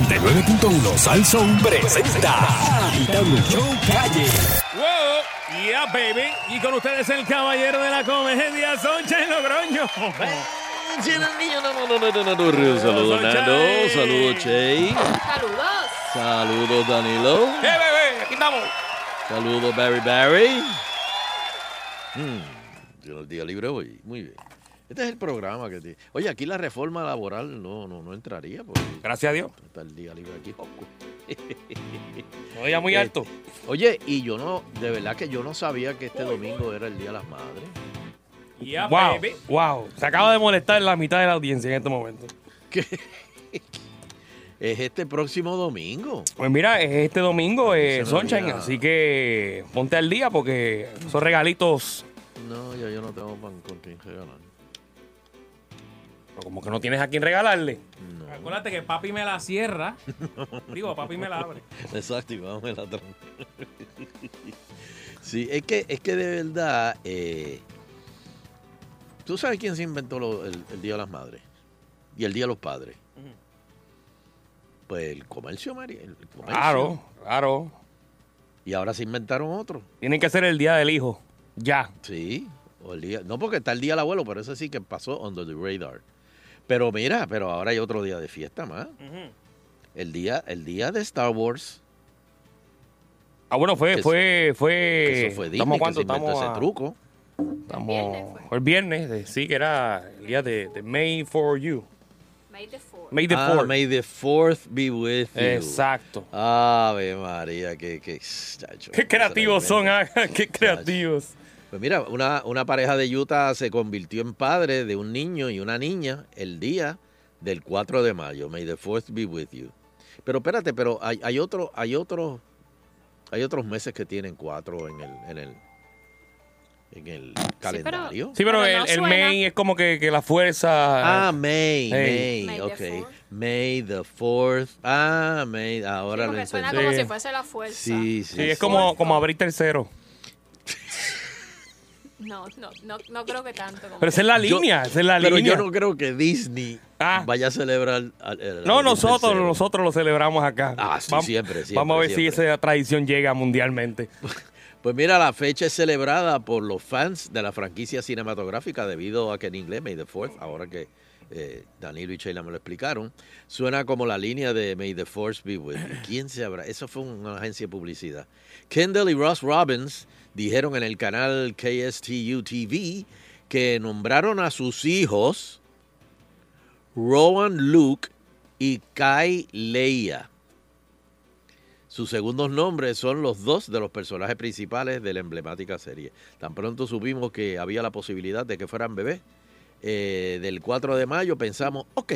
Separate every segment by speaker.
Speaker 1: 99.1 Sal Soul presenta Agitando el Show Calle.
Speaker 2: Wow, yeah, baby. Y con ustedes el caballero de la comedia, Soncha en Logroño.
Speaker 3: Saludos, Nando. Saludos, Che.
Speaker 4: Saludos.
Speaker 3: Saludos, Danilo.
Speaker 5: ¡Eh, bebé! Aquí estamos.
Speaker 3: Saludos, Barry Barry. Mm, Tiene el día libre hoy. Muy bien. Este es el programa que tiene. Oye, aquí la reforma laboral no, no, no entraría porque
Speaker 5: Gracias a Dios.
Speaker 3: está el día libre aquí.
Speaker 5: No diga muy
Speaker 3: Eh,
Speaker 5: alto.
Speaker 3: Oye, y yo no, de verdad que yo no sabía que este domingo era el Día de las Madres.
Speaker 2: Yeah,
Speaker 5: Wow,
Speaker 2: baby.
Speaker 5: wow. Se acaba de molestar la mitad de la audiencia en este momento.
Speaker 3: Es este próximo domingo.
Speaker 5: Pues mira, es este domingo, eh,
Speaker 3: Se me olvida.
Speaker 5: Sunshine, así que ponte al día porque esos regalitos.
Speaker 3: No, yo, yo no tengo pan con quien regalar.
Speaker 5: pero Como que no tienes a quien regalarle.
Speaker 2: Acuérdate que papi me la cierra. Digo, papi me la abre.
Speaker 3: Exacto, y vamos a la trampa. Sí, es que, es que de verdad, eh, ¿tú sabes quién se inventó lo- el, el Día de las Madres? Y el Día de los Padres. Pues el comercio, María. el comercio.
Speaker 5: Claro, claro.
Speaker 3: Y ahora se inventaron otro.
Speaker 5: Tienen que ser el día del hijo. Ya.
Speaker 3: Sí, o el día, no porque está el Día del Abuelo, pero ese sí que pasó under the radar. Pero mira, pero ahora hay otro día de fiesta más. El día, el día de Star Wars.
Speaker 5: Ah, bueno, fue,
Speaker 3: Que
Speaker 5: fue,
Speaker 3: que
Speaker 5: fue.
Speaker 3: eso fue Disney
Speaker 5: ¿Estamos
Speaker 3: que se
Speaker 5: cuánto?
Speaker 3: inventó
Speaker 5: Estamos
Speaker 3: ese
Speaker 5: a-
Speaker 3: truco.
Speaker 4: Viernes
Speaker 5: Estamos.
Speaker 4: fue.
Speaker 5: El viernes, eh, sí, que era el día de, de May for You.
Speaker 4: May the fourth.
Speaker 5: May the
Speaker 3: Ah,
Speaker 5: 4th.
Speaker 3: May the fourth be with you.
Speaker 5: Exacto.
Speaker 3: Ave María, qué, qué, chacho,
Speaker 5: Qué creativos son, ah, qué creativos.
Speaker 3: Pues mira, una, una pareja de Utah se convirtió en padre de un niño y una niña el día del 4 de mayo. May the fourth be with you. Pero espérate, pero hay, hay otro, hay otros, hay otros meses que tienen cuatro en el, en el, en el calendario.
Speaker 5: Sí, pero,
Speaker 4: Pero
Speaker 5: el,
Speaker 4: no
Speaker 5: el
Speaker 4: suena.
Speaker 5: May es como que, que la fuerza. eh,
Speaker 3: Ah, May, May,
Speaker 5: Hey.
Speaker 4: May the
Speaker 3: ok.
Speaker 4: fourth.
Speaker 3: May the fourth. Ah, May,
Speaker 4: Sí,
Speaker 3: ahora lo
Speaker 4: porque suena
Speaker 3: entendí.
Speaker 4: como
Speaker 5: Sí.
Speaker 4: si fuese la fuerza.
Speaker 3: Sí, sí,
Speaker 5: sí, es como, como abrir tercero.
Speaker 4: No, no, no, no creo que tanto. Como
Speaker 5: Pero esa es la
Speaker 3: Yo-
Speaker 5: línea, esa es la
Speaker 3: Pero
Speaker 5: línea.
Speaker 3: yo no creo que Disney
Speaker 5: Ah.
Speaker 3: vaya a celebrar. al- el-
Speaker 5: No,
Speaker 3: el
Speaker 5: nosotros,
Speaker 3: tercero.
Speaker 5: nosotros lo celebramos acá.
Speaker 3: Ah, sí, siempre, siempre,
Speaker 5: Vamos a ver si
Speaker 3: siempre.
Speaker 5: esa tradición llega mundialmente.
Speaker 3: Pues mira, la fecha es celebrada por los fans de la franquicia cinematográfica debido a que en inglés May the Fourth, ahora que eh, Danilo y Sheila me lo explicaron, suena como la línea de May the Fourth be with you. ¿Quién se habrá? Eso fue una agencia de publicidad. Kendall y Ross Robbins dijeron en el canal KSTU TV que nombraron a sus hijos Rowan Luke y Kai Leia. Sus segundos nombres son los dos de los personajes principales de la emblemática serie. Tan pronto supimos que había la posibilidad de que fueran bebés. eh, del 4 de mayo pensamos, ok.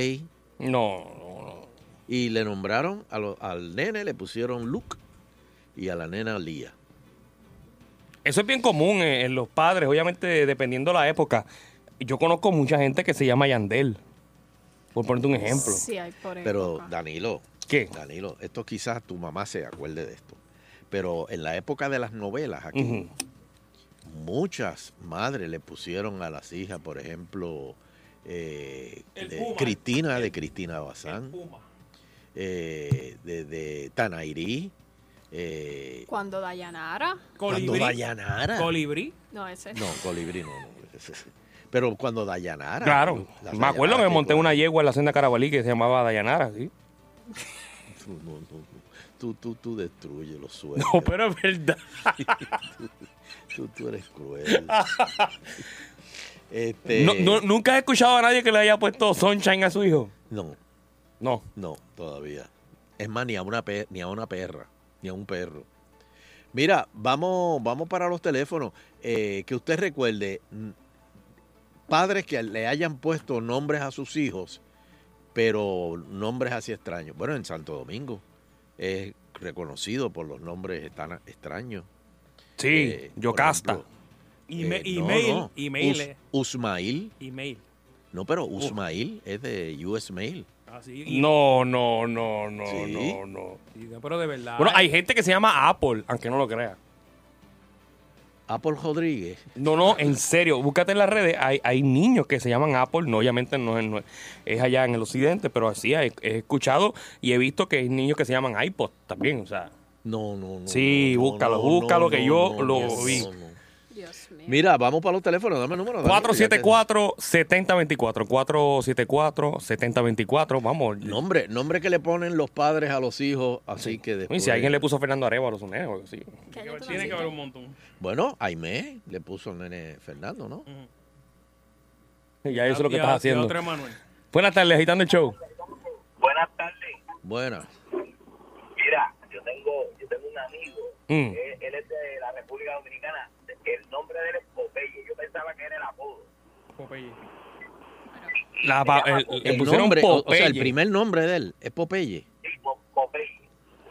Speaker 5: No, no, no.
Speaker 3: Y le nombraron a lo- al nene, le pusieron Luke y a la nena Lía.
Speaker 5: Eso es bien común eh, en, los padres, obviamente dependiendo la época. Yo conozco mucha gente que se llama Yandel, por ponerte un ejemplo.
Speaker 4: Sí, hay por época.
Speaker 3: Pero Danilo,
Speaker 5: ¿Qué?
Speaker 3: Danilo, esto quizás tu mamá se acuerde de esto. Pero en la época de las novelas aquí,
Speaker 5: Ujú.
Speaker 3: muchas madres le pusieron a las hijas, por ejemplo, eh,
Speaker 2: El
Speaker 3: de
Speaker 2: Puma.
Speaker 3: Cristina de Cristina Bazán, eh, de, de Tanairí, eh,
Speaker 4: Cuando Dayanara.
Speaker 3: cuando
Speaker 2: Colibrí.
Speaker 3: Dayanara.
Speaker 2: Colibrí.
Speaker 4: No, ese
Speaker 3: no, colibrí no. no. Pero cuando Dayanara.
Speaker 5: Claro.
Speaker 3: las
Speaker 5: Me acuerdo que
Speaker 3: Dayanara
Speaker 5: me monté una yegua en la senda Carabalí que se llamaba Dayanara, ¿sí?
Speaker 3: Tú, no, no, no. Tú, tú, tú destruyes los sueños.
Speaker 5: No, pero es verdad.
Speaker 3: tú, tú eres cruel.
Speaker 5: Ah.
Speaker 3: este,
Speaker 5: No, no- nunca he escuchado a nadie que le haya puesto Sunshine a su hijo.
Speaker 3: no,
Speaker 5: No.
Speaker 3: No, todavía. Es más, ni a una, pe- ni a una perra, ni a un perro. Mira, vamos, vamos para los teléfonos. Eh, que usted recuerde, mm, padres que le hayan puesto nombres a sus hijos, pero nombres así extraños. Bueno, en Santo Domingo es reconocido por los nombres tan extraños.
Speaker 5: Sí,
Speaker 3: Eh, por
Speaker 5: Yocasta.
Speaker 3: ejemplo,
Speaker 2: Ime-
Speaker 3: eh, no,
Speaker 2: Email.
Speaker 3: no,
Speaker 2: Email.
Speaker 3: Us-
Speaker 2: eh,
Speaker 3: Usmail.
Speaker 2: Email.
Speaker 3: No, pero Usmail es de US Mail.
Speaker 2: Así. Ah, y-
Speaker 5: No, no, no, no,
Speaker 3: Sí.
Speaker 5: no, no.
Speaker 2: y- Pero de verdad. eh.
Speaker 5: Bueno, hay gente que se llama Apple, aunque no lo crea.
Speaker 3: Apple Rodríguez.
Speaker 5: No, no, en serio, búscate en las redes. Hay, hay niños que se llaman Apple, no, obviamente no es, no es- es allá en el occidente, pero así he, he escuchado y he visto que hay niños que se llaman iPod también, o sea.
Speaker 3: No, no, no.
Speaker 5: Sí,
Speaker 3: no, no,
Speaker 5: búscalo,
Speaker 3: no,
Speaker 5: búscalo,
Speaker 3: no,
Speaker 5: que
Speaker 3: no,
Speaker 5: yo
Speaker 3: no,
Speaker 5: lo
Speaker 3: no,
Speaker 5: vi.
Speaker 3: no, no.
Speaker 4: Dios mío.
Speaker 3: Mira, vamos para los teléfonos, dame el número. Danilo, ya que-
Speaker 5: 474-7024, 474-7024, vamos.
Speaker 3: Nombre, nombre que le ponen los padres a los hijos, así que después...
Speaker 5: Y si alguien le puso Fernando Arevalo a su nene, o algo así.
Speaker 4: ¿Qué año tú
Speaker 2: Tiene que
Speaker 4: naciste?
Speaker 2: haber un montón.
Speaker 3: Bueno, Aimé le puso el nene Fernando, ¿no?
Speaker 5: Ya yo sé lo que
Speaker 2: Y a- y
Speaker 5: estás
Speaker 2: a
Speaker 5: haciendo.
Speaker 2: otro Emanuel.
Speaker 5: Buenas tardes, agitando el show.
Speaker 6: Buenas tardes.
Speaker 3: Bueno,
Speaker 6: Mira, yo tengo, yo tengo un amigo,
Speaker 5: Mm.
Speaker 6: él, él es de la República Dominicana, el nombre de él es Popeye, yo pensaba que era el apodo.
Speaker 2: Popeye.
Speaker 5: La
Speaker 2: Eh,
Speaker 5: pa- el,
Speaker 2: ah,
Speaker 5: le
Speaker 3: el
Speaker 5: pusieron
Speaker 3: nombre, o- o sea, el
Speaker 5: Popeye.
Speaker 3: primer nombre de él es Popeye.
Speaker 6: Sí, Po- Popeye.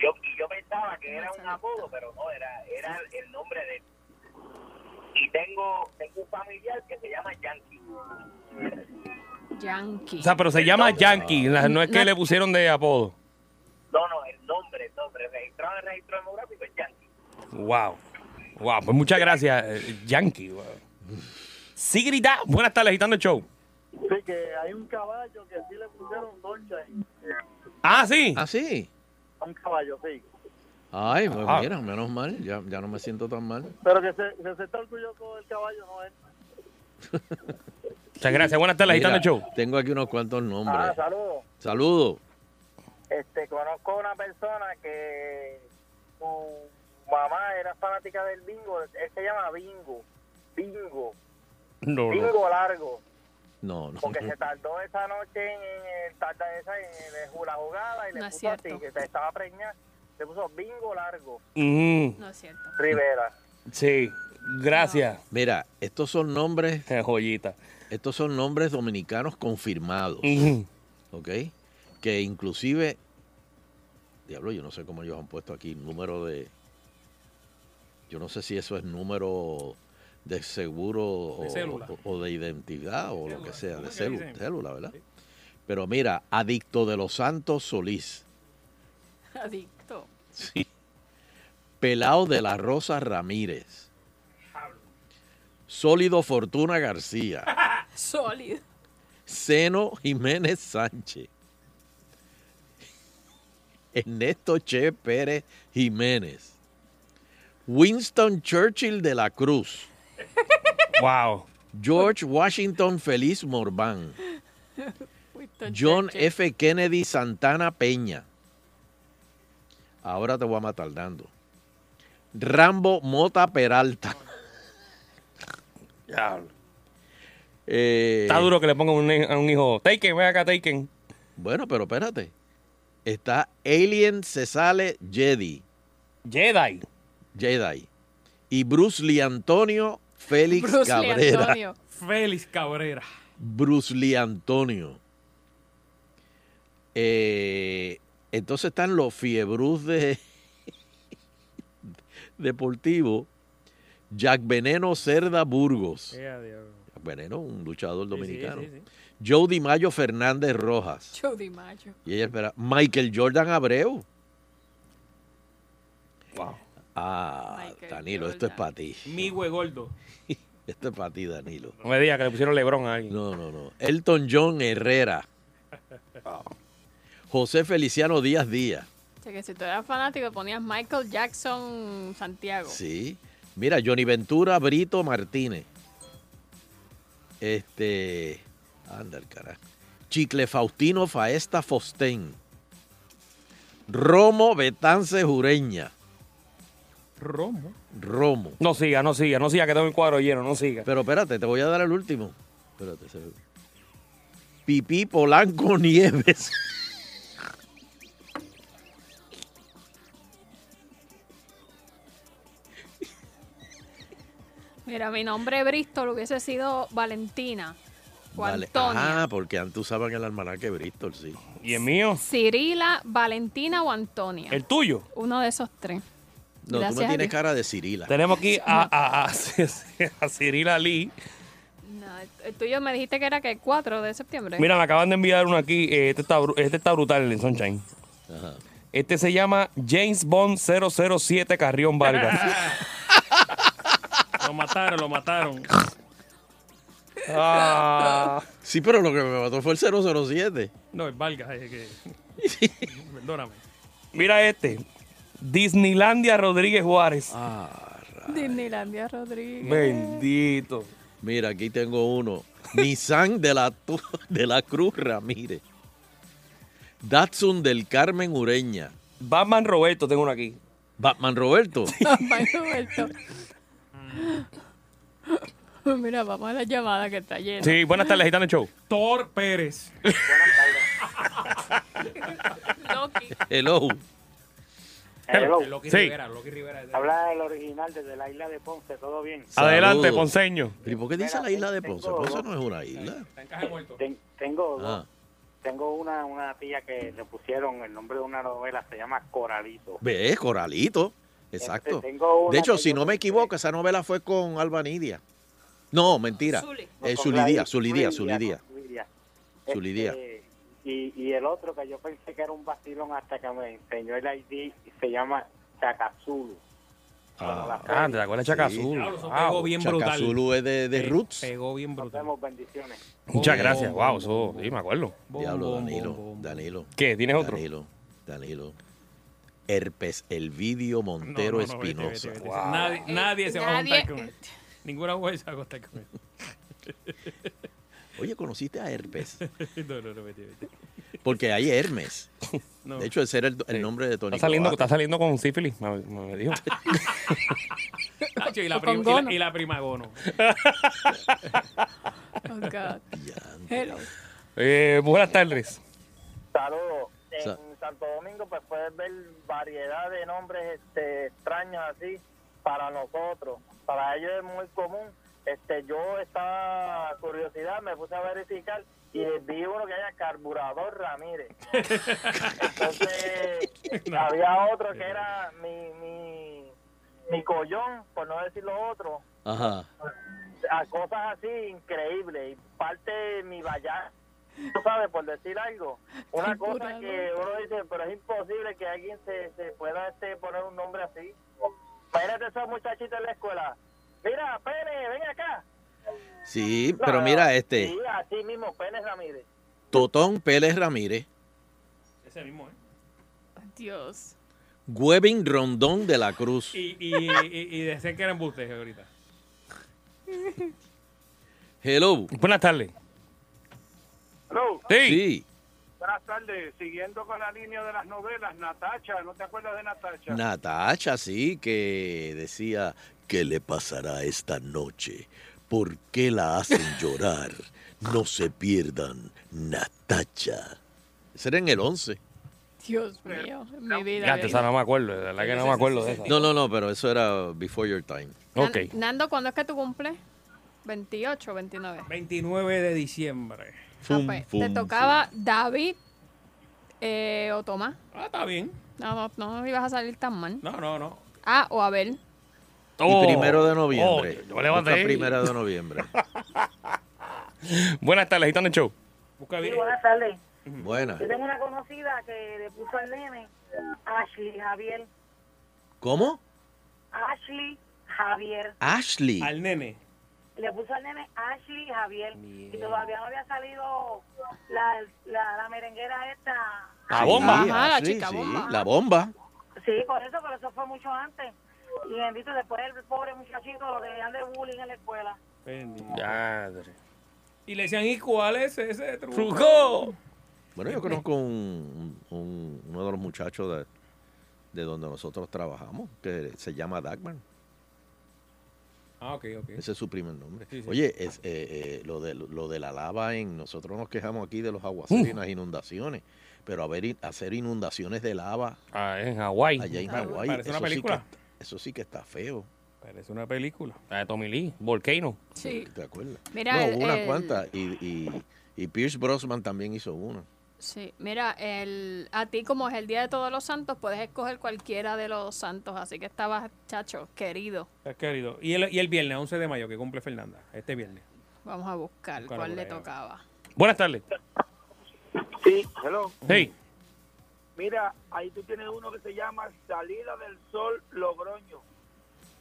Speaker 6: Yo, y yo pensaba que era un apodo, pero no, era, era el nombre de él. Y tengo, tengo un familiar que se llama Yankee.
Speaker 4: Yankee.
Speaker 5: O sea, pero se llama Yankee, la- no es que
Speaker 4: No.
Speaker 5: le pusieron de apodo.
Speaker 6: No, no, el nombre, el nombre, registrado en el registro demográfico es Yankee.
Speaker 5: Wow. Wow, pues muchas gracias, eh, Yankee. Wow. Sigrita, buenas tardes, agitando el show.
Speaker 7: Sí, que hay un caballo que sí le pusieron Dolce ahí.
Speaker 5: Ah, sí.
Speaker 3: Ah, sí.
Speaker 7: A un caballo, sí.
Speaker 3: Ay, pues
Speaker 5: Ah.
Speaker 3: mira, menos mal, ya, ya no me siento tan mal.
Speaker 7: Pero que se, se, se está orgulloso del caballo, no Eh. es.
Speaker 5: Muchas gracias, buenas tardes,
Speaker 3: Mira,
Speaker 5: agitando el show.
Speaker 3: Tengo aquí unos cuantos nombres.
Speaker 7: saludos.
Speaker 3: Saludos.
Speaker 7: Este, conozco una persona que su mamá era fanática del bingo. Él se llama Bingo. Bingo.
Speaker 5: No, no.
Speaker 7: Bingo largo.
Speaker 3: No, no.
Speaker 7: Porque se tardó esa noche en el, tarda esa, en el- la jugada y le
Speaker 4: No es
Speaker 7: puso así,
Speaker 4: cierto.
Speaker 7: que se estaba preñada. Le puso Bingo largo.
Speaker 5: Mm,
Speaker 4: No es cierto.
Speaker 7: Rivera.
Speaker 5: sí, gracias.
Speaker 3: Mira, estos son nombres,
Speaker 5: Eh, Joyita.
Speaker 3: estos son nombres dominicanos confirmados,
Speaker 5: Ujú.
Speaker 3: ¿ok? Que inclusive, diablo, yo no sé cómo ellos han puesto aquí número de, yo no sé si eso es número de seguro o,
Speaker 2: De célula.
Speaker 3: o- o de identidad o lo que sea, de
Speaker 2: ¿Cómo que
Speaker 3: célu-
Speaker 2: dicen?
Speaker 3: célula, ¿verdad? Pero mira, adicto de los Santos Solís,
Speaker 4: Adicto.
Speaker 3: pelao de la Rosa Ramírez, sólido Fortuna García.
Speaker 4: Ah, Sólido.
Speaker 3: Seno Jiménez Sánchez. Ernesto Che Pérez Jiménez. Winston Churchill de la Cruz.
Speaker 5: Wow.
Speaker 3: George Washington Feliz Morván.
Speaker 4: Winston
Speaker 3: John
Speaker 4: Churchill.
Speaker 3: F. Kennedy Santana Peña. Ahora te voy a matar dando. Rambo Mota Peralta. Eh,
Speaker 5: Está duro que le pongan un, a un hijo. Taken, ven acá, Taken.
Speaker 3: Bueno, pero espérate. Está Alien se sale Jedi.
Speaker 5: Jedi.
Speaker 3: Jedi. Y Bruce Lee Antonio Félix
Speaker 4: Bruce Lee
Speaker 3: Cabrera.
Speaker 4: Antonio.
Speaker 2: Félix Cabrera.
Speaker 3: Bruce Lee Antonio. Eh, entonces están los fiebrus de deportivo. Jack Veneno Cerda Burgos. Jack Veneno, un luchador dominicano. Joe Di Mayo Fernández Rojas.
Speaker 4: Joe DiMaggio.
Speaker 3: Y ella espera. Michael Jordan Abreu.
Speaker 5: Wow.
Speaker 3: Ah,
Speaker 4: Michael
Speaker 3: Danilo, esto
Speaker 4: Jordan.
Speaker 3: es para ti.
Speaker 2: Mi güey gordo.
Speaker 3: Esto es para ti, Danilo.
Speaker 5: No me digas que le pusieron Lebron a alguien.
Speaker 3: No, no, no. Elton John Herrera. Ah. José Feliciano Díaz Díaz.
Speaker 4: O sea, que si tú eras fanático ponías Michael Jackson Santiago.
Speaker 3: Sí. Mira, Johnny Ventura Brito Martínez. Este. Anda el carajo. Chicle Faustino Faesta Fostén. Romo Betance Jureña.
Speaker 2: Romo.
Speaker 3: Romo.
Speaker 5: No siga, no siga, no siga, que tengo el cuadro lleno, no siga.
Speaker 3: Pero espérate, te voy a dar el último. Espérate, se- Pipí Polanco Nieves.
Speaker 4: Mira, mi nombre Bristol hubiese sido Valentina o
Speaker 3: Vale.
Speaker 4: Antonia.
Speaker 3: Ah, porque antes usaban el almanaque Bristol, sí.
Speaker 5: ¿Y el mío?
Speaker 4: Cirila, Valentina o Antonia.
Speaker 5: ¿El tuyo?
Speaker 4: Uno de esos tres.
Speaker 3: No,
Speaker 4: Gracias
Speaker 3: tú me
Speaker 4: a
Speaker 3: tienes
Speaker 4: Dios.
Speaker 3: cara de Cirila.
Speaker 5: Tenemos aquí a, a, a, a Cirila Lee.
Speaker 4: No, el tuyo me dijiste que era que 4 de septiembre.
Speaker 5: Mira, me acaban de enviar uno aquí. eh, Este está, bru- este está brutal, el Sunshine.
Speaker 3: Ajá.
Speaker 5: Este se llama James Bond 007 Carrión Vargas.
Speaker 8: Lo mataron, lo mataron.
Speaker 5: Ah,
Speaker 3: Sí, pero lo que me mató fue el 007.
Speaker 8: No, es Valga, es que. Perdóname.
Speaker 5: mira este. Disneylandia Rodríguez Juárez.
Speaker 3: Ah.
Speaker 4: Disneylandia Rodríguez.
Speaker 5: Bendito.
Speaker 3: Mira, aquí tengo uno. Nissan de la, Tu- de la Cruz Ramírez. Datsun del Carmen Ureña.
Speaker 5: Batman Roberto, tengo uno aquí.
Speaker 3: Batman Roberto.
Speaker 4: Papá Roberto. Mm. Mira, vamos a la llamada que está llena.
Speaker 5: Sí, buenas tardes, Gitano Show.
Speaker 8: Thor Pérez.
Speaker 4: Loki.
Speaker 3: Hello.
Speaker 7: Hello.
Speaker 8: Loki
Speaker 5: Sí.
Speaker 8: Rivera, Loki Rivera.
Speaker 7: Habla el original desde la isla de Ponce, ¿todo bien?
Speaker 5: Adelante,
Speaker 3: Saludos.
Speaker 5: Ponceño.
Speaker 3: ¿Y por qué dice
Speaker 7: Mira,
Speaker 3: la isla de
Speaker 7: tengo-
Speaker 3: Ponce? Ponce no es una isla.
Speaker 8: Está en caja de muerto.
Speaker 7: Ten- tengo
Speaker 3: Ah,
Speaker 7: dos. Tengo una, una tía que le pusieron el nombre de una novela, se llama Coralito.
Speaker 3: ve, Coralito. Exacto.
Speaker 7: Entonces, Este, tengo una
Speaker 3: De hecho,
Speaker 7: que
Speaker 3: si
Speaker 7: yo
Speaker 3: no me
Speaker 7: pensé-
Speaker 3: equivoco, esa novela fue con Albanidia. No, mentira.
Speaker 4: Zuli.
Speaker 3: Eh,
Speaker 7: con
Speaker 3: Zulidía,
Speaker 7: Gladys-
Speaker 3: Zulidía, Zulidía.
Speaker 7: con Zulidía.
Speaker 3: Zulidía.
Speaker 7: Este, y, y el otro que yo pensé que era un vacilón hasta que me enseñó el ID y se llama Chacazulu. Bueno, la
Speaker 3: Ah,
Speaker 5: Ah,
Speaker 7: serie.
Speaker 5: te acuerdas
Speaker 3: Sí.
Speaker 5: de Ah, Chacazul.
Speaker 8: Claro, eso
Speaker 3: Ah,
Speaker 5: Wow.
Speaker 3: oh,
Speaker 8: pegó bien Eh, brutal.
Speaker 3: Chacazulu es de, de
Speaker 8: Pe-
Speaker 3: Roots.
Speaker 8: Pegó bien
Speaker 7: Nos
Speaker 8: brutal.
Speaker 7: vemos, bendiciones.
Speaker 5: Muchas
Speaker 3: Bom,
Speaker 5: gracias.
Speaker 8: bom,
Speaker 5: Wow,
Speaker 8: bom,
Speaker 5: eso
Speaker 8: bom,
Speaker 5: sí, me acuerdo.
Speaker 3: Oh.
Speaker 8: Bom,
Speaker 3: Diablo,
Speaker 8: bom,
Speaker 3: Danilo,
Speaker 8: bom, bom.
Speaker 3: Danilo.
Speaker 5: ¿Qué? ¿Tienes otro?
Speaker 3: Danilo, Danilo. Herpes, el vídeo
Speaker 8: No,
Speaker 3: Montero
Speaker 8: no, no, vete, vete,
Speaker 3: Espinosa.
Speaker 8: vete. Nadie, nadie se va a
Speaker 4: Nadie-
Speaker 8: juntar con él. Ninguna mujer se va a juntar con él.
Speaker 3: Oye, ¿conociste a Herpes?
Speaker 8: No, no, no, vete, vete.
Speaker 3: Porque hay Hermes.
Speaker 8: No.
Speaker 3: De hecho, ese era el, el nombre de Tony
Speaker 5: Está saliendo, está
Speaker 3: Croata.
Speaker 5: saliendo con sífilis, me, me dijo.
Speaker 8: Nacho, y, la
Speaker 4: Con
Speaker 8: prim- y la-
Speaker 4: gono.
Speaker 8: y la prima gono.
Speaker 4: Oh, God.
Speaker 3: Ya,
Speaker 4: Hello.
Speaker 5: Eh, buenas tardes.
Speaker 7: Saludos. En
Speaker 3: Sa-
Speaker 7: Santo Domingo pues puedes ver variedad de nombres este, extraños así para nosotros. Para ellos es muy común. Este, yo esta curiosidad me puse a verificar y vi uno que era Carburador Ramírez. Entonces había otro que era mi, mi, mi collón, por no decir lo otro.
Speaker 3: Ajá.
Speaker 7: a cosas así increíbles. Y parte de mi vallar, tú sabes, por decir algo. Una cosa
Speaker 4: Temporada.
Speaker 7: que uno dice, pero es imposible que alguien se, se pueda este, poner un nombre así. Imagínate esos muchachitos en la escuela. Mira, Pérez, ven acá.
Speaker 3: Sí,
Speaker 7: No,
Speaker 3: pero mira este.
Speaker 7: Sí, así mismo, Pérez Ramírez.
Speaker 3: Totón Pérez Ramírez.
Speaker 8: Ese mismo, ¿eh?
Speaker 4: Dios.
Speaker 3: Webin Rondón de la Cruz.
Speaker 8: Y, y, y, y decían que eran buses ahorita.
Speaker 3: Hello.
Speaker 5: Buenas tardes.
Speaker 9: Hello,
Speaker 5: Sí.
Speaker 3: Sí.
Speaker 9: buenas tardes. Siguiendo con la línea de las novelas, Natacha, ¿no te acuerdas de Natacha?
Speaker 3: Natacha, sí, que decía, ¿qué le pasará esta noche? ¿Por qué la hacen llorar? No se pierdan, Natacha. Será en el 11.
Speaker 4: Dios mío. Mi vida.
Speaker 5: Gato, esa no me acuerdo, de verdad que no me acuerdo de esa.
Speaker 3: No, no, no, pero eso era Before Your Time.
Speaker 4: Nan-
Speaker 5: Ok.
Speaker 4: Nando, ¿cuándo es que tú cumples? 28 o 29.
Speaker 8: 29 de diciembre.
Speaker 4: Ah, pues, te tocaba David eh, o Tomás.
Speaker 8: Ah, está bien.
Speaker 4: No, no, no ibas a salir tan mal.
Speaker 8: No, no, no.
Speaker 4: Ah, o Abel.
Speaker 5: Oh,
Speaker 3: y primero de noviembre.
Speaker 5: oh, yo levanté.
Speaker 3: Busca primera de noviembre.
Speaker 5: Buenas tardes, Gitano Show.
Speaker 8: Busca
Speaker 2: Sí,
Speaker 8: bien.
Speaker 2: buenas tardes.
Speaker 3: Buena.
Speaker 2: Yo tengo una conocida que le puso al nene Ashley Javier.
Speaker 3: ¿Cómo?
Speaker 2: Ashley Javier.
Speaker 3: Ashley.
Speaker 8: Al nene.
Speaker 2: Le puso al nene Ashley Javier. Y todavía no había salido la, la, la merenguera esta.
Speaker 5: La
Speaker 3: Sí,
Speaker 5: bomba.
Speaker 4: Ajá, la
Speaker 3: Ashley,
Speaker 4: chica
Speaker 3: sí,
Speaker 4: bomba.
Speaker 3: La bomba.
Speaker 2: Sí, por eso, pero eso fue mucho antes. Y bendito, después el pobre muchachito lo tenían de bullying en la escuela.
Speaker 5: Yadre.
Speaker 8: Y le decían, ¿y cuál es ese truco?
Speaker 5: Truco.
Speaker 3: Bueno, yo conozco un, un- uno de los muchachos de, de donde nosotros trabajamos, que se llama Dagmar.
Speaker 8: Ah, ok, ok.
Speaker 3: Ese es su primer nombre.
Speaker 8: Sí, sí.
Speaker 3: Oye, es, eh, eh, lo, de, lo de la lava en... Nosotros nos quejamos aquí de los aguaceros y las inundaciones, pero a ver, in- hacer inundaciones de lava
Speaker 5: Ah, en Hawái.
Speaker 3: allá en
Speaker 4: Ah,
Speaker 3: Hawái...
Speaker 8: parece
Speaker 3: eso
Speaker 8: una
Speaker 3: sí que
Speaker 8: película.
Speaker 3: está- eso sí que está feo,
Speaker 8: Parece una película.
Speaker 5: La de Tommy Lee, Volcano.
Speaker 4: Sí.
Speaker 3: ¿te acuerdas?
Speaker 4: Mira,
Speaker 3: no,
Speaker 4: el-
Speaker 3: hubo unas
Speaker 4: el-
Speaker 3: cuantas. Y, y, y Pierce Brosnan también hizo una.
Speaker 4: Sí, mira, el, a ti como es el Día de Todos los Santos, puedes escoger cualquiera de los santos, así que estabas, chacho, querido.
Speaker 8: Está querido. Y el, y el viernes, 11 de mayo, que cumple Fernanda. Este viernes.
Speaker 4: Vamos a buscar
Speaker 8: Búscalo
Speaker 4: cuál
Speaker 8: por
Speaker 4: le
Speaker 8: ahí, a ver.
Speaker 4: tocaba.
Speaker 5: Buenas tardes.
Speaker 9: Sí, hello.
Speaker 5: Sí.
Speaker 9: Mira, ahí tú tienes uno que se llama Salida del Sol Logroño.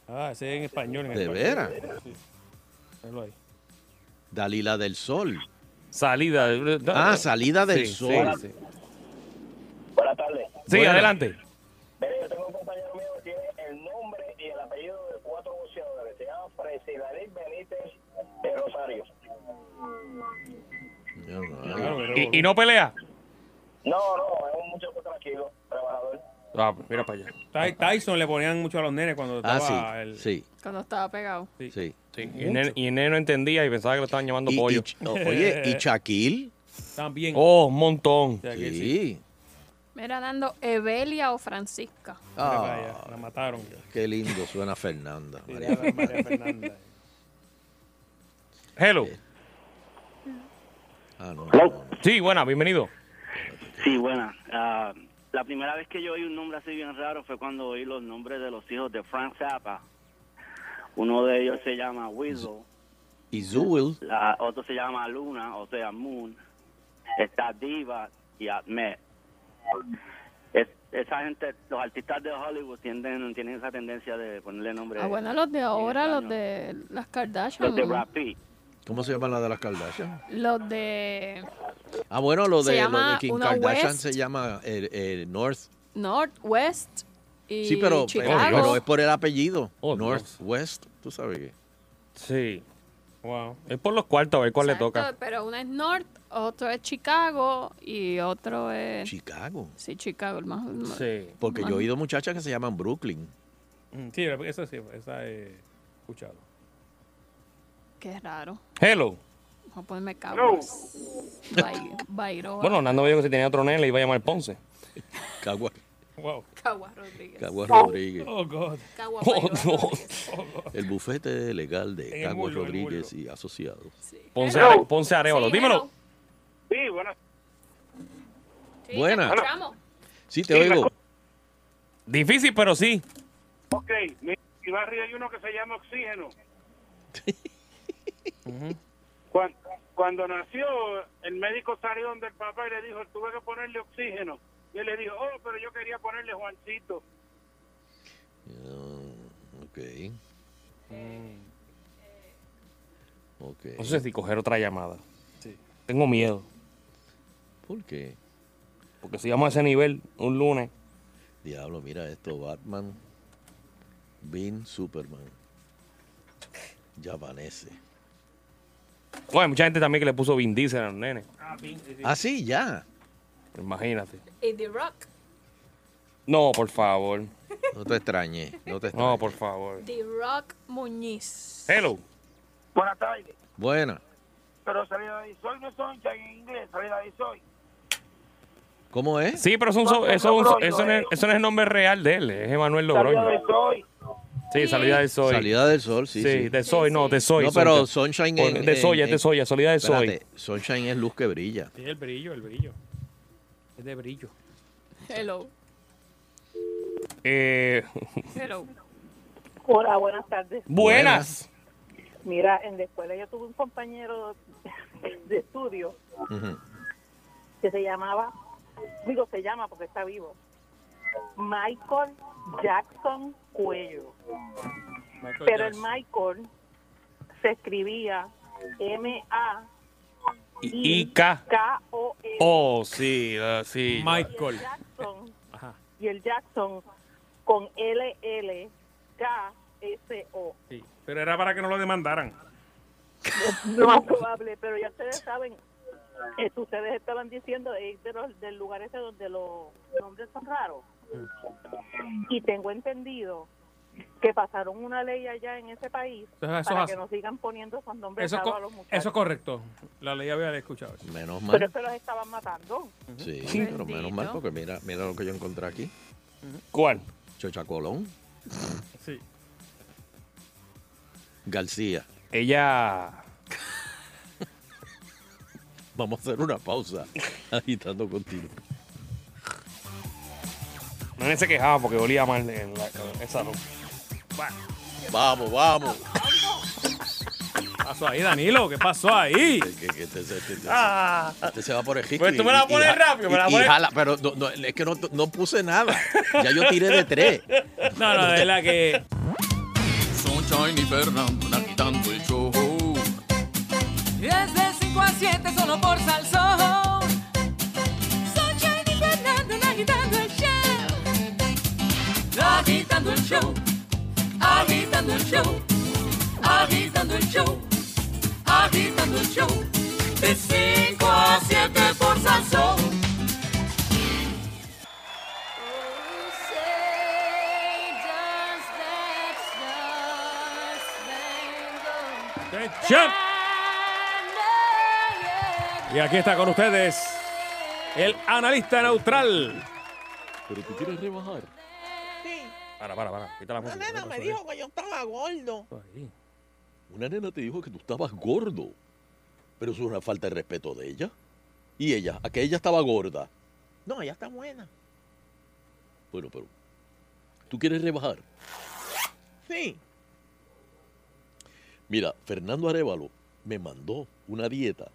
Speaker 5: Ah, ese es en español. En
Speaker 3: ¿De
Speaker 5: español.
Speaker 3: veras?
Speaker 5: Sí. Ponlo ahí.
Speaker 3: Dalila del Sol.
Speaker 5: Salida.
Speaker 3: Ah, Salida del
Speaker 5: Sí,
Speaker 3: Sol.
Speaker 5: Sí, sí.
Speaker 6: Buenas tardes.
Speaker 5: Sí,
Speaker 3: Buena.
Speaker 5: adelante.
Speaker 6: Mire, yo tengo un compañero mío que tiene el nombre y el apellido de cuatro boxeadores. Se llama Presidarit Benítez de Rosario.
Speaker 3: Yo no-
Speaker 5: Y, y no pelea.
Speaker 6: No, no, es un muchacho tranquilo, trabajador.
Speaker 5: Ah, mira para allá.
Speaker 2: Ty- Tyson le ponían mucho a los nenes cuando
Speaker 3: Ah,
Speaker 2: estaba el...
Speaker 3: sí, sí,
Speaker 4: Cuando estaba pegado.
Speaker 3: sí.
Speaker 5: Y el, nene, y el nene no entendía y pensaba que lo estaban llamando
Speaker 3: Y- y-
Speaker 5: pollo.
Speaker 3: no, oye, ¿y Shaquille?
Speaker 2: También.
Speaker 5: Oh, un montón.
Speaker 2: O sea, que sí.
Speaker 3: Sí.
Speaker 4: Mira, dando Evelia o Francisca.
Speaker 2: Mira
Speaker 3: Ah,
Speaker 2: para allá, la mataron.
Speaker 3: qué lindo suena Fernanda.
Speaker 2: Sí,
Speaker 3: María
Speaker 2: la-
Speaker 3: Fernanda.
Speaker 2: María Fernanda.
Speaker 5: Hello.
Speaker 3: Eh. Ah, no,
Speaker 10: Hello.
Speaker 3: no, no.
Speaker 5: Sí, buena, bienvenido.
Speaker 10: Sí, buena. Ah, la primera vez que yo oí un nombre así bien raro fue cuando oí los nombres de los hijos de Frank Zappa. Uno de ellos se llama Weasel,
Speaker 3: Y Zuel,
Speaker 10: la, otro se llama Luna, o sea Moon. Está Diva y Ahmed. Es- esa gente, los artistas de Hollywood tienden, tienen esa tendencia de ponerle nombre.
Speaker 4: Ah, bueno, los de ahora,
Speaker 10: extraño.
Speaker 4: los de las Kardashian.
Speaker 10: Los de Brad Pitt.
Speaker 3: ¿cómo se llama la de las Kardashian?
Speaker 4: Los de
Speaker 3: Ah, bueno, lo
Speaker 4: Se
Speaker 3: de, lo
Speaker 4: llama
Speaker 3: de Kim
Speaker 4: una
Speaker 3: Kardashian
Speaker 4: West.
Speaker 3: se llama el, el North.
Speaker 4: Northwest y
Speaker 3: Sí, pero, pero,
Speaker 4: Chicago.
Speaker 3: pero es por el apellido.
Speaker 5: Oh,
Speaker 3: Northwest, tú sabes qué.
Speaker 5: Sí.
Speaker 2: Wow.
Speaker 5: Es por los cuartos a ver cuál
Speaker 4: Exacto,
Speaker 5: le toca.
Speaker 4: Pero uno es North, otro es Chicago y otro es...
Speaker 3: Chicago.
Speaker 4: sí, Chicago, el más... el más-
Speaker 5: Sí.
Speaker 3: Porque yo he oído muchachas que se llaman Brooklyn.
Speaker 2: Mm, Sí, eso sí, esa he escuchado.
Speaker 4: Qué raro.
Speaker 5: Hello.
Speaker 4: Vamos a ponerme
Speaker 9: No.
Speaker 4: cabos. Bai- Bairoa.
Speaker 5: Bueno, Nando me dijo que si tenía otro nene le iba a llamar Ponce.
Speaker 3: Cagua,
Speaker 2: Wow.
Speaker 4: Cagua Rodríguez.
Speaker 3: Cagua Rodríguez.
Speaker 2: Oh, God.
Speaker 4: Cagua
Speaker 5: Oh,
Speaker 4: Bairoa
Speaker 5: no.
Speaker 4: Rodríguez.
Speaker 3: El bufete legal de
Speaker 2: el
Speaker 3: Cagua
Speaker 2: muslo, el
Speaker 3: Rodríguez y asociados.
Speaker 4: Sí.
Speaker 5: Ponce,
Speaker 4: Hello.
Speaker 5: Are- Ponce Arevalo.
Speaker 4: Sí,
Speaker 5: Dímelo.
Speaker 4: hello.
Speaker 9: Sí, buenas
Speaker 4: Sí, te
Speaker 3: Buena.
Speaker 4: escuchamos.
Speaker 3: Sí, te oigo.
Speaker 5: Difícil, pero sí.
Speaker 9: Ok, mi mi barrio hay uno que se llama Oxígeno. Cuan- cuando, nació, el médico salió donde el papá y le dijo, tuve que ponerle oxígeno. Y él le dijo, oh, pero yo quería ponerle Juancito.
Speaker 3: Ah, ok. Ok.
Speaker 5: No sé si coger otra llamada. Tengo miedo.
Speaker 3: ¿Por qué?
Speaker 5: Porque si vamos a ese nivel un lunes.
Speaker 3: Diablo, mira esto, Batman, Bean, Superman. Ya amanece.
Speaker 5: Oye, mucha gente también que le puso Vin Diesel a los nenes.
Speaker 3: Ah, sí, ya.
Speaker 5: Imagínate.
Speaker 4: Y The Rock.
Speaker 5: No, por favor.
Speaker 3: No te extrañes, no te
Speaker 5: No,
Speaker 3: extrañes.
Speaker 5: por favor.
Speaker 4: The Rock Muñiz.
Speaker 5: Hello.
Speaker 7: Buenas tardes.
Speaker 3: Buena.
Speaker 7: Pero salida de sol no son en inglés, salida de sol.
Speaker 3: ¿Cómo es?
Speaker 5: Sí, pero eso, es un so- eso, es un so- eso no, es, eso no es el nombre real de él. Es Emanuel Logroño.
Speaker 7: sol.
Speaker 5: Sí, salida de Soy.
Speaker 3: Salida del sol, sí,
Speaker 5: Sí,
Speaker 3: sí.
Speaker 5: de Soy, no, de Soy.
Speaker 3: No,
Speaker 5: Soy.
Speaker 3: pero Sunshine
Speaker 5: Por-
Speaker 3: en-
Speaker 5: De
Speaker 3: en-
Speaker 5: Soy, es de
Speaker 3: en-
Speaker 5: Soy. Salida de Soy.
Speaker 3: Espérate, Sunshine es luz que brilla.
Speaker 2: Sí, el brillo, el brillo. Es de brillo.
Speaker 4: Hello.
Speaker 5: Eh,
Speaker 4: Hello.
Speaker 11: Hola, buenas tardes.
Speaker 5: buenas.
Speaker 11: Mira, en la escuela yo tuve un compañero de estudio
Speaker 3: Ujú.
Speaker 11: que se llamaba, digo, se llama porque está vivo, Michael Jackson Cuello.
Speaker 2: Michael
Speaker 11: Pero el
Speaker 2: Jackson.
Speaker 11: Michael se escribía M-A-I-K-O-L.
Speaker 5: Y- Ica. Oh, sí, ah, sí.
Speaker 11: Y el
Speaker 2: Michael.
Speaker 11: Jackson,
Speaker 2: Ajá.
Speaker 11: y el Jackson con L-L-K-S-O.
Speaker 2: Sí. Pero era para que no lo demandaran.
Speaker 11: Lo más probable, pero ya ustedes saben, eh, ustedes estaban diciendo es de los, del lugar ese donde los nombres son raros. Y tengo entendido que pasaron una ley allá en ese país
Speaker 2: Entonces, eso
Speaker 11: para
Speaker 2: hace-
Speaker 11: que no sigan poniendo esos nombres
Speaker 2: Eso,
Speaker 11: raros
Speaker 2: co-
Speaker 11: a los
Speaker 2: eso
Speaker 11: muchachos.
Speaker 2: es correcto. La ley había escuchado eso.
Speaker 3: Menos
Speaker 11: pero
Speaker 3: mal.
Speaker 11: es que los estaban matando.
Speaker 3: Sí,
Speaker 4: Bendito.
Speaker 3: pero menos mal porque mira, mira lo que yo encontré aquí.
Speaker 5: ¿Cuál?
Speaker 3: Chochacolón,
Speaker 2: Sí.
Speaker 3: García.
Speaker 5: Ella.
Speaker 3: Vamos a hacer una pausa. Agitando contigo.
Speaker 5: No se quejaba porque olía mal en, la, en esa ropa.
Speaker 3: Vamos, vamos.
Speaker 2: ¿Qué pasó ahí, Danilo? ¿Qué pasó ahí?
Speaker 3: Que- que- este que te- te- te-
Speaker 5: Ah,
Speaker 3: Este se va por el jico
Speaker 5: Pues tú
Speaker 3: y-
Speaker 5: me la
Speaker 3: y- y
Speaker 5: pones
Speaker 3: ja-
Speaker 5: rápido, me
Speaker 3: y-
Speaker 5: la
Speaker 3: y
Speaker 5: pones-
Speaker 3: jala, pero no, no, es que no, no puse nada. Ya yo tiré de tres.
Speaker 2: Eh, No, no, de la que.
Speaker 12: Shine y Fernando andan quitando el show.
Speaker 13: Desde 5 a 7 solo por Salsón. Sunshine y Fernando en agitando el show. Agitando el show. Agitando el show. Agitando el show. Agitando el show. De 5 a 7 por Salsón.
Speaker 8: The Champ. Y aquí está con ustedes el analista neutral.
Speaker 14: Pero tú quieres rebajar.
Speaker 8: Para, para, para. Quita la música.
Speaker 3: nena me dijo que yo estaba gordo.
Speaker 14: Una nena te dijo que tú estabas gordo. Pero eso es una falta de respeto de ella. Y ella, a que ella estaba gorda.
Speaker 3: No, ella está buena.
Speaker 14: Bueno, pero tú quieres rebajar.
Speaker 3: Sí.
Speaker 14: Mira, Fernando Arevalo me mandó una dieta.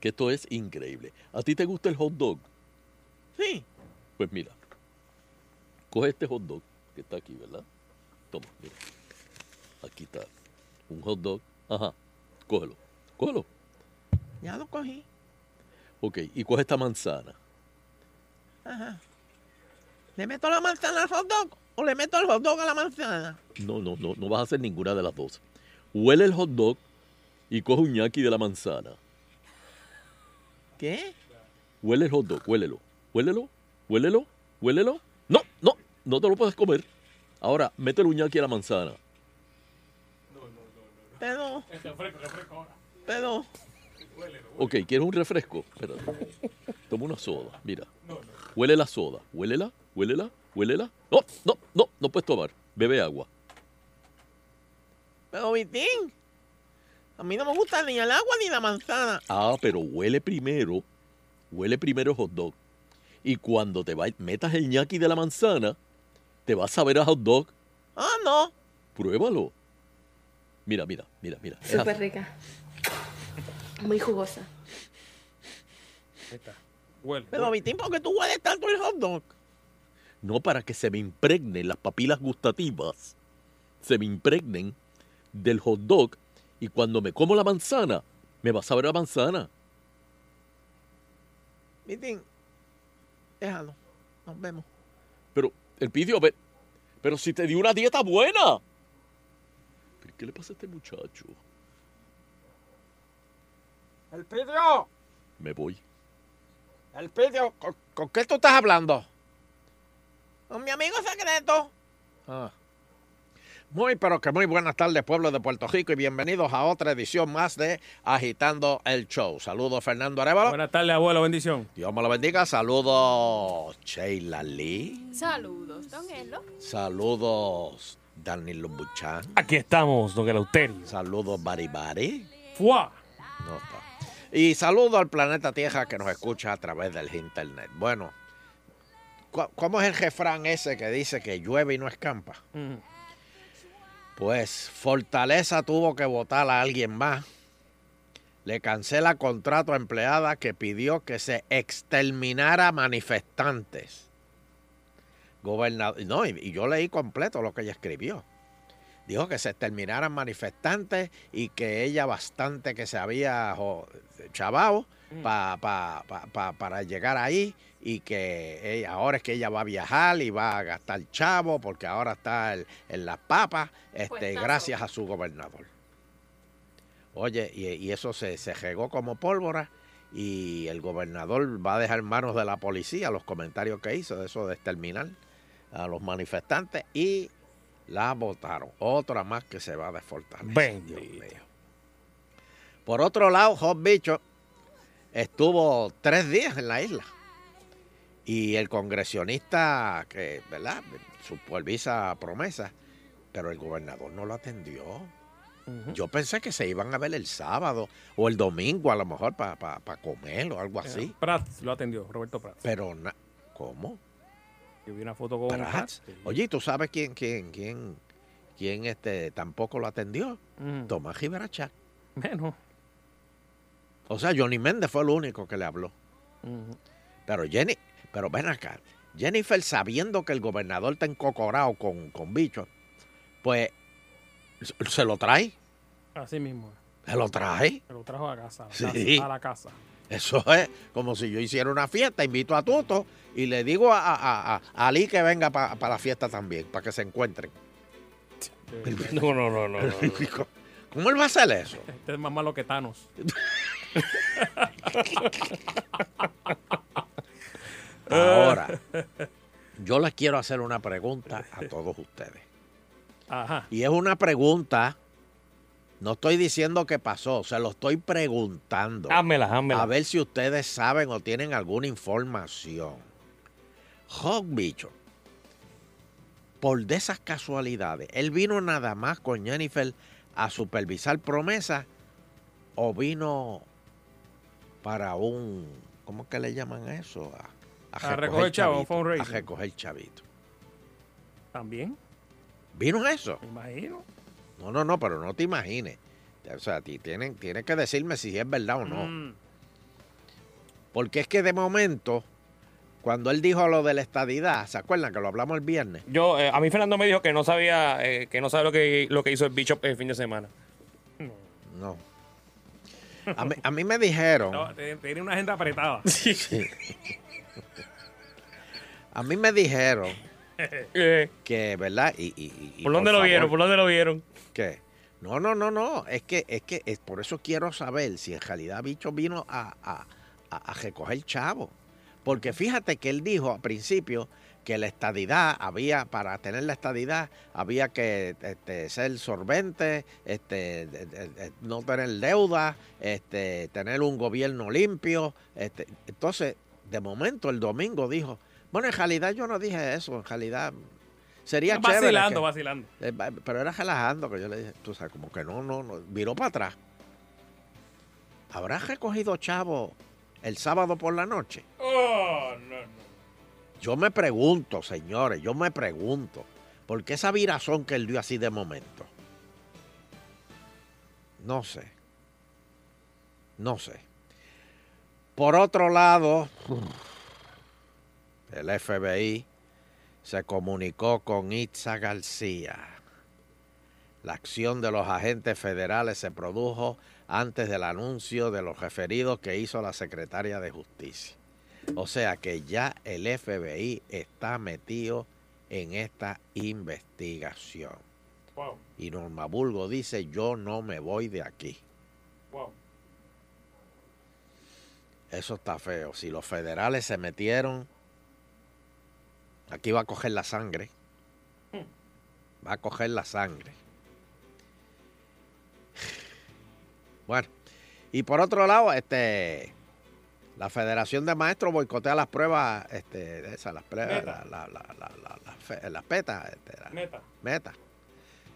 Speaker 14: Que esto es increíble. ¿A ti te gusta el hot dog?
Speaker 3: Sí.
Speaker 14: Pues mira, coge este hot dog que está aquí, ¿verdad? Toma, mira. Aquí está un hot dog. Ajá, cógelo, cógelo.
Speaker 3: Ya lo cogí.
Speaker 14: Ok, y coge esta manzana.
Speaker 3: Ajá. ¿Le meto la manzana al hot dog o le meto el hot dog a la manzana?
Speaker 14: No, no, no, no vas a hacer ninguna de las dos. Huele el hot dog y coge un ñaqui de la manzana.
Speaker 3: ¿Qué?
Speaker 14: Huele el hot dog, huélelo. Huélelo, huélelo, huélelo. No, no, no te lo puedes comer. Ahora, métele un ñaqui a la manzana.
Speaker 3: Pero. Pero.
Speaker 14: Ok, ¿quieres un refresco? Espérate. Toma una soda, mira. Huele la soda, huélela, huélela, huélela. No, no, no, no puedes tomar. Bebe agua.
Speaker 3: Pero, Vitín. A mí no me gusta ni el agua ni la manzana.
Speaker 14: Ah, pero huele primero. Huele primero hot dog. Y cuando te va- metas el ñaqui de la manzana, te vas a ver a hot dog.
Speaker 3: Ah, no.
Speaker 14: Pruébalo. Mira, mira, mira, mira. Es
Speaker 15: Súper
Speaker 14: así.
Speaker 15: rica. Muy jugosa.
Speaker 3: Pero, Vitín, ¿por qué tú hueles tanto el hot dog?
Speaker 14: No para que se me impregnen las papilas gustativas. Se me impregnen del hot dog. Y cuando me como la manzana, me vas a ver la manzana.
Speaker 3: Vitín, déjalo. Nos vemos.
Speaker 14: Pero, el pidió, pero, pero si te di una dieta buena. ¿Pero ¿Qué le pasa a este muchacho?
Speaker 16: El pidió,
Speaker 14: Me voy.
Speaker 16: el pidió.
Speaker 3: ¿Con, con qué tú estás hablando? Con mi amigo secreto. Ah. Muy, pero que muy buenas tardes, pueblo de Puerto Rico, y bienvenidos a otra edición más de Agitando el Show. Saludos, Fernando Arevalo. Buenas
Speaker 8: tardes, abuelo, bendición.
Speaker 3: Dios me lo bendiga. Saludos, Sheila Lee.
Speaker 4: Saludos, don Elo.
Speaker 3: Saludos, Danilo Buchan.
Speaker 17: Aquí estamos, don Eleuterio.
Speaker 3: Saludos, Baribari.
Speaker 8: ¡Fua!
Speaker 3: No está. Y saludo al planeta Tierra que nos escucha a través del internet. Bueno, cu- ¿cómo es el refrán ese que dice que llueve y no escampa?
Speaker 17: Mm.
Speaker 3: Pues Fortaleza tuvo que votar a alguien más. Le cancela contrato a empleada que pidió que se exterminara manifestantes. Gobernador, no, y, y yo leí completo lo que ella escribió. Dijo que se exterminaran manifestantes y que ella bastante que se había jo- chavado pa- pa- pa- pa- para llegar ahí y que ella- ahora es que ella va a viajar y va a gastar chavo porque ahora está el- en las papas este,
Speaker 18: Puestazo.
Speaker 3: gracias a su gobernador. Oye, y, y eso se, se regó como pólvora y el gobernador va a dejar en manos de la policía los comentarios que hizo de eso de exterminar a los manifestantes y la votaron. Otra más que se va de Fortaleza. Dios mío. Por otro lado, Hot Bicho estuvo tres días en la isla. Y el congresionista, que, ¿verdad? Supervisa promesa, pero el gobernador no lo atendió. Yo pensé que se iban a ver el sábado o el domingo, a lo mejor, para comer o algo
Speaker 2: Eh,
Speaker 3: así.
Speaker 8: Prats lo atendió, Roberto Prats.
Speaker 3: Pero, na- ¿cómo?
Speaker 8: Yo vi una foto con
Speaker 3: Prats.
Speaker 8: Prats.
Speaker 3: Oye, ¿tú sabes quién, quién, quién, quién este, tampoco lo atendió?
Speaker 8: Mm.
Speaker 3: Tomás Gibrachá.
Speaker 8: Menos.
Speaker 3: O sea, Johnny Méndez fue el único que le habló. Pero Jenny, pero ven acá. Jennifer, sabiendo que el gobernador está encocorado con, con bichos, pues ¿Se lo trae?
Speaker 8: Así mismo.
Speaker 3: ¿Se lo trae?
Speaker 8: Se lo trajo a casa. A la,
Speaker 3: Sí.
Speaker 8: casa, a la casa.
Speaker 3: Eso es como si yo hiciera una fiesta, invito a Tuto y le digo a, a- a- a Ali que venga para la fiesta también, para que se encuentren.
Speaker 5: No, no, no, no. no, no.
Speaker 3: ¿Cómo él va a hacer eso?
Speaker 8: Este es más malo que Thanos.
Speaker 5: Ah.
Speaker 3: Ahora, yo les quiero hacer una pregunta a todos ustedes.
Speaker 8: Ajá.
Speaker 3: Y es una pregunta, no estoy diciendo que pasó, se lo estoy preguntando.
Speaker 5: Házmela, házmela.
Speaker 3: A ver si ustedes saben o tienen alguna información. Hog Bicho, por de esas casualidades, ¿él vino nada más con Jennifer a supervisar promesas o vino para un, ¿cómo que le llaman eso? A,
Speaker 8: A recoger chavo,
Speaker 3: chavito, A
Speaker 8: fundraising.
Speaker 3: recoger chavito.
Speaker 8: También,
Speaker 3: ¿Vino eso?
Speaker 8: me imagino.
Speaker 3: No, no, no, pero no te imagines. O sea, ti- tienen, tienes que decirme si es verdad o no.
Speaker 8: Mm.
Speaker 3: Porque es que de momento, cuando él dijo lo de la estadidad, ¿se acuerdan que lo hablamos el viernes?
Speaker 5: Yo, eh, a mí Fernando me dijo que no sabía, eh, que no sabe lo que, lo que hizo el Bishop el fin de semana.
Speaker 3: No. A mí, a mí me dijeron,
Speaker 8: No, te- tiene una agenda apretada.
Speaker 3: a mí me dijeron que, ¿verdad? Y, y- y-
Speaker 5: ¿Por dónde lo vieron? ¿Por dónde lo vieron?
Speaker 3: ¿Qué? No, no, no, no. Es que, es que, es por eso quiero saber si en realidad Bicho vino a, a- a- a recoger chavo. Porque fíjate que él dijo al principio que la estadidad había, para tener la estadidad, había que este, ser solvente, este, de- de- de- no tener deuda, este, tener un gobierno limpio. este. Entonces, de momento, el domingo dijo, bueno, en realidad yo no dije eso, en realidad sería
Speaker 8: Vacilando,
Speaker 3: chévere. que-
Speaker 8: vacilando.
Speaker 3: eh, va- Pero era relajando, que yo le dije, tú sabes, como que no, no, no, miró para atrás. ¿Habrá recogido chavo el sábado por la noche?
Speaker 8: Oh, no, no.
Speaker 3: Yo me pregunto, señores, yo me pregunto, ¿por qué esa virazón que él dio así de momento? No sé. No sé. Por otro lado, el FBI se comunicó con Itza García. La acción de los agentes federales se produjo antes del anuncio de los referidos que hizo la secretaria de Justicia. O sea que ya el FBI está metido en esta investigación.
Speaker 8: Wow,
Speaker 3: Y Norma Burgo dice, yo no me voy de aquí.
Speaker 8: wow.
Speaker 3: Eso está feo. Si los federales se metieron, aquí va a coger la sangre. Va a coger la sangre. Bueno, y por otro lado, este, la Federación de Maestros boicotea las pruebas, este, de esas, las pruebas,
Speaker 8: Meta.
Speaker 3: la- la- la- la- la- la fe- las petas, este, la-
Speaker 8: Neta.
Speaker 3: meta.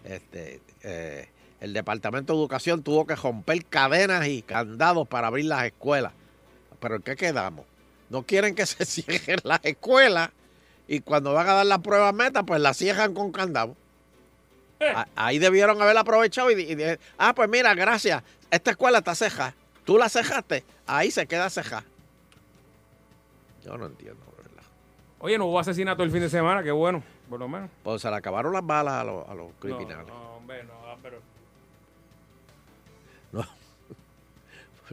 Speaker 3: Este, eh, el Departamento de Educación tuvo que romper cadenas y candados para abrir las escuelas. ¿Pero en qué quedamos? No quieren que se cierren las escuelas y cuando van a dar la prueba meta, pues la cierran con candado. A- Ahí debieron haber aprovechado y, di- y di- ah, pues mira, gracias, esta escuela está ceja. Tú la cejaste, ahí se queda ceja. Yo no entiendo, ¿verdad?
Speaker 8: Oye, no hubo asesinato el fin de semana, qué bueno, por lo menos.
Speaker 3: Pues se le acabaron las balas a los, a los
Speaker 8: No,
Speaker 3: criminales.
Speaker 8: no, hombre, no, ah, pero.
Speaker 3: Pues,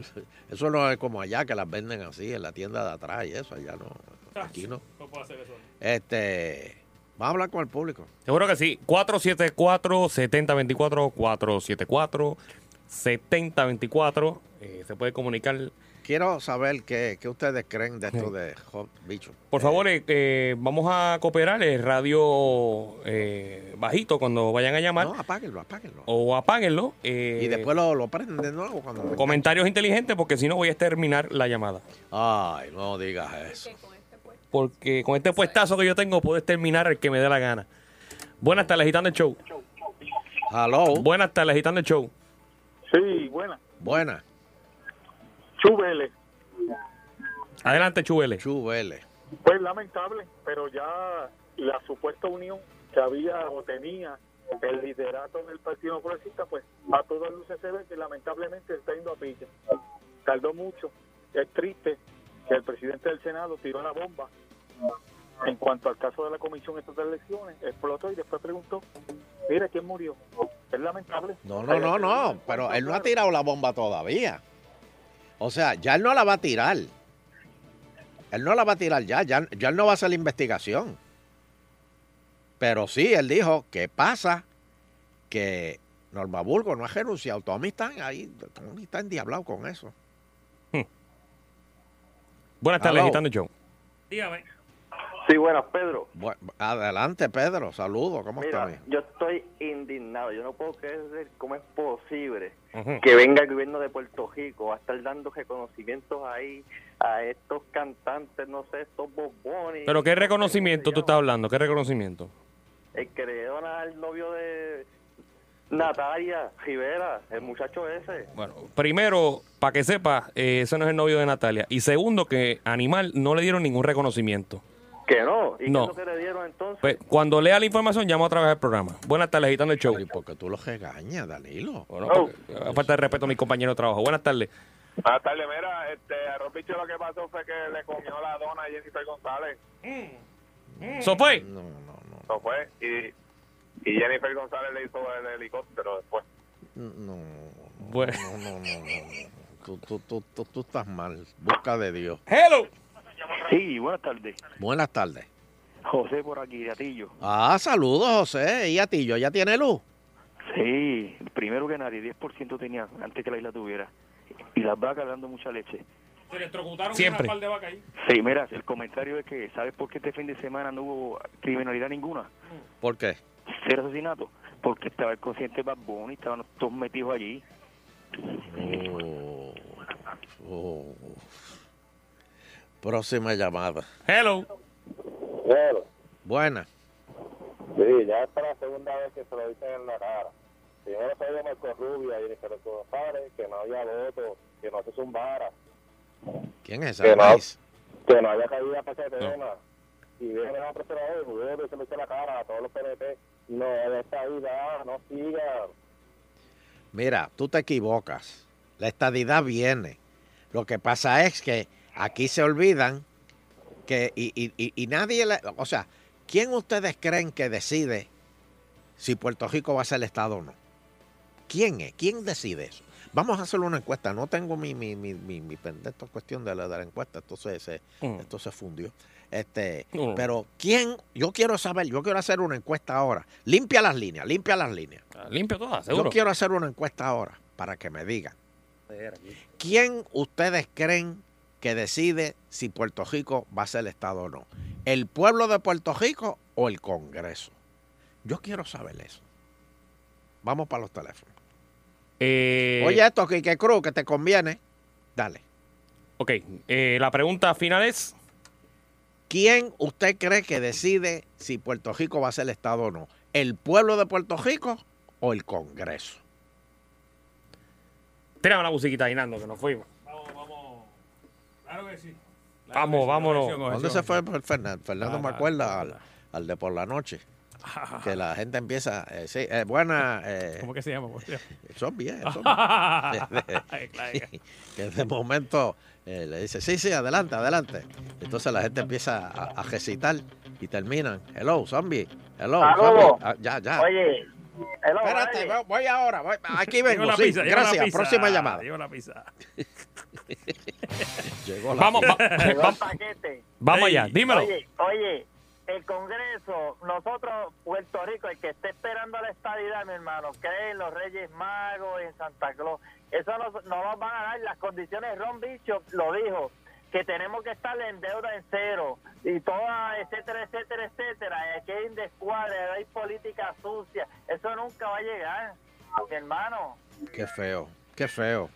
Speaker 3: Eso no es como allá que las venden así en la tienda de atrás y eso, allá no. Aquí no.
Speaker 8: Ah, No puedo hacer eso.
Speaker 3: Este, vamos a hablar con el público.
Speaker 5: Seguro que sí. 474-7024, 474-7024. Eh, se puede comunicar.
Speaker 3: Quiero saber qué, qué ustedes creen de esto de Hot Bicho.
Speaker 5: Por favor, eh, eh, vamos a cooperar el radio eh, bajito cuando vayan a llamar.
Speaker 3: No, apáguenlo, apáguenlo.
Speaker 5: O apáguenlo. eh,
Speaker 3: Y después lo, lo prenden de nuevo cuando... me-
Speaker 5: Comentarios inteligentes porque si no voy a terminar la llamada.
Speaker 3: Ay, no digas eso.
Speaker 5: Porque con este puestazo que yo tengo puedes terminar el que me dé la gana. Buenas tardes, Gitano el Show.
Speaker 3: Hello.
Speaker 5: Buenas tardes, Gitano el Show.
Speaker 9: Sí, buena.
Speaker 3: Buena.
Speaker 9: Chúbele.
Speaker 5: Adelante, Chubele.
Speaker 3: Chubele.
Speaker 9: Pues lamentable, pero ya la supuesta unión que había o tenía el liderato del Partido Progresista, pues a todas luces se ve que lamentablemente está yendo a pilla. Tardó mucho. Es triste que el presidente del Senado tiró la bomba en cuanto al caso de la Comisión Estatal de Elecciones, explotó y después preguntó, mira, ¿quién murió? Es lamentable.
Speaker 3: No, no, no, no, pero él no ha tirado la bomba todavía. O sea, ya él no la va a tirar. Él no la va a tirar ya, ya, ya él no va a hacer la investigación. Pero sí, él dijo, ¿qué pasa? Que Norma Burgo no ha renunciado. Tommy está ahí, Tommy está endiablado con eso.
Speaker 5: Hmm. Buenas tardes,
Speaker 3: Aló.
Speaker 5: Gitano Show.
Speaker 19: Dígame.
Speaker 20: Sí, buenas, Pedro.
Speaker 3: Bu- adelante, Pedro, saludos, ¿cómo
Speaker 20: Mira,
Speaker 3: estás?
Speaker 20: yo estoy indignado. Yo no puedo creer cómo es posible
Speaker 3: Ujú.
Speaker 20: que venga el gobierno de Puerto Rico a estar dando reconocimientos ahí a estos cantantes, no sé, estos bombones.
Speaker 5: Pero qué reconocimiento tú estás hablando, qué reconocimiento.
Speaker 20: El que le dieron al novio de Natalia Rivera, el muchacho ese.
Speaker 5: Bueno. Primero, para que sepas, eh, ese no es el novio de Natalia. Y segundo, que Animal no le dieron ningún reconocimiento.
Speaker 20: Que no. ¿Y
Speaker 5: No.
Speaker 20: qué es lo que le dieron entonces?
Speaker 5: Pues, cuando lea la información, llamo otra vez al programa. Buenas tardes, Gitano el Show.
Speaker 3: porque tú los regañas, Danilo.
Speaker 5: Bueno, porque, eh, falta de respeto a mis compañeros de trabajo. Buenas tardes.
Speaker 21: Buenas tardes, mira, este, a Robicho lo que pasó fue que le comió la dona a Jennifer González.
Speaker 5: ¿Eso fue?
Speaker 3: No, no,
Speaker 21: no. Eso fue, y, y Jennifer González le hizo el helicóptero después.
Speaker 3: No,
Speaker 5: Bueno.
Speaker 3: no, no, no, no. Tú, tú, tú, tú, tú estás mal, busca de Dios.
Speaker 5: Hello.
Speaker 22: Sí, buenas tardes.
Speaker 3: Buenas tardes.
Speaker 22: José por aquí, Gatillo.
Speaker 3: Ah, saludos, José. Y a ti, yo ya tiene luz.
Speaker 22: Sí, primero que nadie, 10% tenía antes que la isla tuviera. Y las vacas dando mucha leche.
Speaker 8: Se electrocutaron
Speaker 22: Siempre.
Speaker 8: una par de vaca ahí.
Speaker 22: Sí, mira, el comentario es que, ¿sabes por qué este fin de semana no hubo criminalidad ninguna?
Speaker 3: ¿Por qué?
Speaker 22: Cero asesinato. Porque estaba el consciente Bad Bunny, estaban todos metidos allí.
Speaker 3: Oh, oh. Próxima llamada.
Speaker 5: Hello.
Speaker 9: Claro,
Speaker 3: Buena.
Speaker 9: sí, ya es para la segunda vez que se lo dicen en la cara. Primero fue de Marco Rubio y Jennifer González, que no había voto, que no se zumbara,
Speaker 3: ¿Quién es
Speaker 9: Que no.
Speaker 3: esa? Nice.
Speaker 9: que no había caída para ese tema. Y viene a profesor de Rubio y se lo echa en la cara a todos los PNP. No, de esta vida, no sigan.
Speaker 3: Mira, tú te equivocas. La estadidad viene. Lo que pasa es que aquí se olvidan que y, y- y- y nadie, le- o sea, ¿quién ustedes creen que decide si Puerto Rico va a ser estado o no? ¿Quién es? ¿Quién decide eso? Vamos a hacer una encuesta. No tengo mi mi mi mi, mi pen- esto es cuestión de la, de la encuesta. Entonces se, esto se fundió. Este,
Speaker 23: Mm.
Speaker 3: pero quién, yo quiero saber, yo quiero hacer una encuesta ahora. Limpia las líneas, limpia las líneas.
Speaker 5: Limpio todas,
Speaker 3: Yo
Speaker 5: seguro.
Speaker 3: quiero hacer una encuesta ahora para que me digan. ¿Quién ustedes creen que decide si Puerto Rico va a ser Estado o no? ¿El pueblo de Puerto Rico o el Congreso? Yo quiero saber eso. Vamos para los teléfonos.
Speaker 5: Eh,
Speaker 3: Oye, esto, Quique Cruz, que te conviene. Dale.
Speaker 5: Ok, eh, la pregunta final es...
Speaker 3: ¿Quién usted cree que decide si Puerto Rico va a ser Estado o no? ¿El pueblo de Puerto Rico o el Congreso?
Speaker 5: Tírame la musiquita, Inando, que nos fuimos.
Speaker 8: Vamos, vamos. Claro que sí.
Speaker 5: Vamos, vámonos.
Speaker 3: ¿Dónde se fue Fer- Fernan- Fernando?
Speaker 8: Ah,
Speaker 3: me acuerda al, al de por la noche. Que la gente empieza. eh, sí, eh, buena. eh,
Speaker 8: ¿Cómo que se llama?
Speaker 3: Son bien. son
Speaker 8: Ay, claro.
Speaker 3: bien. que de momento eh, le dice: Sí, sí, adelante, adelante. Entonces la gente empieza a, a recitar y terminan: Hello, zombie. Hello,
Speaker 7: Saludos.
Speaker 3: zombie. Ah, ya, ya.
Speaker 7: Oye,
Speaker 3: Espérate, voy, voy ahora. voy- aquí vengo.
Speaker 8: Llegó la
Speaker 3: sí,
Speaker 8: pizza, llegó la
Speaker 3: gracias.
Speaker 8: pizza.
Speaker 3: Próxima llamada.
Speaker 8: Llegó la pizza.
Speaker 3: Llegó la
Speaker 5: Vamos,
Speaker 3: pizza.
Speaker 5: va- Llegó el vamos.
Speaker 7: paquete.
Speaker 5: Vamos allá, dímelo.
Speaker 7: Oye, oye, el Congreso, nosotros, Puerto Rico, el que esté esperando la estabilidad, mi hermano, cree en los Reyes Magos, en Santa Claus. Eso no, no nos van a dar las condiciones. Ron Bishop lo dijo, que tenemos que estar en deuda en cero y toda, etcétera, etcétera, etcétera. Aquí hay un descuadre, hay política sucia. Eso nunca va a llegar, mi hermano.
Speaker 3: Qué feo, qué feo.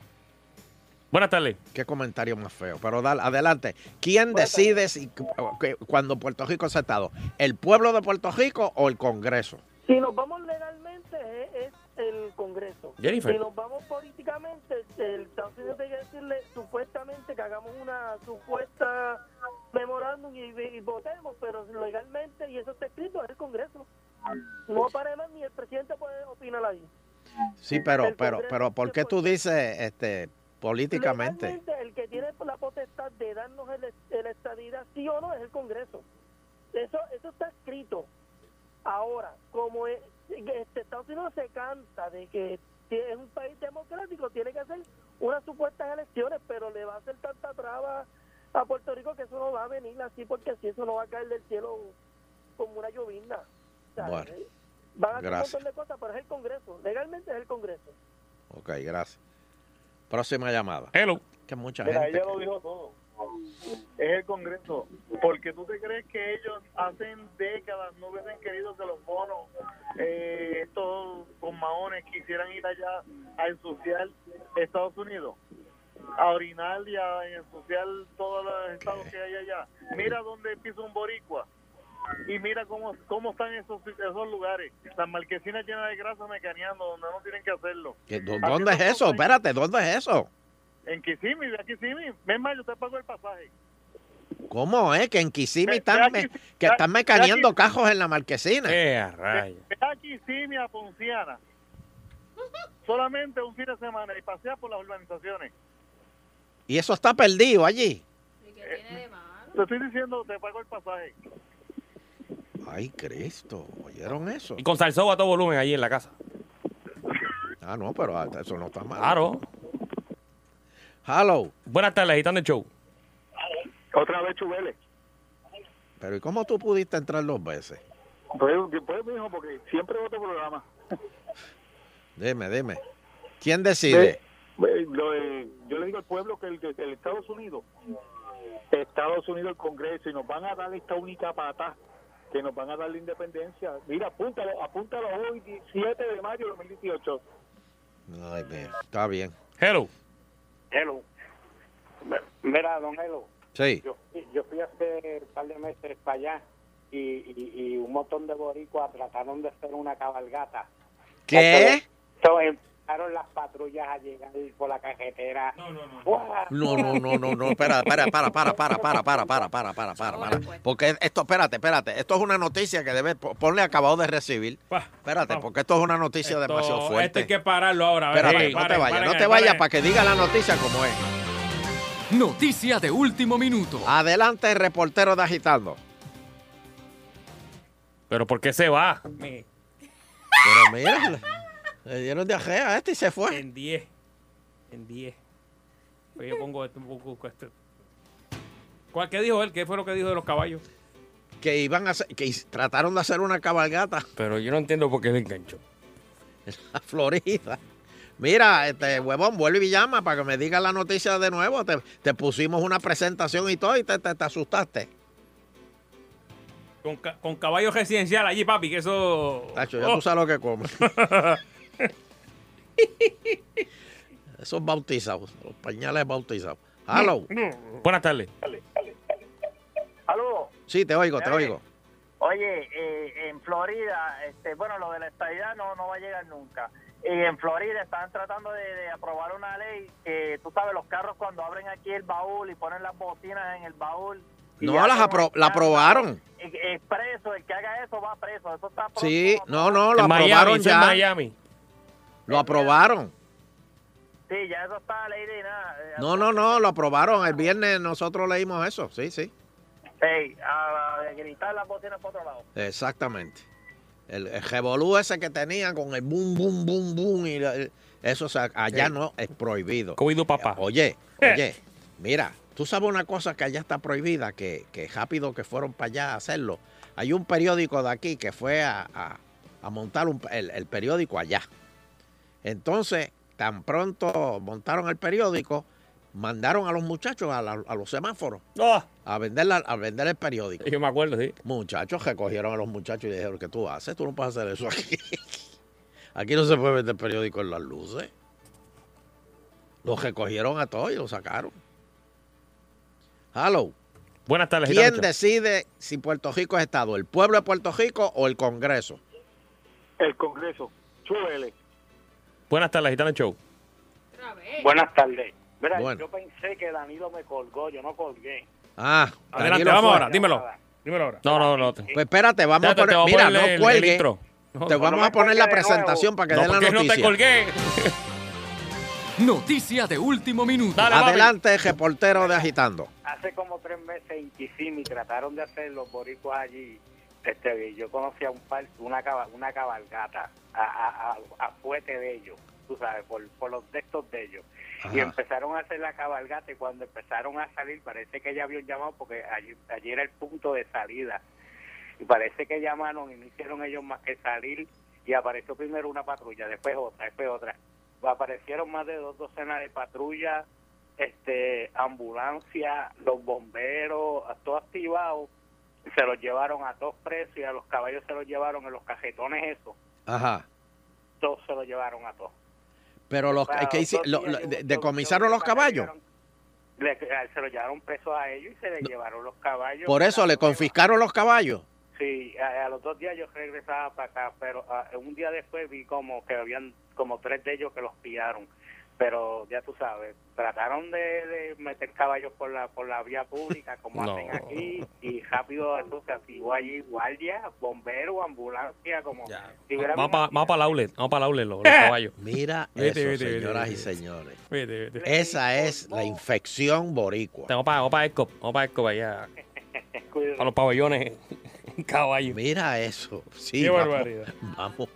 Speaker 5: Buenas tardes.
Speaker 3: Qué comentario más feo. Pero dale, adelante. ¿Quién decide si, cu- que- cuando Puerto Rico es Estado? ¿El pueblo de Puerto Rico o el Congreso?
Speaker 11: Si nos vamos legalmente es, es el Congreso.
Speaker 3: Jennifer.
Speaker 11: Si nos vamos políticamente, este, el Estados Unidos tiene que decirle supuestamente que hagamos una supuesta memorándum y, y votemos, pero legalmente, y eso está escrito, es el Congreso. No para más ni el presidente puede opinar ahí.
Speaker 3: Sí, pero, pero, pero, ¿por qué tú dices este, políticamente?
Speaker 11: Legalmente, el que tiene la potestad de darnos el, el estadidad, sí o no, es el Congreso. Eso, eso está escrito. Ahora, como es, este, Estados Unidos se canta de que es un país democrático, tiene que hacer unas supuestas elecciones, pero le va a hacer tanta traba a Puerto Rico que eso no va a venir así, porque si eso no va a caer del cielo como una llovizna. O sea,
Speaker 3: Bueno,
Speaker 11: eh, Van a hacer un
Speaker 3: gracias.
Speaker 11: montón de cosas, pero es el Congreso, legalmente es el Congreso.
Speaker 3: Ok, gracias. Próxima llamada.
Speaker 5: Hello.
Speaker 3: Que mucha
Speaker 20: Mira,
Speaker 3: gente.
Speaker 20: ella lo dijo todo. Es el Congreso. Porque tú te crees que ellos hace décadas no hubiesen querido que los bonos, eh, estos con maones, quisieran ir allá a ensuciar Estados Unidos, a orinar y a ensuciar todos los estados que hay allá. Mira dónde pisa un boricua. Y mira cómo, cómo están esos, esos lugares. Las marquesinas llenas de grasa mecaneando, donde no tienen que hacerlo.
Speaker 3: ¿Qué- dó- ¿Dónde es eso? Espérate, ¿dónde es eso?
Speaker 20: En Kissimmee, ve a Kissimmee. Ven más, yo te pago el pasaje.
Speaker 3: ¿Cómo es que en Kissimmee están, me- que
Speaker 20: ve
Speaker 3: están
Speaker 20: aquí-
Speaker 3: mecaneando cajos en la marquesina?
Speaker 20: Ve a Kissimmee a Ponciana. Solamente un fin de semana y pasea por las urbanizaciones.
Speaker 3: Y eso está perdido allí.
Speaker 20: Eh, Te estoy diciendo, te pago el pasaje.
Speaker 3: Ay, Cristo, ¿oyeron eso?
Speaker 5: Y con salsó a todo volumen allí en la casa.
Speaker 3: Ah, no, pero hasta eso no está mal.
Speaker 5: Claro.
Speaker 3: Hello.
Speaker 5: Buenas tardes, Gitano del Show.
Speaker 20: Otra vez Chubele.
Speaker 3: Pero ¿y cómo tú pudiste entrar dos veces?
Speaker 20: Pues, pues mijo, porque siempre voto programa.
Speaker 3: Dime, dime. ¿Quién decide?
Speaker 20: Eh, lo de- yo le digo al pueblo que el, que el Estados Unidos, Estados Unidos, el Congreso, y nos van a dar esta única pata, que nos van a dar la independencia. Mira, apúntalo, apúntalo hoy, 7 de mayo de 2018.
Speaker 3: Ay, bien, está bien.
Speaker 5: Hello.
Speaker 18: Hello. Me- Mira, don Hello.
Speaker 3: Sí.
Speaker 18: Yo, yo fui hace un par de meses para allá y, y- y un montón de boricuas trataron de hacer una cabalgata.
Speaker 3: ¿Qué?
Speaker 18: Entonces empezaron las patrullas a llegar por la carretera. No, no, no.
Speaker 3: No, no, no, no, no, espera, espera, para, para, para, para, para, para, para, para, para, para. Porque esto, espérate, espérate, esto es una noticia que debe, po- ponle acabado de recibir. Espérate, porque esto es una noticia demasiado
Speaker 8: Esto-
Speaker 3: fuerte.
Speaker 5: este
Speaker 8: Esto este hay que pararlo ahora. a ver,
Speaker 3: Espérate,
Speaker 8: sí,
Speaker 3: no te
Speaker 8: paren,
Speaker 3: vayas,
Speaker 8: paren
Speaker 3: no
Speaker 8: ahí,
Speaker 3: te vayas
Speaker 8: paren.
Speaker 3: para que diga la noticia como es.
Speaker 1: Noticia de último minuto.
Speaker 3: Adelante, reportero de Agitando.
Speaker 5: Pero ¿por qué se va?
Speaker 3: Pero mira, le- le dieron de ajea a este y se fue.
Speaker 8: En 10. En 10. Pues yo pongo esto, busco esto. ¿Cuál que dijo él? ¿Qué fue lo que dijo de los caballos?
Speaker 3: Que iban a hacer- que is- trataron de hacer una cabalgata
Speaker 5: Pero yo no entiendo por qué le enganchó.
Speaker 3: a Florida. Mira, este huevón, vuelve y llama para que me diga la noticia de nuevo. Te, te pusimos una presentación y todo y te, te- te asustaste.
Speaker 8: Con, ca- con caballo residencial allí, papi, que eso.
Speaker 3: Tacho,
Speaker 5: Oh.
Speaker 3: ya tú sabes lo que comes. Esos bautizados, los pañales bautizados. Hello.
Speaker 5: Buenas tardes.
Speaker 7: Aló.
Speaker 3: Sí, te oigo, te
Speaker 7: Oye.
Speaker 3: oigo.
Speaker 7: Oye, eh, en Florida, este, bueno, lo de la estadidad no, no va a llegar nunca. Y en Florida están tratando de, de aprobar una ley que, tú sabes, los carros cuando abren aquí el baúl y ponen las bocinas en el baúl. y
Speaker 3: No,
Speaker 7: ya
Speaker 3: las
Speaker 7: como
Speaker 3: apro- la aprobaron.
Speaker 7: Es es preso, el que haga eso va preso. Eso está pro-
Speaker 3: Sí, no, no, lo
Speaker 5: En Miami,
Speaker 3: aprobaron
Speaker 5: eso en
Speaker 3: ya.
Speaker 5: Miami.
Speaker 3: Lo aprobaron.
Speaker 7: Sí, ya eso está ley de nada. Eh,
Speaker 3: No, no, no, lo aprobaron. El viernes nosotros leímos eso. Sí, sí.
Speaker 7: Ey, a, a gritar las bocinas para otro lado.
Speaker 3: Exactamente. El, el revolú ese que tenían con el boom, boom, boom, boom. Y la- el- eso o sea, allá
Speaker 5: Sí.
Speaker 3: no es prohibido. Eh,
Speaker 5: Comido papá.
Speaker 3: Oye, oye, mira, tú sabes una cosa que allá está prohibida, que, que rápido que fueron para allá a hacerlo. Hay un periódico de aquí que fue a, a- a montar un- el, el periódico allá. Entonces, tan pronto montaron el periódico, mandaron a los muchachos a, la- a los semáforos a, vender la- a vender el periódico.
Speaker 5: Ah. Yo me acuerdo, sí.
Speaker 3: Muchachos recogieron a los muchachos y dijeron, ¿qué tú haces? Tú no puedes hacer eso aquí. Aquí no se puede vender periódico en las luces. Los recogieron a todos y los sacaron. Hello.
Speaker 5: Buenas tardes.
Speaker 3: ¿Quién
Speaker 5: Gitano del Show.
Speaker 3: decide si Puerto Rico es Estado? ¿El pueblo de Puerto Rico o el Congreso?
Speaker 20: El Congreso, Chubele.
Speaker 5: Buenas tardes, Gitano del Show.
Speaker 18: Buenas tardes. Mira,
Speaker 5: Bueno.
Speaker 18: yo pensé que Danilo me colgó, yo no colgué.
Speaker 3: Ah,
Speaker 8: Adelante,
Speaker 3: Danilo
Speaker 8: vamos
Speaker 3: fue.
Speaker 8: ahora, dímelo. Dímelo ahora.
Speaker 5: No, no, no.
Speaker 3: Pues espérate, vamos
Speaker 5: Espérate,
Speaker 3: a
Speaker 5: te
Speaker 3: poner.
Speaker 5: voy a
Speaker 3: Mira,
Speaker 5: ponerle
Speaker 3: no
Speaker 5: el- el
Speaker 3: cuelgue.
Speaker 5: intro.
Speaker 3: te vamos a poner la presentación para que
Speaker 5: No,
Speaker 3: den la
Speaker 5: porque
Speaker 3: noticia.
Speaker 5: no te colgué.
Speaker 1: Noticia de último minuto.
Speaker 3: Adelante, reportero de Agitando.
Speaker 18: Hace como tres meses en Kissimmee trataron de hacer los boricuas allí, de este, yo conocí a un par, una, caba- una cabalgata a, a, a- a fuete de ellos, tú sabes, por, por los textos de ellos. Y
Speaker 13: Ajá.
Speaker 18: empezaron a hacer la cabalgata y cuando empezaron a salir, parece que ya habían llamado porque allí, allí era el punto de salida. Y parece que llamaron y no hicieron ellos más que salir y apareció primero una patrulla, después otra, después otra. Aparecieron más de dos docenas de patrullas, este, ambulancia, los bomberos, todo activado. Se los llevaron a dos presos y a los caballos se los llevaron en los cajetones esos.
Speaker 3: Ajá.
Speaker 18: Todos se los llevaron a todos.
Speaker 3: Pero los, eh,
Speaker 18: Para
Speaker 3: ¿qué
Speaker 18: los
Speaker 3: hici-
Speaker 18: dos
Speaker 3: lo-
Speaker 18: días
Speaker 3: lo-
Speaker 18: yo-
Speaker 3: de-
Speaker 18: yo-
Speaker 3: ¿Decomisaron los caballos?
Speaker 18: Le- eh, se los llevaron presos a ellos y se les llevaron los caballos.
Speaker 3: Por eso le confiscaron los caballos.
Speaker 18: Sí, a, a los dos días yo regresaba para acá, pero ah, un día después vi como que habían como tres de ellos que los pillaron. Pero ya tú sabes, trataron de, de meter caballos por la por la vía pública, como
Speaker 13: No.
Speaker 18: hacen aquí, y rápido eso se activó allí guardia, bombero, ambulancia, como si hubiera
Speaker 5: Vamos
Speaker 18: una-
Speaker 5: para el outlet, vamos para el outlet, los, los caballos.
Speaker 3: Mira
Speaker 5: Vete,
Speaker 3: eso,
Speaker 5: vete, vete,
Speaker 3: señoras y
Speaker 5: vete.
Speaker 3: señores.
Speaker 5: Vete, vete.
Speaker 3: Esa es la infección boricua.
Speaker 5: Vamos para, vamos para Escop, vamos para Escop allá.
Speaker 18: Cuidado.
Speaker 5: A los pabellones, caballos.
Speaker 3: Mira eso. Sí,
Speaker 5: Qué
Speaker 3: vamos-
Speaker 5: barbaridad.
Speaker 3: Vamos.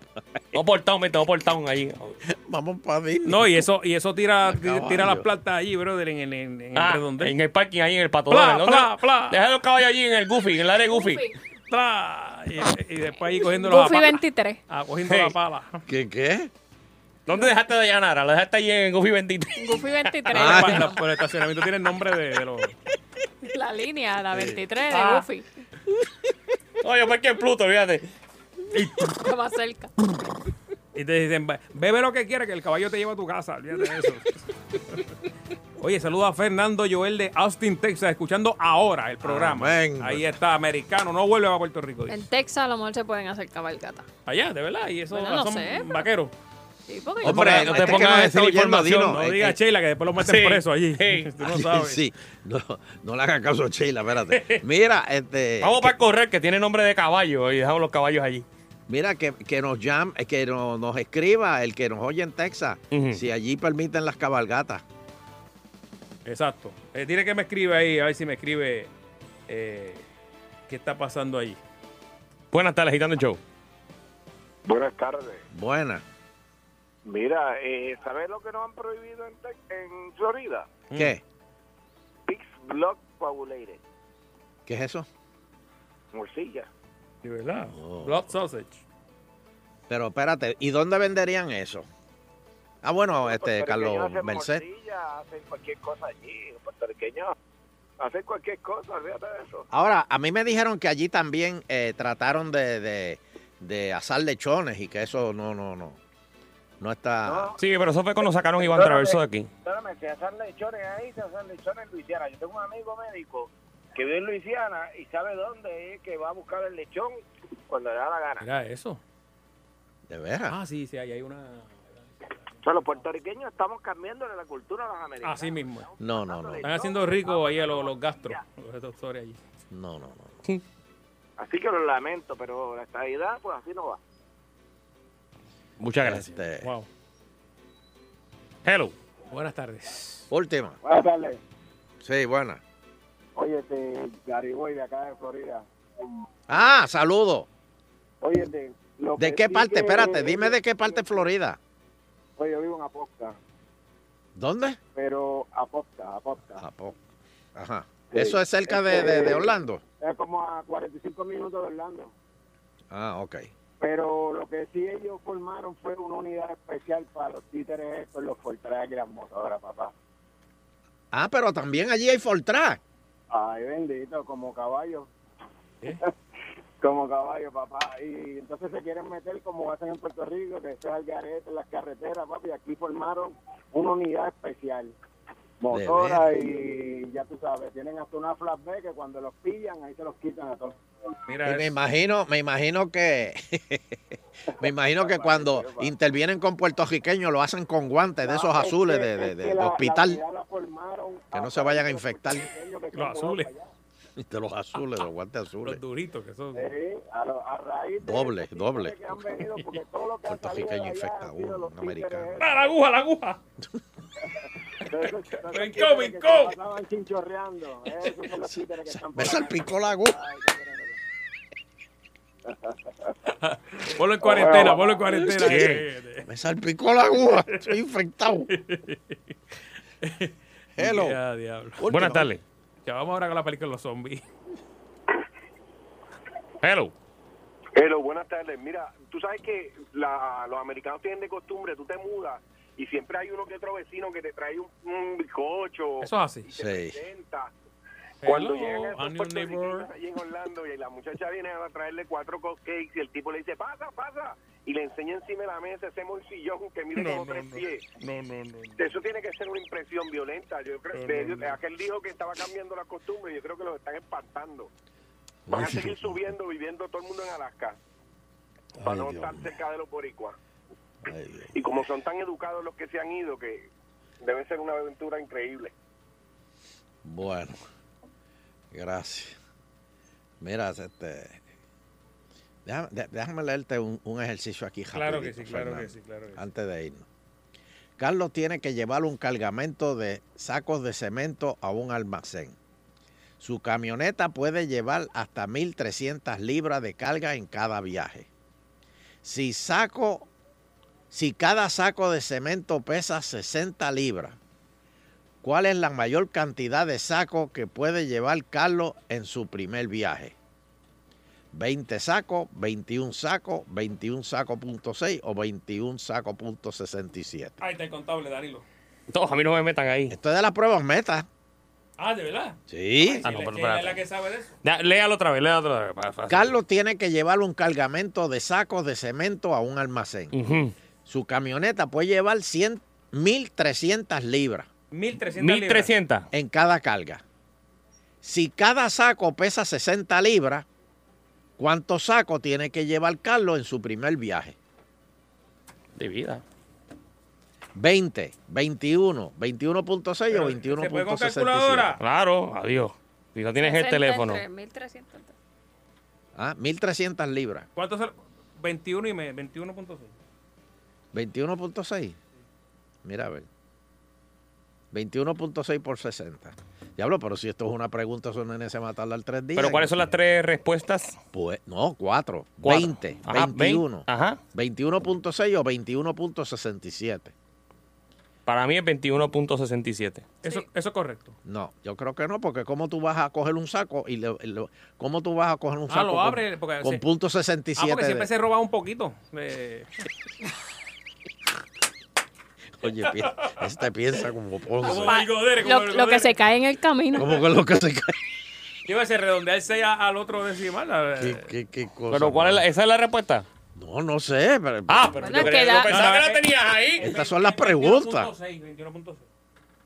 Speaker 5: No por town, vete, no por town allí.
Speaker 3: Vamos para Disney.
Speaker 8: No, y eso, y eso tira,
Speaker 5: caballo.
Speaker 8: tira las plantas allí, brother, en, el- en, en el
Speaker 5: Ah,
Speaker 8: redondel.
Speaker 5: en el parking ahí, en el pato.
Speaker 8: Pla,
Speaker 5: Donald. ¿Dónde-
Speaker 8: pla, pla.
Speaker 5: Deja los caballos allí en el Goofy, en el área de Goofy. eh,
Speaker 8: Tra, Y, y después ahí cogiendo los
Speaker 4: Buffy 23.
Speaker 8: Ah, cogiendo
Speaker 5: Hey.
Speaker 8: la pala.
Speaker 3: ¿Qué, qué?
Speaker 5: ¿Dónde dejaste de Yanara? ¿La dejaste allí en Goofy 23?
Speaker 4: Goofy 23.
Speaker 3: Ah.
Speaker 5: Ah,
Speaker 8: Por la- por el estacionamiento tiene el nombre de, de los...
Speaker 4: La línea, la 23
Speaker 5: Ah.
Speaker 4: de Goofy.
Speaker 5: No, yo parqué en Pluto, fíjate.
Speaker 4: Lo más cerca.
Speaker 8: Y te dicen, "Be- bebe lo que quieras, que el caballo te lleva a tu casa. Olvídate de eso. Oye, saludo a Fernando Joel de Austin, Texas, escuchando ahora el programa. Ahí está, americano, no vuelve a Puerto Rico. dice.
Speaker 4: En Texas a lo mejor se pueden hacer cabalgata.
Speaker 8: Allá, de verdad, y eso
Speaker 4: Bueno, no
Speaker 8: son
Speaker 4: sé, pero-
Speaker 8: vaqueros.
Speaker 4: Sí, porque
Speaker 3: Hombre,
Speaker 8: no
Speaker 3: este
Speaker 8: te
Speaker 3: que
Speaker 8: pongas
Speaker 3: nos
Speaker 8: a
Speaker 3: está
Speaker 8: decir
Speaker 3: oyendo,
Speaker 8: información.
Speaker 3: Dino,
Speaker 8: No
Speaker 3: este-
Speaker 8: digas, Sheila, que después lo meten
Speaker 3: Sí.
Speaker 8: preso allí. Tú no sabes.
Speaker 3: Sí, no, no le hagan caso a Sheila, espérate. Mira, este.
Speaker 5: Vamos para correr, que tiene nombre de caballo, y dejamos los caballos allí.
Speaker 3: Mira, que, que nos llame, eh, que no- nos escriba el que nos oye en Texas, si allí permiten las cabalgatas.
Speaker 8: Exacto. Eh, dile que me escribe ahí, a ver si me escribe eh, qué está pasando ahí.
Speaker 5: Buenas tardes, Gitano Show.
Speaker 9: Buenas tardes.
Speaker 3: Buena.
Speaker 9: Mira, eh, ¿sabes lo que nos han prohibido en, Tex- en Florida?
Speaker 8: Mm.
Speaker 3: ¿Qué?
Speaker 9: Pix Block Coagulated.
Speaker 3: ¿Qué es eso?
Speaker 9: Morcilla.
Speaker 8: De verdad.
Speaker 3: Oh.
Speaker 8: Blood sausage.
Speaker 3: Pero espérate, ¿y dónde venderían eso? Ah, bueno, este, Carlos
Speaker 9: hacen
Speaker 3: Merced.
Speaker 9: morcilla, hacen cualquier cosa allí. Los puertorriqueños hacen cualquier cosa, fíjate de eso.
Speaker 3: Ahora, a mí me dijeron que allí también eh, trataron de, de, de asar lechones y que eso no, no, no. No está.
Speaker 5: Sí, pero eso fue cuando sacaron a Iván Traverso de aquí.
Speaker 9: Espérame, se hacen lechones ahí, se hacen lechones en Luisiana. Yo tengo un amigo médico que vive en Luisiana y sabe dónde es que va a buscar el lechón cuando le da la gana.
Speaker 8: Mira eso.
Speaker 3: ¿De veras?
Speaker 8: Ah, sí, sí, ahí hay una...
Speaker 9: O sea, los puertorriqueños estamos cambiándole la cultura a los americanos.
Speaker 8: Así mismo.
Speaker 3: No, no, no.
Speaker 8: Están haciendo rico ahí a los, los gastros, los doctores allí.
Speaker 3: No, no, no.
Speaker 9: Así que lo lamento, pero la estabilidad, pues así no va.
Speaker 5: Muchas gracias.
Speaker 8: Wow.
Speaker 5: Este, Hello.
Speaker 8: Buenas tardes.
Speaker 3: Última.
Speaker 18: Buenas tardes.
Speaker 3: Sí, buena.
Speaker 18: Oye, este, Gariboy de acá de Florida.
Speaker 3: Ah, saludo.
Speaker 18: Oye, este, lo
Speaker 3: ¿De
Speaker 18: que
Speaker 3: qué
Speaker 18: sí
Speaker 3: parte?
Speaker 18: que-
Speaker 3: Espérate, dime de qué parte de Florida.
Speaker 18: Oye, yo vivo en Aposta,
Speaker 3: ¿Dónde?
Speaker 18: pero Aposta, Aposta.
Speaker 3: Aposta. Ajá.
Speaker 18: Sí.
Speaker 3: Ah,
Speaker 18: Este,
Speaker 3: Eso es cerca de, de- de Orlando.
Speaker 18: Es como a 45 minutos de Orlando.
Speaker 3: Ah, ok.
Speaker 18: Pero lo que sí ellos formaron fue una unidad especial para los títeres, estos, los Fortrack y las motoras, papá.
Speaker 3: Ah, pero también allí hay Fortrack.
Speaker 18: Ay, bendito, como caballo.
Speaker 8: ¿Eh?
Speaker 18: como caballo, papá. Y entonces se quieren meter como hacen en Puerto Rico, que eso es al garete, en las carreteras, papi. Aquí formaron una unidad especial. Motora y ya tú sabes, tienen hasta una flatbed que cuando los pillan, ahí se los quitan a todos.
Speaker 3: Y me imagino, me imagino que me imagino que cuando intervienen con puertorriqueños lo hacen con guantes de esos azules de, de- de- de hospital, que no se vayan a infectar.
Speaker 8: Los azules.
Speaker 3: De los azules, los guantes azules.
Speaker 8: Los duritos que son.
Speaker 18: a, lo- a raíz de
Speaker 3: Doble, doble.
Speaker 18: que han venido, porque todo lo que han salido de
Speaker 3: Puertorriqueño
Speaker 18: allá
Speaker 3: infecta a
Speaker 18: han sido
Speaker 3: uno,
Speaker 18: los
Speaker 3: un americano.
Speaker 8: ¡Ah, la aguja, la aguja!
Speaker 18: Ven,
Speaker 8: come, come.
Speaker 18: Estaban chinchorreando. Esos son los títeres que están
Speaker 3: Me
Speaker 18: por ahí.
Speaker 3: salpicó la aguja.
Speaker 8: Ponlo en cuarentena, ponlo en cuarentena.
Speaker 3: Sí. Me salpicó la aguja, estoy infectado. Hello.
Speaker 8: Ya, diablo.
Speaker 5: Buenas tardes.
Speaker 8: Ya vamos ahora con la película de los zombies.
Speaker 5: Hello.
Speaker 9: Hello, buenas tardes. Mira, tú sabes que la- los americanos tienen de costumbre, tú te mudas y siempre hay uno que otro vecino que te trae un, un bizcocho.
Speaker 8: Eso es así.
Speaker 9: y te presenta.
Speaker 8: Hello,
Speaker 9: Cuando llegan
Speaker 8: I'm
Speaker 9: esos
Speaker 8: your
Speaker 9: puertorriqueños allí en Orlando y la muchacha viene a traerle cuatro cupcakes y el tipo le dice, pasa, pasa, y le enseña encima de la mesa ese morcillón que mide como tres pies.
Speaker 5: No, no, no.
Speaker 9: Eso tiene que ser una impresión violenta. Yo creo
Speaker 5: No,
Speaker 9: de-
Speaker 5: no, no.
Speaker 9: aquel dijo que estaba cambiando la costumbre. Yo creo que los están espantando. Van a seguir subiendo, viviendo todo el mundo en Alaska. Para no estar cerca de los boricuas. Y como son tan educados los que se han ido, que debe ser una aventura increíble.
Speaker 3: Bueno, gracias. Mira, este, déjame, de- déjame leerte un, un ejercicio aquí,
Speaker 8: Claro que
Speaker 3: rapidito,
Speaker 8: sí, claro que
Speaker 3: Fernando,
Speaker 8: sí, claro que sí.
Speaker 3: Antes de irnos. Carlos tiene que llevar un cargamento de sacos de cemento a un almacén. Su camioneta puede llevar hasta 1.300 libras de carga en cada viaje. Si saco, si cada saco de cemento pesa 60 libras, ¿Cuál es la mayor cantidad de sacos que puede llevar Carlos en su primer viaje? 20 sacos, 21 sacos, 21 sacos.6 o 21 sacos.67.
Speaker 8: Ahí está el contable, Danilo.
Speaker 5: Todos a mí no me metan ahí.
Speaker 3: Esto es de las pruebas meta.
Speaker 8: Ah, ¿de verdad?
Speaker 3: Sí.
Speaker 5: Ah, no,
Speaker 8: Ella
Speaker 5: pero
Speaker 8: es la
Speaker 5: espérate.
Speaker 8: que sabe de eso.
Speaker 5: Da- Léalo otra vez, léalo otra vez. pa- fácil.
Speaker 3: Carlos tiene que llevar un cargamento de sacos de cemento a un almacén. Su camioneta puede llevar 100, 1.300 libras.
Speaker 8: 1300 libras.
Speaker 5: 1300.
Speaker 3: en cada carga. Si cada saco pesa 60 libras, ¿cuántos sacos tiene que llevar Carlos en su primer viaje?
Speaker 5: De vida.
Speaker 3: 20, 21, 21.6 o
Speaker 8: ¿Se puede con
Speaker 3: 21.67.
Speaker 8: calculadora?
Speaker 5: Claro, adiós. Si no tienes el teléfono.
Speaker 4: 1300.
Speaker 3: Ah, 1.300 libras.
Speaker 8: ¿Cuánto sale? 21 y medio, 21.6.
Speaker 3: 21.6. Mira, a ver. 21.6 por 60. Diablo, pero si esto es una pregunta, eso nene se va a tardar tres días.
Speaker 5: Pero ¿cuáles son las tres respuestas?
Speaker 3: Pues, no, cuatro.
Speaker 5: Cuatro.
Speaker 3: 20,
Speaker 5: Ajá,
Speaker 3: 21.
Speaker 5: vein- Ajá.
Speaker 3: 21.6 o 21.67.
Speaker 5: Para mí es 21.67.
Speaker 8: Eso, eso es correcto.
Speaker 3: No, yo creo que no, porque ¿cómo tú vas a coger un saco? y le- lo- ¿Cómo tú vas a coger un
Speaker 8: Ah,
Speaker 3: saco
Speaker 8: lo
Speaker 3: con-
Speaker 8: abre, porque
Speaker 3: con,
Speaker 8: se-
Speaker 3: punto
Speaker 8: Ah,
Speaker 3: 67?
Speaker 8: porque siempre
Speaker 3: de-
Speaker 8: se roba un poquito. Eh,
Speaker 3: Oye, pi- este piensa como Ponce.
Speaker 8: Como Belgodere, como
Speaker 4: Lo, lo que
Speaker 8: Belgodere.
Speaker 4: se cae en el camino.
Speaker 3: Como con lo que se cae.
Speaker 8: Iba a ser redondearse a- al otro decimal. a-
Speaker 3: ¿Qué, qué- qué cosa?
Speaker 5: Pero ¿cuál es la- esa es la respuesta?
Speaker 3: No, no sé. Pero,
Speaker 5: Ah, pero
Speaker 4: Bueno,
Speaker 5: yo
Speaker 4: que
Speaker 5: cre- yo
Speaker 4: da-
Speaker 5: pensaba
Speaker 8: No, eh,
Speaker 5: que la tenías ahí.
Speaker 3: estas son las preguntas.
Speaker 8: 21.6, 21.6.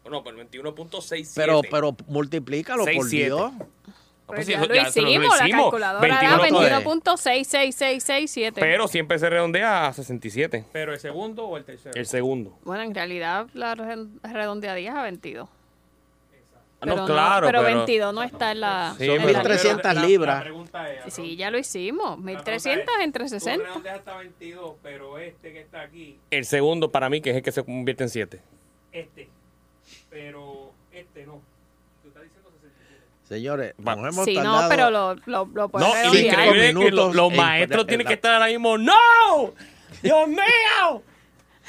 Speaker 5: Ah, No, pues, pero 21.67.
Speaker 3: Pero, pero multiplícalo,
Speaker 5: Seis,
Speaker 3: por
Speaker 5: siete.
Speaker 3: Dios.
Speaker 4: Pues
Speaker 5: Pues
Speaker 4: ya
Speaker 5: sí,
Speaker 4: lo
Speaker 5: ya se lo- lo
Speaker 4: hicimos, la
Speaker 5: hicimos.
Speaker 4: calculadora
Speaker 5: 21
Speaker 4: era
Speaker 5: de-
Speaker 4: 21.66667.
Speaker 5: Pero siempre se redondea a 67.
Speaker 8: Pero el segundo o el tercero.
Speaker 5: El segundo.
Speaker 4: Bueno, en realidad la re- redondeadía es a 22.
Speaker 5: Ah, no,
Speaker 4: Pero
Speaker 5: claro,
Speaker 4: pero,
Speaker 5: pero-
Speaker 4: 22 no está en la...
Speaker 5: Sí,
Speaker 4: en
Speaker 5: pero-
Speaker 4: la-
Speaker 3: 1300
Speaker 8: La- la
Speaker 3: libras.
Speaker 8: pregunta es,
Speaker 4: Sí, ya lo hicimos. 1300 entre
Speaker 8: tú
Speaker 4: 60.
Speaker 8: redondeas hasta 22, pero este que está aquí,
Speaker 5: El segundo para mí que es el que se convierte en 7.
Speaker 8: este. Pero este no. Tú estás diciendo 67.
Speaker 3: Señores,
Speaker 5: Va-
Speaker 3: nos hemos
Speaker 4: Sí, no,
Speaker 3: tardado-
Speaker 4: pero lo, lo, lo puedes
Speaker 5: No,
Speaker 3: Pues,
Speaker 5: y
Speaker 4: redondear.
Speaker 3: cinco
Speaker 5: increíble que lo-
Speaker 3: minutos
Speaker 5: los
Speaker 3: en-
Speaker 5: maestros
Speaker 3: en
Speaker 5: tienen
Speaker 3: Pues la-
Speaker 5: que estar ahora mismo. ¡No! ¡Dios mío!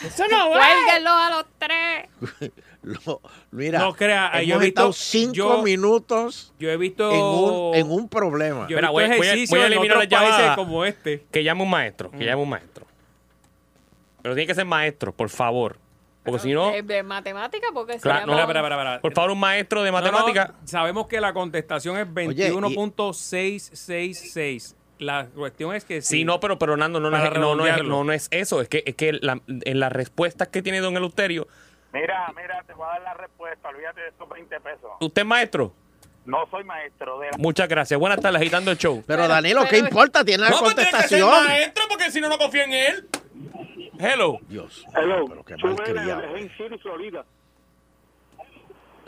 Speaker 5: ¡Eso no va!
Speaker 4: Cuélguenlo a los tres.
Speaker 3: lo- mira,
Speaker 8: No crea, yo he
Speaker 3: hemos
Speaker 8: visto-
Speaker 3: estado cinco
Speaker 8: yo-
Speaker 3: minutos
Speaker 8: Yo he visto.
Speaker 3: en un, en un problema.
Speaker 8: Yo he
Speaker 5: Mira,
Speaker 8: visto
Speaker 5: voy- voy a-
Speaker 8: ejercicios
Speaker 5: voy a
Speaker 8: en
Speaker 5: eliminar
Speaker 8: otros
Speaker 5: la llamada.
Speaker 8: países como este. Mm.
Speaker 5: Que llame un maestro, que llame un maestro. Pero tiene que ser maestro, por favor. Porque si no,
Speaker 4: De, de matemática, porque
Speaker 5: Claro,
Speaker 4: se
Speaker 5: no,
Speaker 4: llama-
Speaker 5: espera, por favor, un maestro de
Speaker 8: No, no,
Speaker 5: matemática.
Speaker 8: sabemos que la contestación es
Speaker 3: y-
Speaker 8: 21.666. La cuestión es que
Speaker 5: Sí, no, pero, pero Nando, no, no,
Speaker 8: Para
Speaker 5: es, no, no es,
Speaker 8: redondearlo.
Speaker 5: no, no es eso. Es que, es que la- en las respuestas que tiene don Eleuterio,
Speaker 24: Mira, mira, te voy a dar la respuesta. Olvídate de estos 20 pesos.
Speaker 5: usted es maestro.
Speaker 24: No soy maestro de la...
Speaker 5: Muchas gracias. Buenas tardes, agitando el show.
Speaker 3: Pero Danilo, ¿qué
Speaker 4: pero-
Speaker 3: importa? Tiene la
Speaker 5: No, pues tiene que ser
Speaker 3: contestación.
Speaker 5: maestro porque si no, no confía en él. Hello.
Speaker 3: Dios,
Speaker 24: Hello,
Speaker 3: pero qué
Speaker 24: yo me
Speaker 3: malcriado.
Speaker 24: dejé en City, Florida.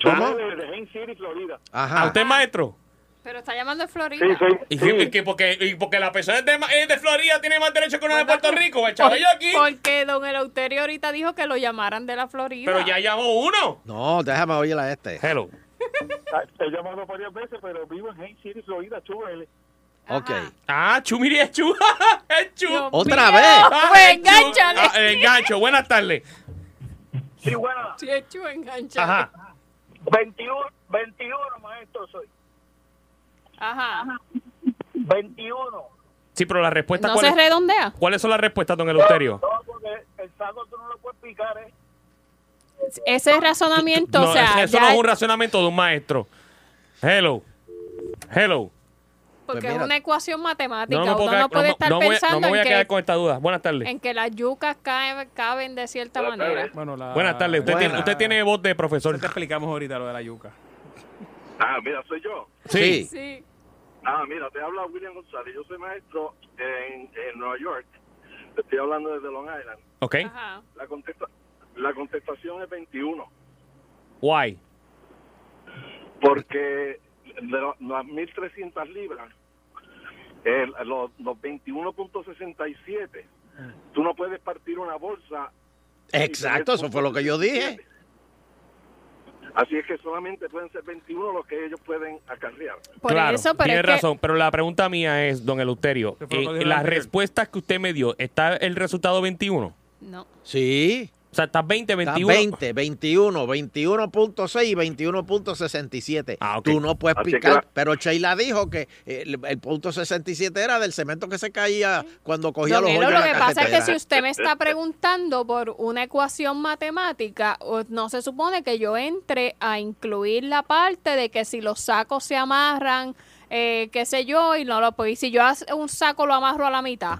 Speaker 3: ¿Cómo?
Speaker 24: Yo me dejé en City, Florida.
Speaker 5: ¿A
Speaker 3: Ajá.
Speaker 5: usted es maestro?
Speaker 4: Pero está llamando de Florida.
Speaker 24: Sí, soy...
Speaker 5: ¿Y,
Speaker 24: sí.
Speaker 5: que- y que porque, y porque la persona es de, ma- es de Florida tiene más derecho que una de Puerto Rico? El
Speaker 4: Por-
Speaker 5: chaval aquí.
Speaker 4: Porque don Eleuterio ahorita dijo que lo llamaran de la Florida.
Speaker 5: Pero ya llamó uno.
Speaker 3: No, déjame oír a este.
Speaker 5: Hello.
Speaker 24: Ah, Te he llamado varias veces, pero vivo en Haines City, Florida, chúvele.
Speaker 25: Ok.
Speaker 5: Ah, Chu, mire, es Chu. Es Chu.
Speaker 25: Otra vez.
Speaker 4: Pues
Speaker 5: es Chu.
Speaker 4: engánchale.
Speaker 5: Ah, el engancho. Buenas tardes.
Speaker 26: Sí, bueno,
Speaker 4: Sí, es Chu, engancha.
Speaker 5: Ajá.
Speaker 26: 21, 21, maestro, soy.
Speaker 4: Ajá.
Speaker 26: 21.
Speaker 5: Sí, pero la respuesta.
Speaker 4: ¿No
Speaker 5: ¿cuál
Speaker 4: se
Speaker 5: es?
Speaker 4: redondea?
Speaker 5: ¿Cuáles son las respuestas, don Eleuterio?
Speaker 26: No, porque el saco tú no lo puedes picar, ¿eh?
Speaker 4: Ese razonamiento,
Speaker 5: No,
Speaker 4: o sea,
Speaker 5: eso
Speaker 4: ah, ya-
Speaker 5: no es un razonamiento de un maestro. Hello. Hello.
Speaker 4: porque es
Speaker 5: Pues mira.
Speaker 4: una ecuación matemática.
Speaker 5: No, no me
Speaker 4: Uno
Speaker 5: puedo quedar-
Speaker 4: no puede
Speaker 5: no me-
Speaker 4: estar
Speaker 5: no me voy a-
Speaker 4: pensando
Speaker 5: no me voy a
Speaker 4: en,
Speaker 5: quedar
Speaker 4: que,
Speaker 5: con estas dudas. Buenas tardes.
Speaker 4: en que las yucas caen- caben de cierta manera.
Speaker 8: Bueno, la-
Speaker 5: Buenas tardes. Usted, tiene, usted tiene voz de profesor.
Speaker 8: Te explicamos ahorita lo de la yuca.
Speaker 9: Ah, mira, soy yo.
Speaker 5: Sí.
Speaker 4: Sí.
Speaker 9: Ah, mira, te habla William González. Yo soy maestro en, en Nueva York. Te estoy hablando desde Long Island.
Speaker 5: Ok.
Speaker 9: La, contesta, la contestación es 21.
Speaker 5: Why?
Speaker 9: Porque de lo- las 1.300 libras, el- los, los 21.67, tú no puedes partir una bolsa.
Speaker 3: Exacto, eso fue lo que yo dije.
Speaker 9: Así es que solamente pueden ser 21 los que ellos pueden acarrear.
Speaker 5: claro, tiene
Speaker 9: es que-
Speaker 5: razón, pero la pregunta mía es, don Eleuterio,
Speaker 9: ¿Qué fue lo que
Speaker 5: eh,
Speaker 9: dijo el
Speaker 5: las
Speaker 9: anterior?
Speaker 5: respuestas que usted me dio, ¿está el resultado 21?
Speaker 4: No.
Speaker 5: Sí. O sea, está 20,
Speaker 3: Está
Speaker 5: 21.
Speaker 3: 20, 21, 21.6 y 21.67. Tú no puedes
Speaker 5: Así que
Speaker 3: picar.
Speaker 5: la-
Speaker 3: Pero Sheila dijo que el, el punto 67 era del cemento que se caía cuando cogía
Speaker 4: Don
Speaker 3: los
Speaker 4: Elo,
Speaker 3: hoyos.
Speaker 4: lo
Speaker 3: en
Speaker 4: que
Speaker 3: la
Speaker 4: pasa es que si
Speaker 3: carretera.
Speaker 4: usted me está preguntando por una ecuación matemática, o- no se supone que yo entre a incluir la parte de que si los sacos se amarran, eh, qué sé yo, y no lo pues, y si yo hace- un saco lo amarro a la mitad,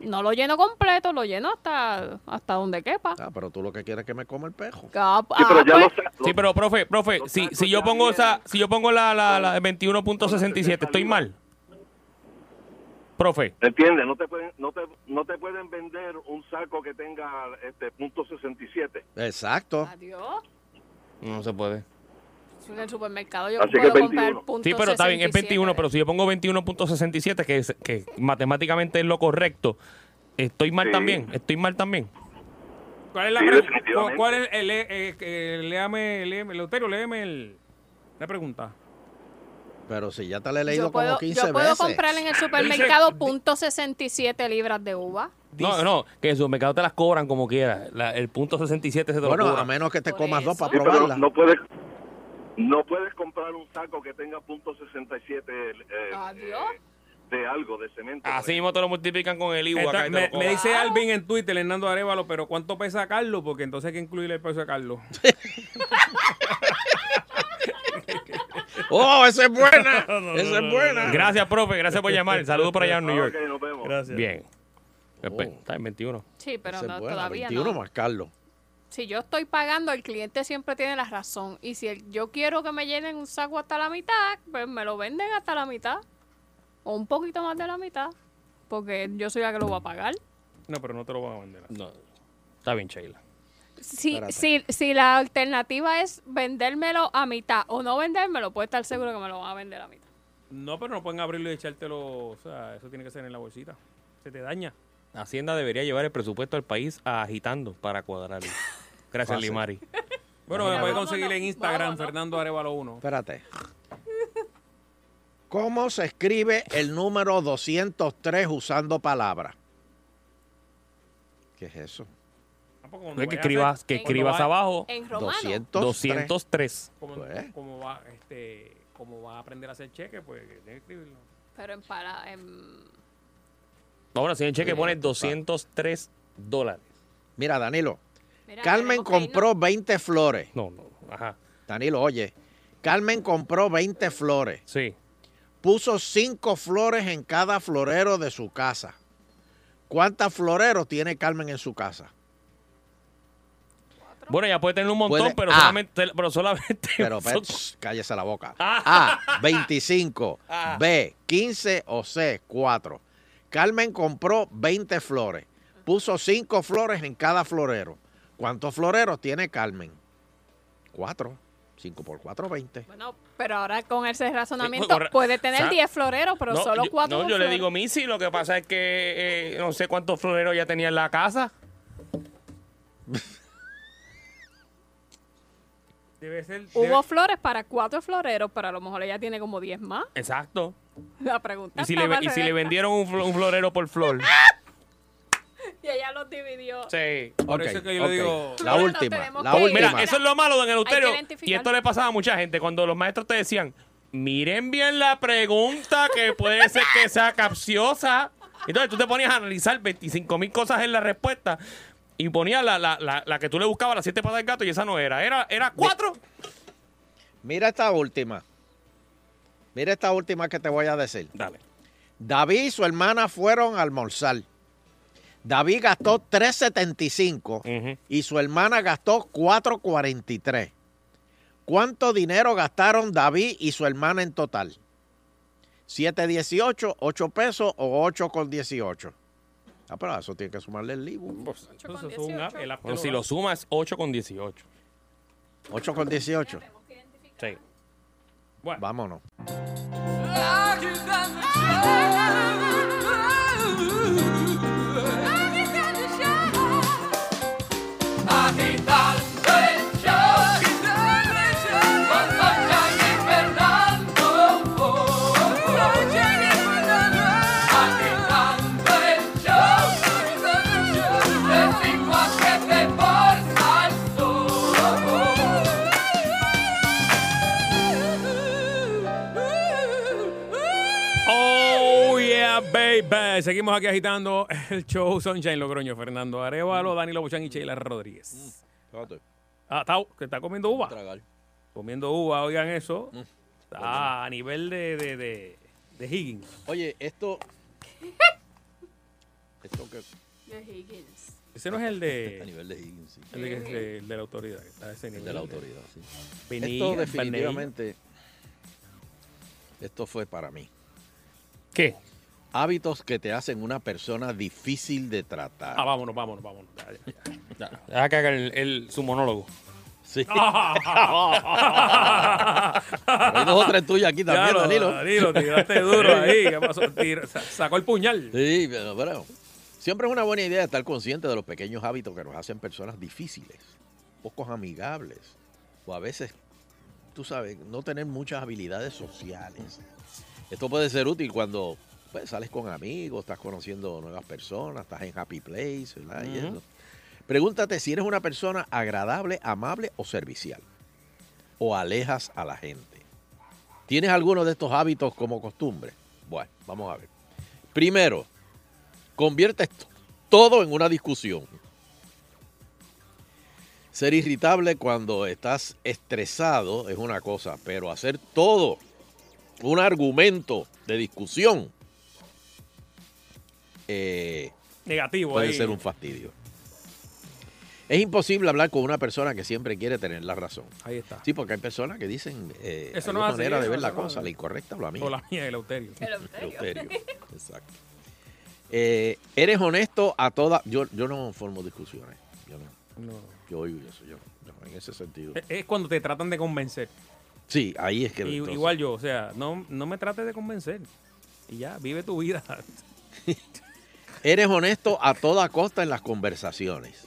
Speaker 4: no lo lleno completo, lo lleno hasta hasta donde quepa.
Speaker 3: Ah, pero tú lo que quieres es que me coma el pejo.
Speaker 4: Ah, ah, pues,
Speaker 5: Sí, pero profe, profe, si, si yo pongo esa, si yo pongo la, la, la 21.67, estoy mal. Profe.
Speaker 9: ¿Entiendes? No te pueden, no te, no te pueden vender un saco que tenga este punto 67.
Speaker 3: Exacto.
Speaker 4: Adiós.
Speaker 5: No se puede.
Speaker 4: pues, En el supermercado yo
Speaker 5: Así que
Speaker 4: puedo comprar
Speaker 5: 21.
Speaker 4: punto
Speaker 5: Sí, pero está bien, es
Speaker 4: 67.
Speaker 5: 21, pero si yo pongo 21.67, que, es- que matemáticamente es lo correcto, estoy mal
Speaker 8: Sí.
Speaker 5: también, estoy mal también.
Speaker 8: ¿Cuál es la
Speaker 5: Sí,
Speaker 8: pregunta?
Speaker 5: definitivamente.
Speaker 8: ¿Cuál es el, eh, eh, eh, léame, léeme, Eleuterio, léeme el, la pregunta.
Speaker 3: Pero si ya te la he leído
Speaker 4: yo puedo,
Speaker 3: como 15
Speaker 4: yo puedo
Speaker 3: veces.
Speaker 4: comprar en el supermercado punto 67 libras de uva.
Speaker 5: No, no, que en su mercado te las cobran como quiera. La- el punto 67 se te
Speaker 3: Bueno,
Speaker 5: lo
Speaker 3: a menos que te comas dos para
Speaker 9: Sí, pero
Speaker 3: probarla.
Speaker 9: no puedes no puedes comprar un saco que tenga punto 67 eh, eh, de algo de cemento pues.
Speaker 5: Así mismo te lo multiplican con el IVA.
Speaker 8: Entonces,
Speaker 5: acá y te
Speaker 8: me,
Speaker 5: lo
Speaker 8: me
Speaker 5: cobran.
Speaker 8: dice Alvin en Twitter, Hernando Arevalo, pero ¿cuánto pesa Carlos? Porque entonces hay que incluirle el peso a Carlos.
Speaker 3: ¡Oh, esa es buena!
Speaker 5: Esa es buena. Gracias, profe. Gracias por llamar. Saludos por allá en New York.
Speaker 9: Ok, nos vemos.
Speaker 5: Gracias. Bien. Está en 21.
Speaker 4: Sí, pero
Speaker 3: Oh. Esa es
Speaker 4: no,
Speaker 3: buena,
Speaker 4: todavía
Speaker 3: 21
Speaker 4: no.
Speaker 3: más Carlos.
Speaker 4: Si yo estoy pagando, el cliente siempre tiene la razón. Y si el- yo quiero que me llenen un saco hasta la mitad, pues me lo venden hasta la mitad. O un poquito más de la mitad. Porque yo soy la que lo va a pagar.
Speaker 8: No, pero no te lo van a vender.
Speaker 5: No. Está bien, Sheila.
Speaker 4: Si,
Speaker 8: Espérate.
Speaker 4: si, si la alternativa es vendérmelo a mitad o no vendérmelo, puede estar seguro que me lo van a vender a mitad.
Speaker 8: No, pero no pueden abrirlo y echártelo. O sea, eso tiene que ser en la bolsita. Se te daña.
Speaker 5: Hacienda debería llevar el presupuesto al país a agitando para cuadrarlo. Gracias,
Speaker 8: Fácil.
Speaker 5: Limari.
Speaker 8: Bueno, me puede conseguir en Instagram, Fernando Arevalo 1.
Speaker 3: Espérate. ¿Cómo se escribe el número 203 usando palabras? ¿Qué es eso?
Speaker 5: que escribas, que escribas abajo. 203.
Speaker 8: Como,
Speaker 3: ¿eh?
Speaker 5: Pues.
Speaker 8: como va, este, como va a aprender a hacer cheque, pues tiene que escribirlo.
Speaker 4: Pero en para. en-
Speaker 5: Ahora, si en cheque
Speaker 3: Sí,
Speaker 5: pone
Speaker 3: está.
Speaker 5: 203 dólares.
Speaker 3: Mira, Danilo.
Speaker 4: Mira,
Speaker 3: Carmen
Speaker 4: tenemos que
Speaker 3: compró 20 flores.
Speaker 5: No, no. Ajá.
Speaker 3: Danilo, oye. Carmen compró 20 flores.
Speaker 5: Sí.
Speaker 3: Puso 5 flores en cada florero de su casa. ¿Cuántas floreros tiene Carmen en su casa?
Speaker 5: Bueno, ya puede tener un montón,
Speaker 3: Puede-
Speaker 5: pero,
Speaker 3: Ah.
Speaker 5: solamente, pero solamente.
Speaker 3: Pero,
Speaker 5: son-
Speaker 3: pero shh, cállese la boca. A, 25. B, 15 o C, 4. Carmen compró 20 flores. Puso 5 flores en cada florero. ¿Cuántos floreros tiene Carmen? 4. 5 por 4, 20.
Speaker 4: Bueno, pero ahora con ese razonamiento
Speaker 5: corre-
Speaker 4: puede
Speaker 5: o sea,
Speaker 4: tener 10 floreros, pero
Speaker 5: No,
Speaker 4: solo
Speaker 5: yo-
Speaker 4: 4
Speaker 5: No, yo le digo Missy, lo que pasa es que eh, no sé cuántos floreros ya tenía en la casa.
Speaker 8: Debe ser.
Speaker 4: Hubo flores para cuatro floreros, pero a lo mejor ella tiene como 10 más.
Speaker 5: Exacto.
Speaker 4: La pregunta
Speaker 5: Y si,
Speaker 4: está
Speaker 5: le,
Speaker 4: más
Speaker 5: y si le
Speaker 4: directa.
Speaker 5: vendieron un, flo- un florero por flor.
Speaker 4: Y ella los dividió.
Speaker 5: Sí.
Speaker 8: Por eso es que yo
Speaker 5: ok.
Speaker 8: le digo.
Speaker 5: La
Speaker 4: Bueno, última, tenemos la que- última.
Speaker 5: Mira, eso es lo malo, don Eleuterio.
Speaker 4: Hay que identificar.
Speaker 5: Y esto le pasaba a mucha gente. Cuando los maestros te decían, miren bien la pregunta, que puede ser que sea capciosa. Entonces tú te ponías a analizar 25 mil cosas en la respuesta. Y ponías la, la, la, la que tú le buscabas, las siete patas del gato, y esa no era. Era, era cuatro.
Speaker 3: Mira esta última. Mira esta última que te voy a decir.
Speaker 5: Dale.
Speaker 3: David y su hermana fueron a almorzar. David gastó 3.75 y su hermana gastó 4.43. ¿Cuánto dinero gastaron David y su hermana en total? 7.18, 8 pesos o 8.18. Ah, pero a eso tiene que sumarle el libro.
Speaker 8: pues,
Speaker 5: Eso es un app, el app te Bueno, si lo sumas, 8 con 18.
Speaker 3: 8 con 18.
Speaker 5: Sí.
Speaker 3: Vámonos.
Speaker 8: Oh, yeah, baby. Seguimos aquí agitando el show Sunshine Logroño. Fernando
Speaker 3: Mm.
Speaker 8: Arevalo, Danilo Buchan y Sheila Rodríguez. Ah, está, que está comiendo uva. Comiendo uva, oigan eso.
Speaker 3: Mm.
Speaker 8: Está a nivel de, de, de, de Higgins.
Speaker 3: Oye, esto. Esto que.
Speaker 8: Ese no es el de.
Speaker 3: A nivel de Higgins, sí.
Speaker 8: El de, el
Speaker 5: este,
Speaker 8: de- el de la autoridad. que Está a ese nivel.
Speaker 3: de la autoridad. sí.
Speaker 8: Penilla,
Speaker 3: esto definitivamente, esto fue para mí.
Speaker 5: ¿Qué?
Speaker 3: Hábitos que te hacen una persona difícil de tratar.
Speaker 8: Ah, vámonos, vámonos, vámonos. Ya, ya, ya.
Speaker 5: Deja que haga el, el- su monólogo.
Speaker 3: Sí.
Speaker 5: Hay
Speaker 3: dos o tres tuyas aquí también,
Speaker 8: Ya lo-
Speaker 3: Danilo.
Speaker 8: Danilo, tiraste duro ahí. ¿Qué pasó? Tira- sa- sacó el puñal.
Speaker 3: Sí, pero, pero siempre es una buena idea estar consciente de los pequeños hábitos que nos hacen personas difíciles, pocos amigables, o a veces, tú sabes, no tener muchas habilidades sociales. Esto puede ser útil cuando pues, sales con amigos, estás conociendo nuevas personas, estás en happy place, ¿verdad? Y
Speaker 5: Ujú.
Speaker 3: eso. Pregúntate si eres una persona agradable, amable o servicial. O alejas a la gente. ¿Tienes alguno de estos hábitos como costumbre? Bueno, vamos a ver. Primero, conviertes t- todo en una discusión. Ser irritable cuando estás estresado es una cosa, pero hacer todo un argumento de discusión eh,
Speaker 8: Negativo
Speaker 3: puede
Speaker 8: ahí.
Speaker 3: ser un fastidio. Es imposible hablar con una persona que siempre quiere tener la razón.
Speaker 8: Ahí está.
Speaker 3: Sí, porque hay personas que dicen eh,
Speaker 8: Eso
Speaker 3: hay
Speaker 8: no
Speaker 3: dos
Speaker 8: hace,
Speaker 3: maneras de
Speaker 8: eso
Speaker 3: ver la
Speaker 8: no hace.
Speaker 3: cosa, la incorrecta o la mía.
Speaker 8: O la mía, el Euterio.
Speaker 3: Eleuterio, exacto. Eh, eres honesto a todas. Yo, yo no formo discusiones. Yo no.
Speaker 8: No.
Speaker 3: Yo oigo eso. Yo, no, en ese sentido.
Speaker 8: Es- Es cuando te tratan de convencer.
Speaker 3: Sí, ahí es que.
Speaker 8: Eh, Y-
Speaker 3: entonces-
Speaker 8: igual yo, o sea, no, no me trates de convencer. Y ya, vive tu vida.
Speaker 3: Eres honesto a toda costa en las conversaciones.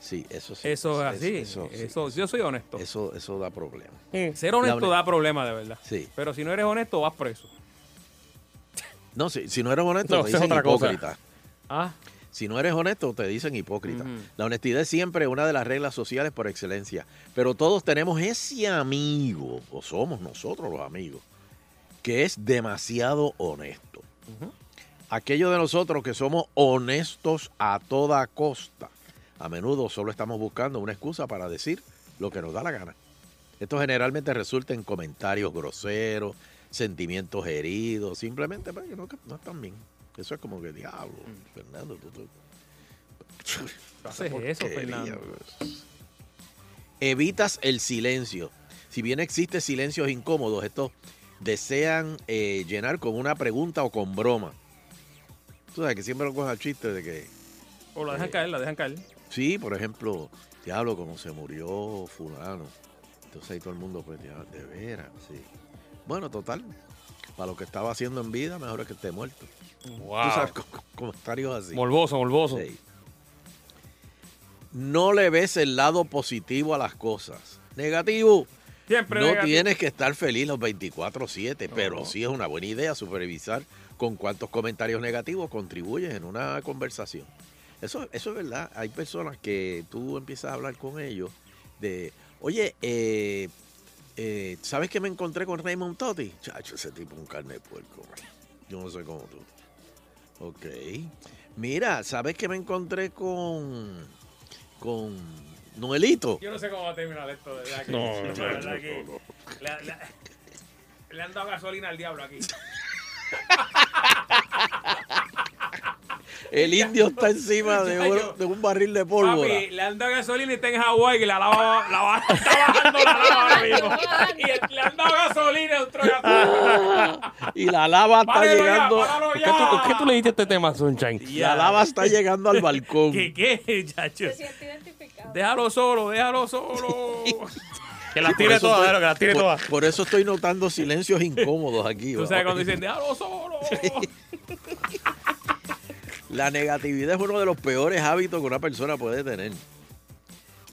Speaker 3: Sí, eso sí.
Speaker 8: Eso es así.
Speaker 3: Eso, sí,
Speaker 8: Eso- yo soy honesto.
Speaker 3: Eso, eso da problema.
Speaker 8: Ser honesto
Speaker 3: La-
Speaker 8: da problemas, de verdad.
Speaker 3: Sí.
Speaker 8: Pero si no eres honesto, vas preso.
Speaker 3: No, si, si no eres honesto,
Speaker 8: No,
Speaker 3: te
Speaker 8: esa es
Speaker 3: dicen
Speaker 8: otra cosa.
Speaker 3: hipócrita.
Speaker 8: Ah.
Speaker 3: Si no eres honesto, te dicen hipócrita. La honestidad es siempre una de las reglas sociales por excelencia. Pero todos tenemos ese amigo, o somos nosotros los amigos, que es demasiado honesto. Aquellos de nosotros que somos honestos a toda costa. A menudo solo estamos buscando una excusa para decir lo que nos da la gana. Esto generalmente resulta en comentarios groseros, sentimientos heridos, simplemente pues, que no, que no están bien. Eso es como que diablo, Fernando. Tú, tú-
Speaker 8: Mm. haces
Speaker 3: Esa
Speaker 8: eso,
Speaker 3: porquería,
Speaker 8: Fernando.
Speaker 3: bro. Evitas el silencio. Si bien existen silencios incómodos, estos desean eh, llenar con una pregunta o con broma. Tú sabes que siempre lo cogen al chiste de que
Speaker 8: O la dejan caer, la dejan caer.
Speaker 3: Sí, por ejemplo, diablo, como se murió fulano. Entonces ahí todo el mundo, pues, ya, de veras, sí. Bueno, total, para lo que estaba haciendo en vida, mejor es que esté muerto.
Speaker 5: Wow.
Speaker 3: Tú sabes, co- co- comentarios así.
Speaker 5: Morboso, morboso.
Speaker 3: Sí. No le ves el lado positivo a las cosas. Negativo.
Speaker 8: Siempre
Speaker 3: no
Speaker 8: negativo.
Speaker 3: tienes que estar feliz los 24-7, pero sí es una buena idea supervisar con cuántos comentarios negativos contribuyes en una conversación. Eso, eso es verdad. Hay personas que tú empiezas a hablar con ellos de, oye, eh, eh, ¿sabes que me encontré con Raymond Totti? Chacho, ese tipo es un carne de puerco. Yo no soy como tú. Ok. Mira, ¿sabes que me encontré con. con. Noelito?
Speaker 8: Yo no sé cómo va a terminar esto. De verdad que,
Speaker 3: No,
Speaker 8: de
Speaker 3: no,
Speaker 8: verdad
Speaker 3: no,
Speaker 8: que-
Speaker 3: no, no.
Speaker 8: la- la- le han dado gasolina al diablo aquí.
Speaker 3: El indio está encima de,
Speaker 8: Ya,
Speaker 3: un-
Speaker 8: yo-
Speaker 3: de un barril de pólvora.
Speaker 8: Papi, le han dado gasolina y está en Hawái y la lava, la va- está bajando la lava ahora mismo. Y le han dado gasolina, otro gasolina.
Speaker 3: y la lava está
Speaker 8: Páralo ya,
Speaker 3: llegando.
Speaker 8: páralo
Speaker 5: ¿Por qué, tú, por qué tú le diste este tema, Sunshine?
Speaker 3: La lava está llegando al balcón.
Speaker 8: ¿Qué, qué, chacho? Déjalo solo, déjalo solo.
Speaker 5: Que las tire todas, claro, que las tire
Speaker 3: por-
Speaker 5: todas.
Speaker 3: Por eso estoy notando silencios incómodos aquí.
Speaker 8: Tú
Speaker 3: ¿verdad?
Speaker 8: sabes cuando dicen, déjalo solo.
Speaker 3: La negatividad es uno de los peores hábitos que una persona puede tener.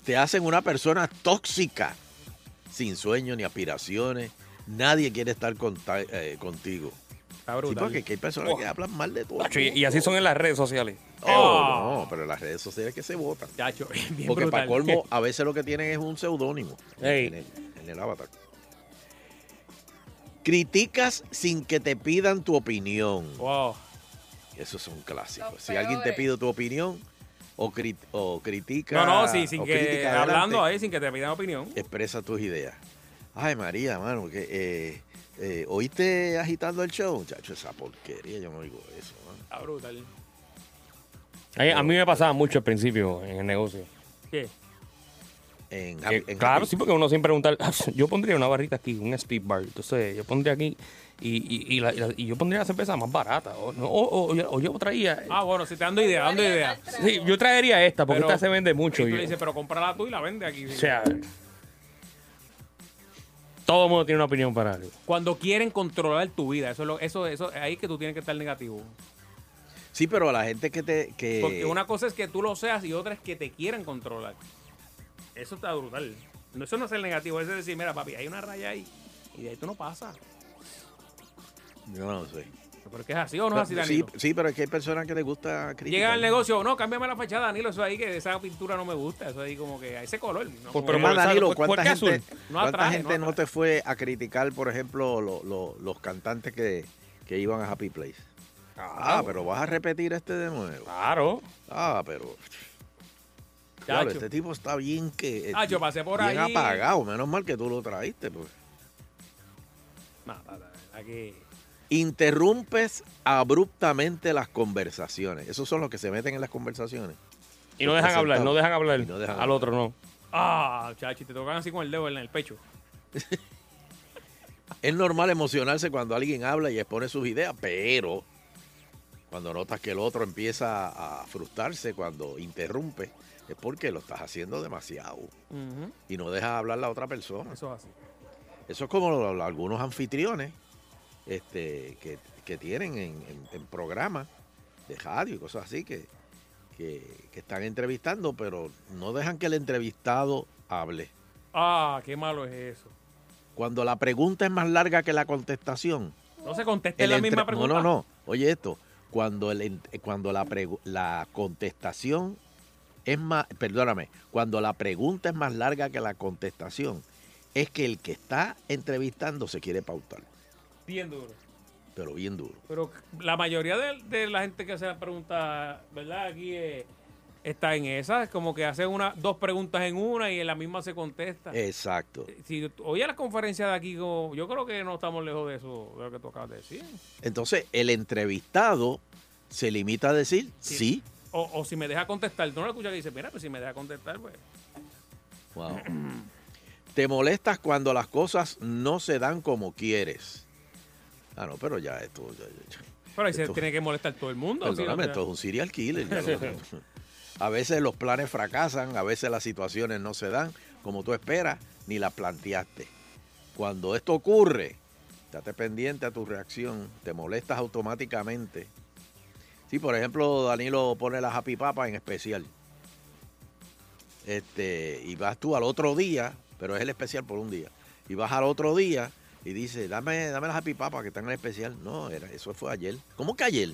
Speaker 3: Te hacen una persona tóxica, sin sueños ni aspiraciones. Nadie quiere estar conta- eh, contigo. Sí, porque que hay personas que hablan mal de todo. el
Speaker 5: Chacho, y, y
Speaker 3: mundo.
Speaker 5: así son en las redes sociales.
Speaker 3: Oh, no, pero en las redes sociales que se votan. Porque para
Speaker 5: brutal.
Speaker 3: colmo, a veces lo que tienen es un seudónimo en, el- en el avatar. Criticas sin que te pidan tu opinión.
Speaker 8: Wow.
Speaker 3: Esos son clásicos. Si alguien te pide tu opinión o, cri- o critica.
Speaker 8: No, no, sí, sin
Speaker 3: o
Speaker 8: que
Speaker 3: crítica
Speaker 8: hablando
Speaker 3: adelante,
Speaker 8: ahí, sin que te pidan opinión.
Speaker 3: Expresa tus ideas. Ay, María, mano, que eh, eh, ¿oíste agitando el show? Chacho, esa porquería, yo no digo eso. mano.
Speaker 8: Está Ah, brutal.
Speaker 5: Ay, a mí me pasaba mucho al principio en el negocio.
Speaker 8: ¿Qué?
Speaker 3: En,
Speaker 5: Que, claro, sí, porque uno siempre pregunta, "Ah, yo pondría una barrita aquí, un speed bar, entonces yo pondría aquí y, y, y la- y la- y yo pondría la cerveza más barata, o, no, o- o yo- o yo traía,
Speaker 8: Ah, bueno, si te dando idea, dando idea.
Speaker 5: sí, yo traería esta, porque
Speaker 8: Pero-
Speaker 5: esta se vende mucho.
Speaker 8: Y tú
Speaker 5: y-
Speaker 8: le dices, pero cómprala tú y la vende aquí.
Speaker 5: o sea, todo el mundo tiene una opinión para algo.
Speaker 8: Cuando quieren controlar tu vida, eso es lo, eso, eso, ahí es que tú tienes que estar negativo.
Speaker 3: Sí, pero la gente que te. Que,
Speaker 8: Porque una cosa es que tú lo seas y otra es que te quieran controlar. Eso está brutal. No, Eso no es el negativo, eso es decir, mira, papi, hay una raya ahí y de ahí tú no pasas.
Speaker 3: Yo no sé.
Speaker 8: Pero es que es así o no es así,
Speaker 3: Pero-
Speaker 8: Danilo.
Speaker 3: Sí, sí, pero es que hay personas que les gusta criticar.
Speaker 8: Llega al negocio, no, cámbiame la fachada, Danilo, eso ahí que esa pintura no me gusta, eso ahí como que a ese color. No,
Speaker 3: Por,
Speaker 8: como que-
Speaker 3: Danilo, ¿cuánta
Speaker 8: ¿Por qué
Speaker 3: gente,
Speaker 8: azul? No
Speaker 3: cuánta
Speaker 8: atrae,
Speaker 3: gente
Speaker 8: no
Speaker 3: no, te fue a criticar, por ejemplo, lo- lo- los cantantes que, que iban a Happy Place? Ah, pero vas a repetir este de nuevo.
Speaker 5: Claro.
Speaker 3: Ah, pero. Claro,
Speaker 8: Chacho.
Speaker 3: este tipo está bien que. eh,
Speaker 8: Ah, yo pasé por
Speaker 3: bien
Speaker 8: allí.
Speaker 3: apagado, menos mal que tú lo traíste. Pues.
Speaker 8: No, pa- la verdad que-
Speaker 3: Interrumpes abruptamente las conversaciones. Esos son los que se meten en las conversaciones.
Speaker 5: Y no dejan hablar, no dejan hablar
Speaker 3: dejan
Speaker 5: al otro, no.
Speaker 8: Ah, chachi, te tocan así con el dedo en el pecho.
Speaker 3: Es normal emocionarse cuando alguien habla y expone sus ideas, pero cuando notas que el otro empieza a frustrarse cuando interrumpe, es porque lo estás haciendo demasiado y no dejas hablar a la otra persona.
Speaker 8: Eso es así.
Speaker 3: Eso es como lo- lo- algunos anfitriones este, que, que tienen en, en- en programas de radio y cosas así que, que- que están entrevistando, pero no dejan que el entrevistado hable.
Speaker 8: Ah, qué malo es eso.
Speaker 3: Cuando la pregunta es más larga que la contestación,
Speaker 8: No se conteste
Speaker 3: el
Speaker 8: la
Speaker 3: entre-
Speaker 8: misma pregunta.
Speaker 3: No, no, no. Oye esto, cuando, el, en- cuando la, pregu- la contestación es más, perdóname, cuando la pregunta es más larga que la contestación, es que el que está entrevistando se quiere pautar,
Speaker 8: Bien duro.
Speaker 3: pero bien duro.
Speaker 8: Pero la mayoría de, de la gente que hace la pregunta, ¿verdad? Aquí eh, está en esa. Es como que hacen una, dos preguntas en una y en la misma se contesta.
Speaker 3: Eh. Exacto.
Speaker 8: Si oye la conferencia de aquí, como- yo creo que no estamos lejos de eso, de lo que tú acabas de decir.
Speaker 3: Entonces, el entrevistado se limita a decir sí.
Speaker 8: O, o si me deja contestar, tú no lo escuchas que dice, mira, pues si me deja contestar, pues.
Speaker 3: Wow. Te molestas cuando las cosas no se dan como quieres. Ah, no, pero ya esto. ya- ya- ya.
Speaker 8: Pero ahí se
Speaker 3: Esto-
Speaker 8: tiene que molestar todo el mundo. ¿sí?
Speaker 3: Perdóname,
Speaker 8: O sea,
Speaker 3: esto es un serial killer. ya lo- a veces los planes fracasan, a veces las situaciones no se dan como tú esperas ni las planteaste. Cuando esto ocurre, estate pendiente a tu reacción, te molestas automáticamente. Si, por ejemplo, Danilo pone las Happy Papa en especial. Este, y vas tú al otro día, pero es el especial por un día. y vas al otro día y dice, dame, dame las happy papas que están en especial. No, era, eso fue ayer. ¿Cómo que ayer?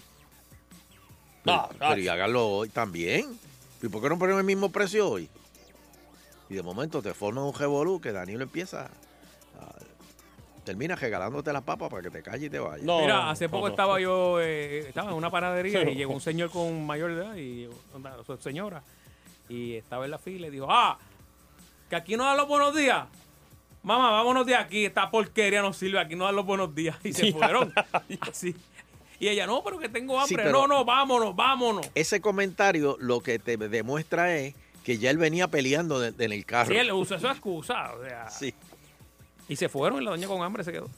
Speaker 14: Ah,
Speaker 5: No,
Speaker 3: pero, pero y hágalo hoy también. ¿Y por qué no ponen el mismo precio hoy? Y de momento te forman un revolú que Danilo empieza a- termina regalándote las papas para que te calles y te vayas.
Speaker 8: Mira, hace poco estaba yo, eh, estaba en una panadería y llegó un señor con mayor de edad y llegó- una- su señora y estaba en la fila y dijo, ah, que aquí no dan los buenos días. Mamá, vámonos de aquí, esta porquería no sirve, aquí no dan los buenos días. Y se fueron. Así. Y ella, no, pero que tengo
Speaker 3: Sí,
Speaker 8: hambre.
Speaker 3: pero-
Speaker 8: No, no, vámonos, vámonos.
Speaker 3: Ese comentario lo que te demuestra es que ya él venía peleando de- en el carro.
Speaker 8: Sí, él usó su excusa. o sea. Y se fueron y la doña con hambre se quedó.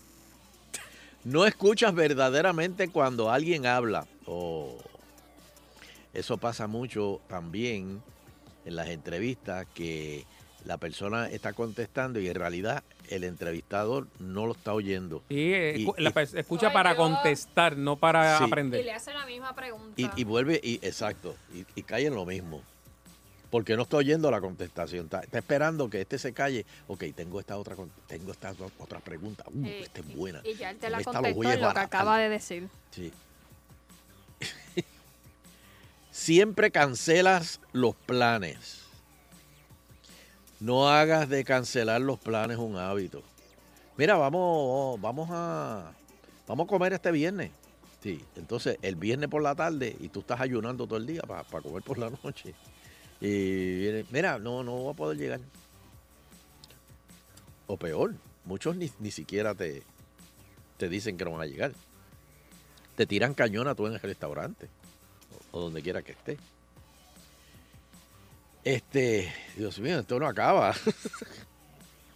Speaker 3: No escuchas verdaderamente cuando alguien habla. Oh. Eso pasa mucho también en las entrevistas que la persona está contestando y en realidad el entrevistador no lo está oyendo.
Speaker 8: Sí, escu-
Speaker 3: y-
Speaker 8: la pe- escucha para contestar, no para
Speaker 3: Sí.
Speaker 8: aprender.
Speaker 4: Y le hace la misma pregunta. eh,
Speaker 3: Y, y vuelve, y exacto, y, y cae en lo mismo. Porque no está oyendo la contestación. Está, está esperando que este se calle. Ok, tengo esta otra con- tengo esta o- otra pregunta. Uh,
Speaker 4: Sí,
Speaker 3: esta es buena.
Speaker 4: Y ya él te
Speaker 3: Con
Speaker 4: la
Speaker 3: esta lo voy
Speaker 4: contestó
Speaker 3: a
Speaker 4: en lo que
Speaker 3: abaratar.
Speaker 4: acaba de decir.
Speaker 3: Sí. Siempre cancelas los planes. No hagas de cancelar los planes un hábito. Mira, vamos, vamos a, vamos a comer este viernes. Sí, entonces el viernes por la tarde y tú estás ayunando todo el día para comer por la noche. Y viene, mira, no, no voy a poder llegar. O peor, muchos ni, ni siquiera te, te dicen que no van a llegar te tiran cañona tú en el restaurante o, o donde quiera que esté. Este, Dios mío, esto no acaba.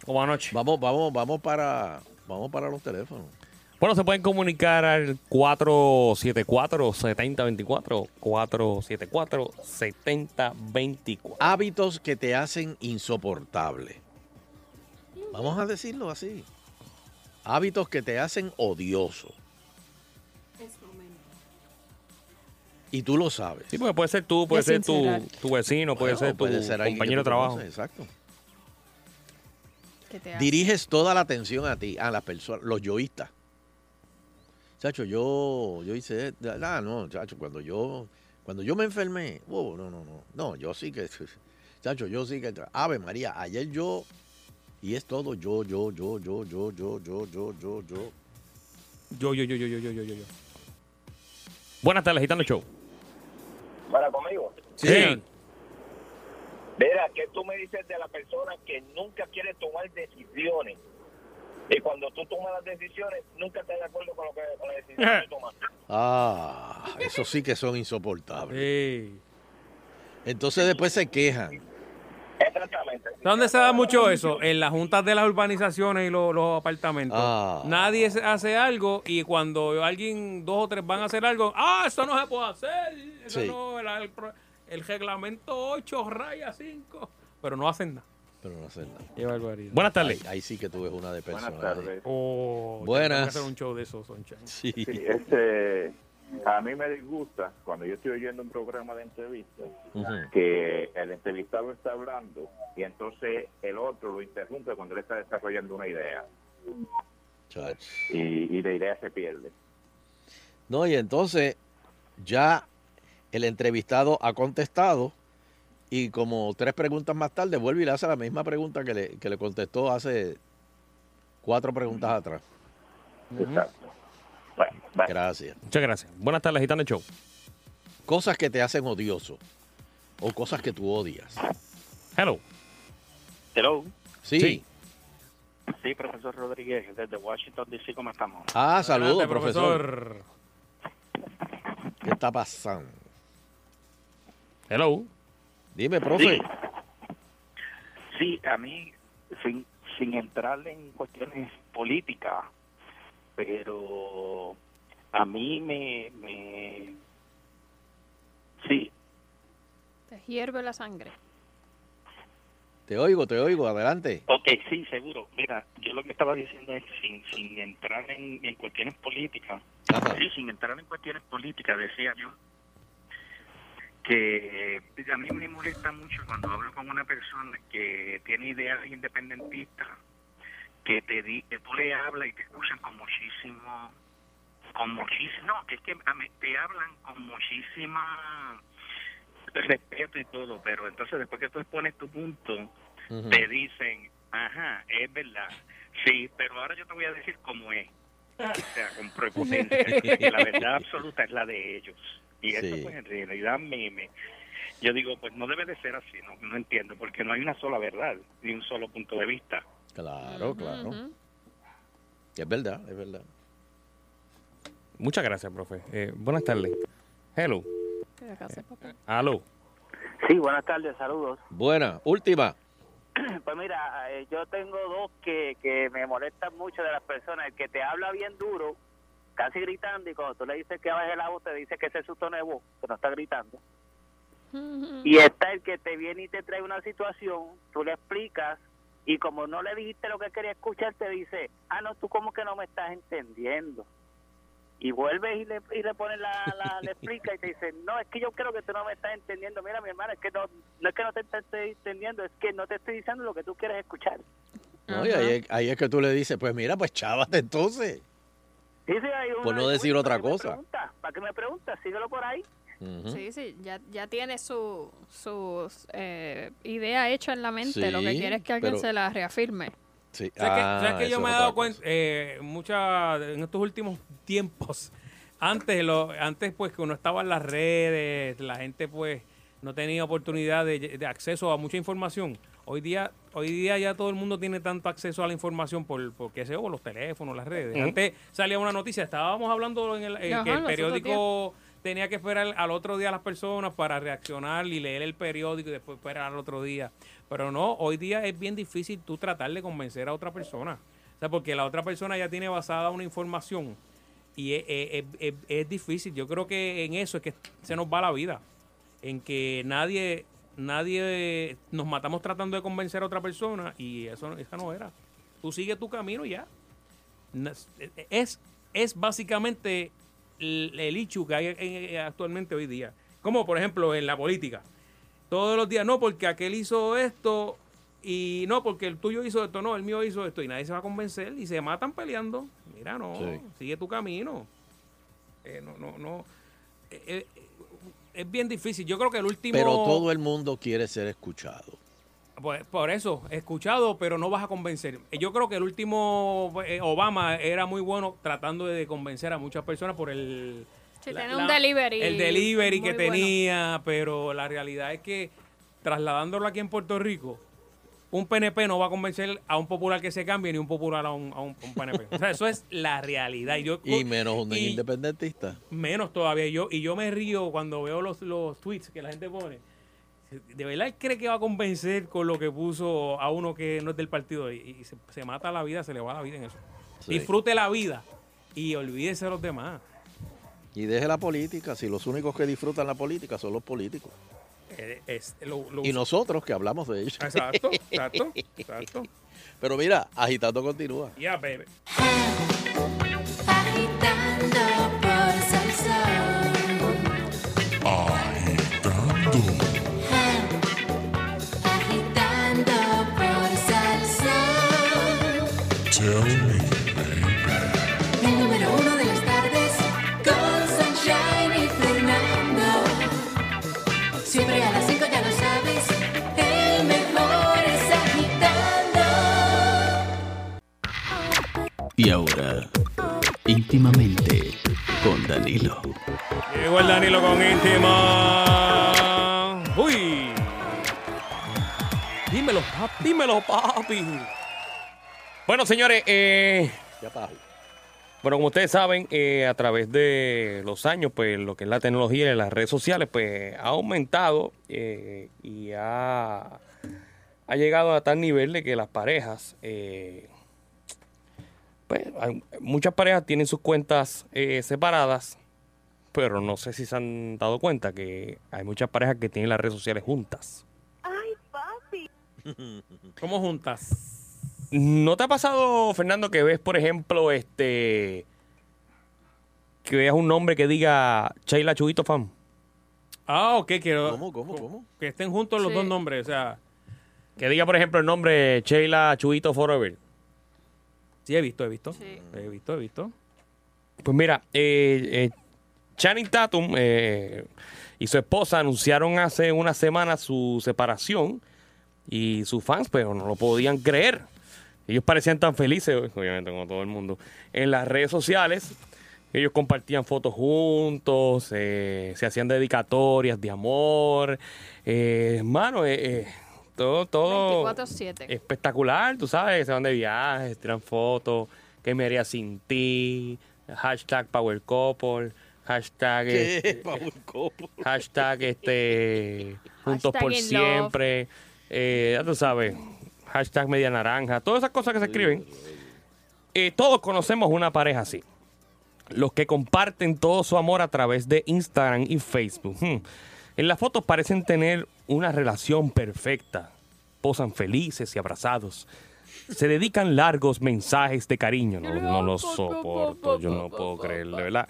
Speaker 5: Como anoche.
Speaker 3: Vamos, vamos, vamos para, vamos para los teléfonos.
Speaker 5: Bueno, se pueden comunicar al 474-7024. 474-7024.
Speaker 3: Hábitos que te hacen insoportable. Vamos a decirlo así. Hábitos que te hacen odioso. Y tú lo sabes.
Speaker 5: Sí, porque puede ser tú, puede
Speaker 3: Es
Speaker 5: ser tu,
Speaker 3: sincero.
Speaker 5: tu vecino, puede
Speaker 3: Bueno,
Speaker 5: ser tu
Speaker 3: puede ser alguien que
Speaker 5: compañero de
Speaker 3: tú
Speaker 5: trabajo.
Speaker 3: conoces, exacto. Diriges toda la atención a ti, a las personas, los yoístas. Chacho, yo, yo hice, ah, no, chacho, cuando yo, cuando yo me enfermé, oh, no, no, no, no, yo sí que, chacho, yo sí que, Ave María, ayer yo, y es todo yo, yo, yo, yo, yo, yo, yo, yo, yo, yo.
Speaker 8: Yo, yo, yo, yo, yo, yo, yo, yo. yo.
Speaker 5: Buenas tardes, Gitano Show.
Speaker 6: Para conmigo.
Speaker 5: Sí.
Speaker 6: Mira, ¿qué tú me dices de la persona que nunca quiere tomar decisiones? Y cuando tú tomas las decisiones, nunca estás de acuerdo con, lo que, con la decisión que tomaste.
Speaker 3: Ah, eso sí que son insoportables. Entonces después se quejan.
Speaker 8: ¿Dónde se da mucho eso? En las juntas de las urbanizaciones y lo- los apartamentos.
Speaker 3: Ah.
Speaker 8: Nadie se- hace algo y cuando alguien, dos o tres van a hacer algo, ah, eso no se puede hacer. Eso
Speaker 3: Sí.
Speaker 8: no, el, el pro- el reglamento 8, raya 5. Pero no hacen nada.
Speaker 3: Pero no hacen nada.
Speaker 8: Qué barbaridad.
Speaker 5: Buenas tardes.
Speaker 3: Ahí, ahí sí que tú ves una de personas. ¿eh?
Speaker 8: Oh, tengo que
Speaker 3: Buenas.
Speaker 8: hacer un show de esos, Sunshine.
Speaker 3: Sí.
Speaker 27: Sí, este, a mí me disgusta cuando yo estoy oyendo un programa de entrevistas que el entrevistado está hablando y entonces el otro lo interrumpe cuando él está desarrollando una idea y, y la idea se pierde.
Speaker 3: No, y entonces ya el entrevistado ha contestado y como tres preguntas más tarde vuelve y le hace la misma pregunta que le, que le contestó hace cuatro preguntas atrás. Gracias.
Speaker 5: Muchas gracias. Buenas tardes, Gitano Show.
Speaker 3: Cosas que te hacen odioso o cosas que tú odias.
Speaker 5: Hello.
Speaker 28: Hello.
Speaker 3: Sí.
Speaker 28: Sí, profesor Rodríguez, desde Washington DC, ¿cómo estamos?
Speaker 3: Ah, saludos, profesor. ¿Qué está pasando?
Speaker 5: Hello.
Speaker 3: Dime, profe.
Speaker 28: Sí, a mí, sin, sin entrar en cuestiones políticas, pero a mí me... me sí,
Speaker 4: Te hierve la sangre.
Speaker 3: Te oigo, te oigo, adelante.
Speaker 28: Ok, sí, seguro. Mira, yo lo que estaba diciendo es, sin, sin entrar en, en cuestiones políticas, sí, sin entrar en cuestiones políticas, decía yo, que eh, a mí me molesta mucho cuando hablo con una persona que tiene ideas independentistas
Speaker 9: que te di, que tú le hablas y te escuchan con muchísimo, con muchísimo, no, que es que a mí te hablan con muchísima respeto y todo, pero entonces después que tú expones tu punto,
Speaker 18: Ujú.
Speaker 9: te dicen, ajá, es verdad, sí, pero ahora yo te voy a decir cómo es, o sea, con prepotencia, la verdad absoluta es la de ellos, y eso
Speaker 18: Sí.
Speaker 9: pues en realidad me, me- yo digo, pues no debe de ser así, no, no entiendo, porque no hay una sola verdad, ni un solo punto de vista.
Speaker 3: Claro, claro.
Speaker 9: ujú.
Speaker 3: Es verdad, es verdad.
Speaker 5: Muchas gracias, profe. Eh, buenas tardes. Hello. Aló.
Speaker 7: Sí, buenas tardes, saludos.
Speaker 3: Buena, última.
Speaker 7: Pues mira, eh, yo tengo dos que, que me molestan mucho de las personas. El que te habla bien duro, casi gritando, y cuando tú le dices que baje la voz, te dice que ese es su tono de voz, que no está gritando. Y está el que te viene y te trae una situación, tú le explicas, y como no le dijiste lo que quería escuchar, te dice, ah, no, tú como que no me estás entendiendo. Y vuelves y le, y le pones la, la- le explica y te dice, no, es que yo creo que tú no me estás entendiendo. Mira, mi hermana, es que no, no es que no te te estoy entendiendo, es que no te estoy diciendo lo que tú quieres escuchar.
Speaker 3: No, y ahí, es- ahí es que tú le dices, pues mira, pues chávate entonces,
Speaker 7: Sí, sí, hay una-
Speaker 3: por no decir otra cosa.
Speaker 7: ¿Para qué me preguntas? Síguelo por ahí.
Speaker 3: Ujú.
Speaker 4: Sí, sí, ya, ya tiene su, su eh, idea hecha en la mente. lo que
Speaker 3: Sí,
Speaker 4: quiere es que alguien
Speaker 3: pero-
Speaker 4: se la reafirme.
Speaker 3: Sí.
Speaker 8: ¿Sabes que,
Speaker 3: Ah,
Speaker 8: sabes que
Speaker 3: eso
Speaker 8: yo me he
Speaker 3: es
Speaker 8: dado
Speaker 3: otra cosa.
Speaker 8: cuenta eh, mucha- en estos últimos tiempos? Antes, lo, antes pues que uno estaba en las redes, la gente pues no tenía oportunidad de, de acceso a mucha información. Hoy día, hoy día ya todo el mundo tiene tanto acceso a la información por, por qué sé yo, los teléfonos, las redes.
Speaker 5: Ujú.
Speaker 8: Antes salía una noticia, estábamos hablando en el, eh,
Speaker 5: Ajá,
Speaker 8: que el
Speaker 5: los otros
Speaker 8: periódico tenía que esperar al otro día a las personas para reaccionar y leer el periódico y después esperar al otro día. Pero no, hoy día es bien difícil tú tratar de convencer a otra persona. O sea, porque la otra persona ya tiene basada una información y es, es- es- es difícil. Yo creo que en eso es que se nos va la vida. En que nadie, nadie nos matamos tratando de convencer a otra persona y eso esa no era. Tú sigues tu camino y ya. No- Es, es básicamente el, el issue que hay en- en- actualmente hoy día. Como por ejemplo en la política. Todos los días, no, porque aquel hizo esto y no, porque el tuyo hizo esto, no, el mío hizo esto y nadie se va a convencer y se matan peleando. Mira, no,
Speaker 18: Sí.
Speaker 8: sigue tu camino. Eh, no, no, no. Eh, eh, eh, es bien difícil. Yo creo que el último...
Speaker 3: Pero todo el mundo quiere ser escuchado.
Speaker 8: Por, Pues, por eso, escuchado, pero no vas a convencer. Yo creo que el último eh, Obama era muy bueno tratando de convencer a muchas personas por el...
Speaker 4: Sí,
Speaker 8: la-
Speaker 4: tiene
Speaker 8: la-
Speaker 4: un delivery.
Speaker 8: El delivery
Speaker 4: muy
Speaker 8: que
Speaker 4: bueno.
Speaker 8: tenía, pero la realidad es que trasladándolo aquí en Puerto Rico, un PNP no va a convencer a un popular que se cambie ni un popular a un, a un- a un PNP. O sea, eso es la realidad. Y yo
Speaker 3: Y menos un
Speaker 8: y-
Speaker 3: independentista.
Speaker 8: menos todavía. Y yo, y yo me río cuando veo los, los tweets que la gente pone. ¿De verdad él cree que va a convencer con lo que puso a uno que no es del partido? Y, y se, se mata la vida, se le va la vida en eso.
Speaker 3: Sí.
Speaker 8: Disfrute la vida y olvídese de los demás.
Speaker 3: Y deje la política, si los únicos que disfrutan la política son los políticos.
Speaker 8: Eh, es- lo- lo-
Speaker 3: Y nosotros que hablamos de ellos.
Speaker 8: Exacto, exacto, exacto.
Speaker 3: Pero mira, agitando continúa.
Speaker 8: Ya, baby.
Speaker 13: Agitando por salsa. Agitando por salsa. El número uno de las tardes con Sunshine y Fernando. Siempre a las cinco ya lo sabes. El mejor es agitando.
Speaker 14: Y ahora, íntimamente con Danilo.
Speaker 8: Llegó el Danilo con íntima. Uy.
Speaker 5: Dímelo, papi. Dímelo, papi. Bueno, señores, eh,
Speaker 3: Ya pajo.
Speaker 5: Bueno, como ustedes saben, eh, a través de los años, pues lo que es la tecnología y las redes sociales, pues ha aumentado eh, y ha, ha llegado a tal nivel de que las parejas, eh, pues hay- muchas parejas tienen sus cuentas eh, separadas, pero no sé si se han dado cuenta que hay muchas parejas que tienen las redes sociales juntas.
Speaker 8: ¿Cómo juntas?
Speaker 5: ¿No te ha pasado, Fernando, que ves, por ejemplo, este. que veas un nombre que diga Sheila Chubito Fan?
Speaker 8: Ah, ok, quiero.
Speaker 3: ¿Cómo, cómo, cómo?
Speaker 8: Que estén juntos los
Speaker 5: Sí.
Speaker 8: dos nombres, o sea.
Speaker 5: Que diga, por ejemplo, el nombre Sheila Chubito Forever.
Speaker 8: Sí, he visto, he visto. He visto, he visto.
Speaker 5: Pues mira, eh, eh, Channing Tatum eh, y su esposa anunciaron hace una semana su separación y sus fans pues no lo podían creer. Ellos parecían tan felices, obviamente como todo el mundo, en las redes sociales. Ellos compartían fotos juntos, eh, se hacían dedicatorias de amor. Eh, hermano, eh, eh, todo, todo
Speaker 4: 24/7.
Speaker 5: espectacular, tú sabes, se van de viajes, tiran fotos, ¿qué me haría sin ti? Hashtag Power Couple, hashtag...
Speaker 3: ¿Qué?
Speaker 5: eh,
Speaker 3: Power Couple.
Speaker 5: Hashtag este, juntos
Speaker 3: Hashtag
Speaker 5: por
Speaker 3: in love.
Speaker 5: siempre, eh, ya tú sabes, hashtag media naranja, todas esas cosas que se escriben. Eh, todos conocemos una pareja así. Los que comparten todo su amor a través de Instagram y Facebook. Hmm. En las fotos parecen tener una relación perfecta. Posan felices y abrazados. Se dedican largos mensajes de cariño. No, no lo soporto, yo no puedo creerlo, de verdad.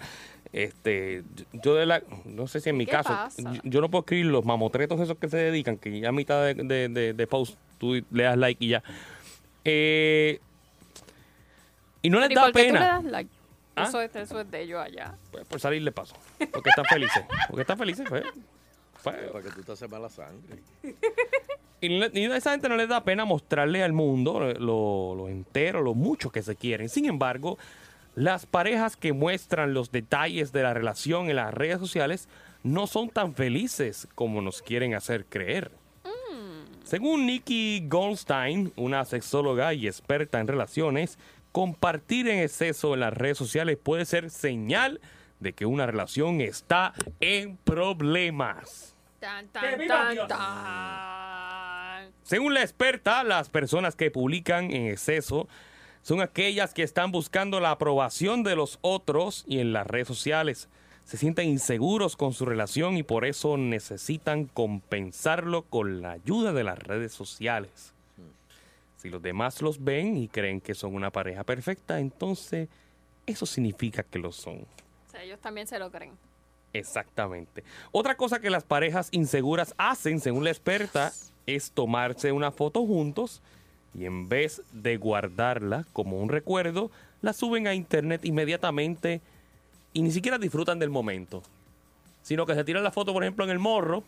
Speaker 5: Este, yo de la, no sé si en mi
Speaker 2: ¿Qué
Speaker 5: caso,
Speaker 2: pasa?
Speaker 5: yo, yo no puedo escribir los mamotretos esos que se dedican, que ya a mitad de, de- de- de post tú le das like y ya. Eh, y no les
Speaker 4: ¿Y
Speaker 5: da
Speaker 4: por qué tú
Speaker 5: pena
Speaker 4: le das like?
Speaker 5: ¿Ah?
Speaker 4: Eso, es, eso es de ellos allá.
Speaker 5: Pues, por salirle paso. Porque están felices. Porque están felices, pues.
Speaker 3: Para que tú te haces mala sangre.
Speaker 5: Y no le- y a esa gente no les da pena mostrarle al mundo lo, lo- lo entero, lo mucho que se quieren. Sin embargo, las parejas que muestran los detalles de la relación en las redes sociales no son tan felices como nos quieren hacer creer. Según Nikki Goldstein, una sexóloga y experta en relaciones, compartir en exceso en las redes sociales puede ser señal de que una relación está en problemas.
Speaker 4: Tan,
Speaker 13: ¡Que
Speaker 4: tan,
Speaker 13: viva
Speaker 4: tan,
Speaker 13: Dios!
Speaker 4: tan.
Speaker 5: Según la experta, las personas que publican en exceso son aquellas que están buscando la aprobación de los otros y en las redes sociales. Se sienten inseguros con su relación y por eso necesitan compensarlo con la ayuda de las redes sociales. Si los demás los ven y creen que son una pareja perfecta, entonces eso significa que lo son.
Speaker 4: O sea, ellos también se lo creen.
Speaker 5: Exactamente. Otra cosa que las parejas inseguras hacen, según la experta, es tomarse una foto juntos y en vez de guardarla como un recuerdo, la suben a internet inmediatamente y ni siquiera disfrutan del momento. Sino que se tiran la foto, por ejemplo, en el morro.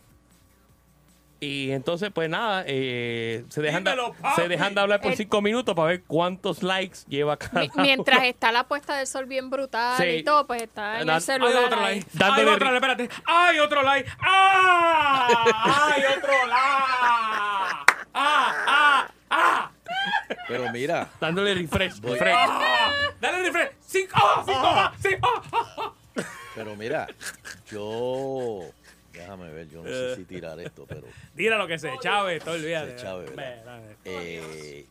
Speaker 5: Y entonces, pues nada, eh, se, dejan de,
Speaker 8: Dímelo,
Speaker 5: se dejan de hablar por
Speaker 4: El-
Speaker 5: cinco minutos para ver cuántos likes lleva cada
Speaker 4: Eh, Mi- Mientras está la puesta del sol bien brutal
Speaker 5: Ah, Sí.
Speaker 4: y todo, pues está en
Speaker 5: Dan-
Speaker 4: el celular.
Speaker 5: hay otro
Speaker 4: ahí.
Speaker 5: like. Dándole
Speaker 8: Hay otro
Speaker 5: ri-
Speaker 8: like, espérate. ¡Ay, otro like! ¡Ah! ¡Ay, otro like! ¡Ah, ah, ah!
Speaker 3: Pero mira.
Speaker 5: Dándole refresh.
Speaker 8: ¡Ah! ¡Dale refresh! ¡Cinco! ¡Ah, cinco más! ¡Cinco! ¡Ah, ah,
Speaker 3: Pero mira, yo. Déjame ver, yo no sé si tirar esto, pero.
Speaker 8: Tira lo que se Chávez, todo olvídate.
Speaker 3: Se chave, ¿verdad?
Speaker 8: Ve,
Speaker 3: Eh,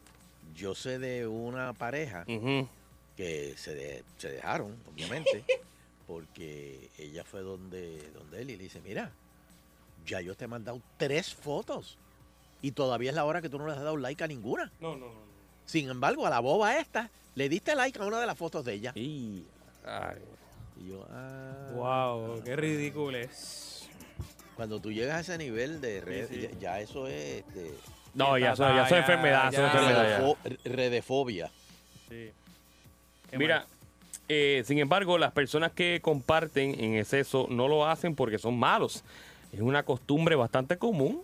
Speaker 3: yo sé de una pareja que se, de- se dejaron, obviamente, porque ella fue donde, donde él y le dice, mira, ya yo te he mandado tres fotos y todavía es la hora que tú no le has dado like a ninguna.
Speaker 8: No, no, no.
Speaker 3: Sin embargo, a la boba esta le diste like a una de las fotos de ella.
Speaker 5: Y,
Speaker 3: yo, ah.
Speaker 8: Wow, qué ridículo es.
Speaker 3: Cuando tú llegas a ese nivel de red,
Speaker 8: Sí, sí.
Speaker 3: Ya, ya eso es... este,
Speaker 5: No, ya eso- ya eso es enfermedad, eso es enfermedad, ya.
Speaker 3: Redefo- redefobia.
Speaker 5: Mira, eh, sin embargo, las personas que comparten en exceso no lo hacen porque son malos. Es una costumbre bastante común.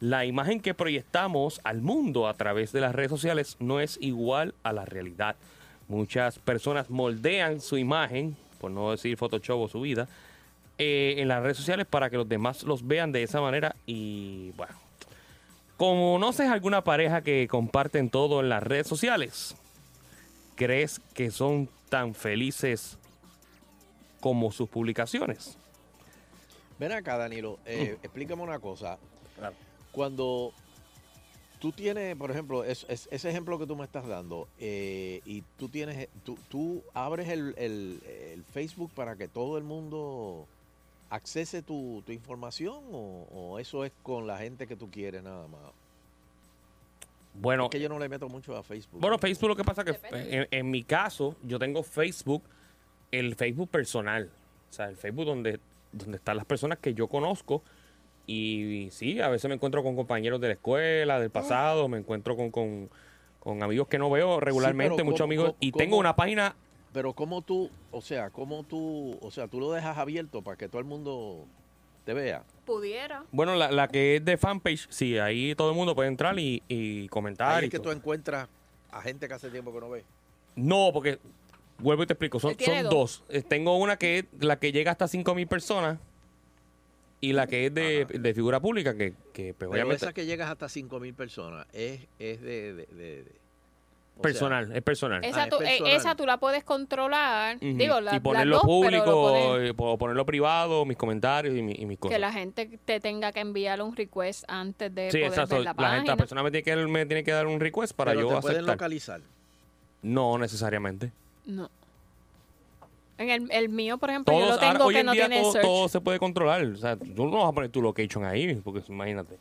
Speaker 5: La imagen que proyectamos al mundo a través de las redes sociales no es igual a la realidad. Muchas personas moldean su imagen, por no decir Photoshop o su vida, eh, en las redes sociales para que los demás los vean de esa manera y bueno. ¿Conoces alguna pareja que comparten todo en las redes sociales? ¿Crees que son tan felices como sus publicaciones?
Speaker 3: Ven acá, Danilo, eh, explícame una cosa. Cuando tú tienes, por ejemplo, es- es- ese ejemplo que tú me estás dando, eh, y tú tienes, tú, tú abres el, el- el Facebook para que todo el mundo accese tu, tu información, o, o eso es con la gente que tú quieres nada más.
Speaker 5: Bueno,
Speaker 3: Es que yo no le meto mucho a Facebook.
Speaker 5: Bueno, Facebook lo que pasa que eh, en, en mi caso, yo tengo Facebook, el Facebook personal. O sea, el Facebook donde, donde están las personas que yo conozco. Y, sí, a veces me encuentro con compañeros de la escuela, del pasado, me encuentro con, con, con amigos que no veo regularmente,
Speaker 3: pero
Speaker 5: muchos
Speaker 3: ¿cómo-
Speaker 5: amigos.
Speaker 3: cómo-
Speaker 5: Y
Speaker 3: cómo-
Speaker 5: tengo una página
Speaker 3: Pero cómo tú, o sea, cómo tú, o sea, tú lo dejas abierto para que todo el mundo te vea.
Speaker 4: Pudiera.
Speaker 5: Bueno, la, la que es de fanpage, sí, ahí todo el mundo puede entrar y, y comentar.
Speaker 3: Ahí
Speaker 5: y
Speaker 3: es que
Speaker 5: todo.
Speaker 3: tú encuentras a gente que hace tiempo que no ve.
Speaker 5: No, porque, vuelvo y te explico, son,
Speaker 3: Él tiene
Speaker 5: son
Speaker 3: dos.
Speaker 5: dos. Eh, Tengo una que es la que llega hasta 5.000 personas y la que es de, de figura pública, que, que pues,
Speaker 3: Pero
Speaker 5: obviamente
Speaker 3: esa que llegas hasta 5.000 personas es, es de... de- de- de- o
Speaker 5: personal, ah, es personal.
Speaker 4: Esa, tú, eh,
Speaker 3: ah, personal.
Speaker 4: esa tú la puedes controlar.
Speaker 5: Ujú.
Speaker 4: Digo, la,
Speaker 5: y ponerlo
Speaker 4: las dos, pero lo
Speaker 5: público,
Speaker 4: pones-
Speaker 5: eh, o ponerlo privado, mis comentarios y, mi- y mis cosas.
Speaker 4: que la gente te tenga que enviar un request antes de
Speaker 5: sí,
Speaker 4: poder
Speaker 5: exacto.
Speaker 4: ver
Speaker 5: La,
Speaker 4: la página.
Speaker 5: gente, la persona me tiene, que, me tiene que dar un request para
Speaker 3: Pero
Speaker 5: yo
Speaker 3: te pueden
Speaker 5: aceptar.
Speaker 3: localizar.
Speaker 5: No necesariamente.
Speaker 4: No. En el, el mío, por ejemplo, Pues yo lo
Speaker 5: Todos- ahora,
Speaker 4: tengo
Speaker 5: hoy
Speaker 4: que
Speaker 5: en
Speaker 4: no
Speaker 5: día
Speaker 4: tiene
Speaker 5: todo,
Speaker 4: search.
Speaker 5: todo se puede controlar. O sea, tú no vas a poner tu location ahí, porque imagínate.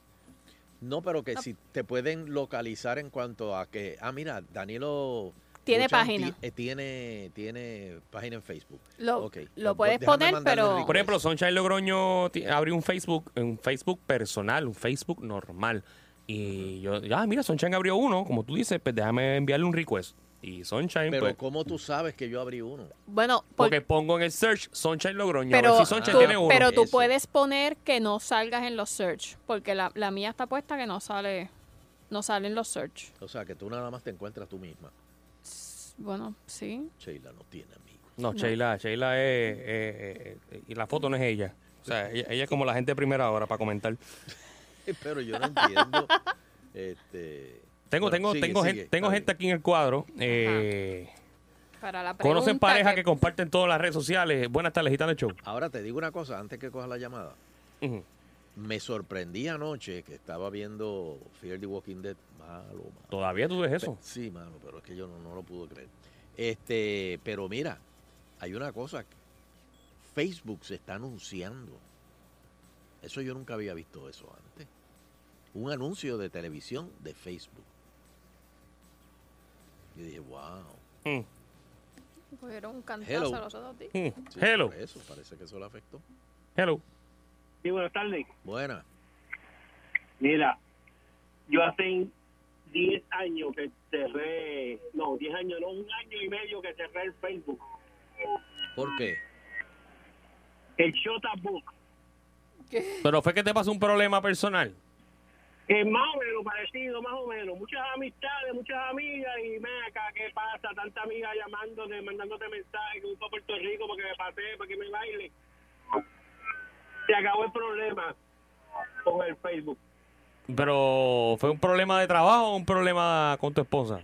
Speaker 3: No, pero que si te pueden localizar en cuanto a que, ah, mira, Danilo...
Speaker 4: Tiene
Speaker 3: Buchan
Speaker 4: página.
Speaker 3: ti- eh, tiene, tiene página en Facebook.
Speaker 4: Lo-
Speaker 3: Ok.
Speaker 4: lo
Speaker 3: Pues,
Speaker 4: puedes
Speaker 3: déjame
Speaker 4: poner,
Speaker 3: mandarle un
Speaker 4: pero-
Speaker 5: Por ejemplo, Sunshine Logroño ti- abrió un Facebook, un Facebook personal, un Facebook normal. Y yo, ah, mira, Sunshine abrió uno, como tú dices, pues déjame enviarle un request. Y Sunshine,
Speaker 3: Pero
Speaker 5: pues,
Speaker 3: ¿cómo tú sabes que yo abrí uno?
Speaker 4: Bueno, por-
Speaker 5: porque pongo en el search Sunshine Logroño, a
Speaker 4: Pues- pero,
Speaker 5: ver si Sunshine
Speaker 4: tú,
Speaker 5: tiene uno.
Speaker 4: pero tú puedes poner que no salgas en los search, porque la, la mía está puesta que no sale no salen los search.
Speaker 3: O sea, que tú nada más te encuentras tú misma.
Speaker 4: Bueno, sí.
Speaker 3: Sheila no tiene amigos.
Speaker 5: No,
Speaker 4: No.
Speaker 5: Sheila, Sheila es, es- es- Y la foto no es ella. O sea, ella, ella es como la gente de primera hora para comentar.
Speaker 3: Pero yo no entiendo. este,
Speaker 5: Tengo,
Speaker 3: bueno,
Speaker 5: tengo,
Speaker 3: sigue,
Speaker 5: tengo,
Speaker 3: sigue,
Speaker 5: gente,
Speaker 3: está
Speaker 5: tengo
Speaker 3: bien.
Speaker 5: gente aquí en el cuadro. eh,
Speaker 4: Para la pregunta
Speaker 5: Conocen parejas que... comparten todas las redes sociales. Buenas tardes, Gitano Show.
Speaker 3: Ahora te digo una cosa, antes que coja la llamada.
Speaker 5: Ujú.
Speaker 3: Me sorprendí anoche que estaba viendo Fear the Walking Dead. Malo, malo.
Speaker 5: ¿Todavía tú ves eso?
Speaker 3: Pe- Sí, mano, pero es que yo no, no lo pude creer. Este, pero mira, hay una cosa. Facebook se está anunciando. Eso yo nunca había visto eso antes. Un anuncio de televisión de Facebook. Yo dije, wow.
Speaker 4: Cogieron un cantazo
Speaker 3: Hello.
Speaker 4: los otros días.
Speaker 8: Hmm.
Speaker 3: Sí,
Speaker 5: Hello.
Speaker 3: por Eso, parece que eso le afectó.
Speaker 5: Hello.
Speaker 9: Sí, buenas tardes.
Speaker 3: Buena.
Speaker 9: Mira, yo hace 10 años que cerré, no, 10 años, no, un año y medio que cerré el Facebook.
Speaker 3: ¿Por qué?
Speaker 9: El Shota Book.
Speaker 5: Pero fue que te pasó un problema personal.
Speaker 9: Es más o menos parecido, más o menos. Muchas amistades, muchas amigas y me acá, ¿qué pasa? Tanta amiga llamándote, mandándote mensajes, que voy para Puerto Rico para que me pase, para que me baile. Se acabó el problema con el Facebook.
Speaker 5: Pero fue un problema de trabajo o un problema con tu esposa.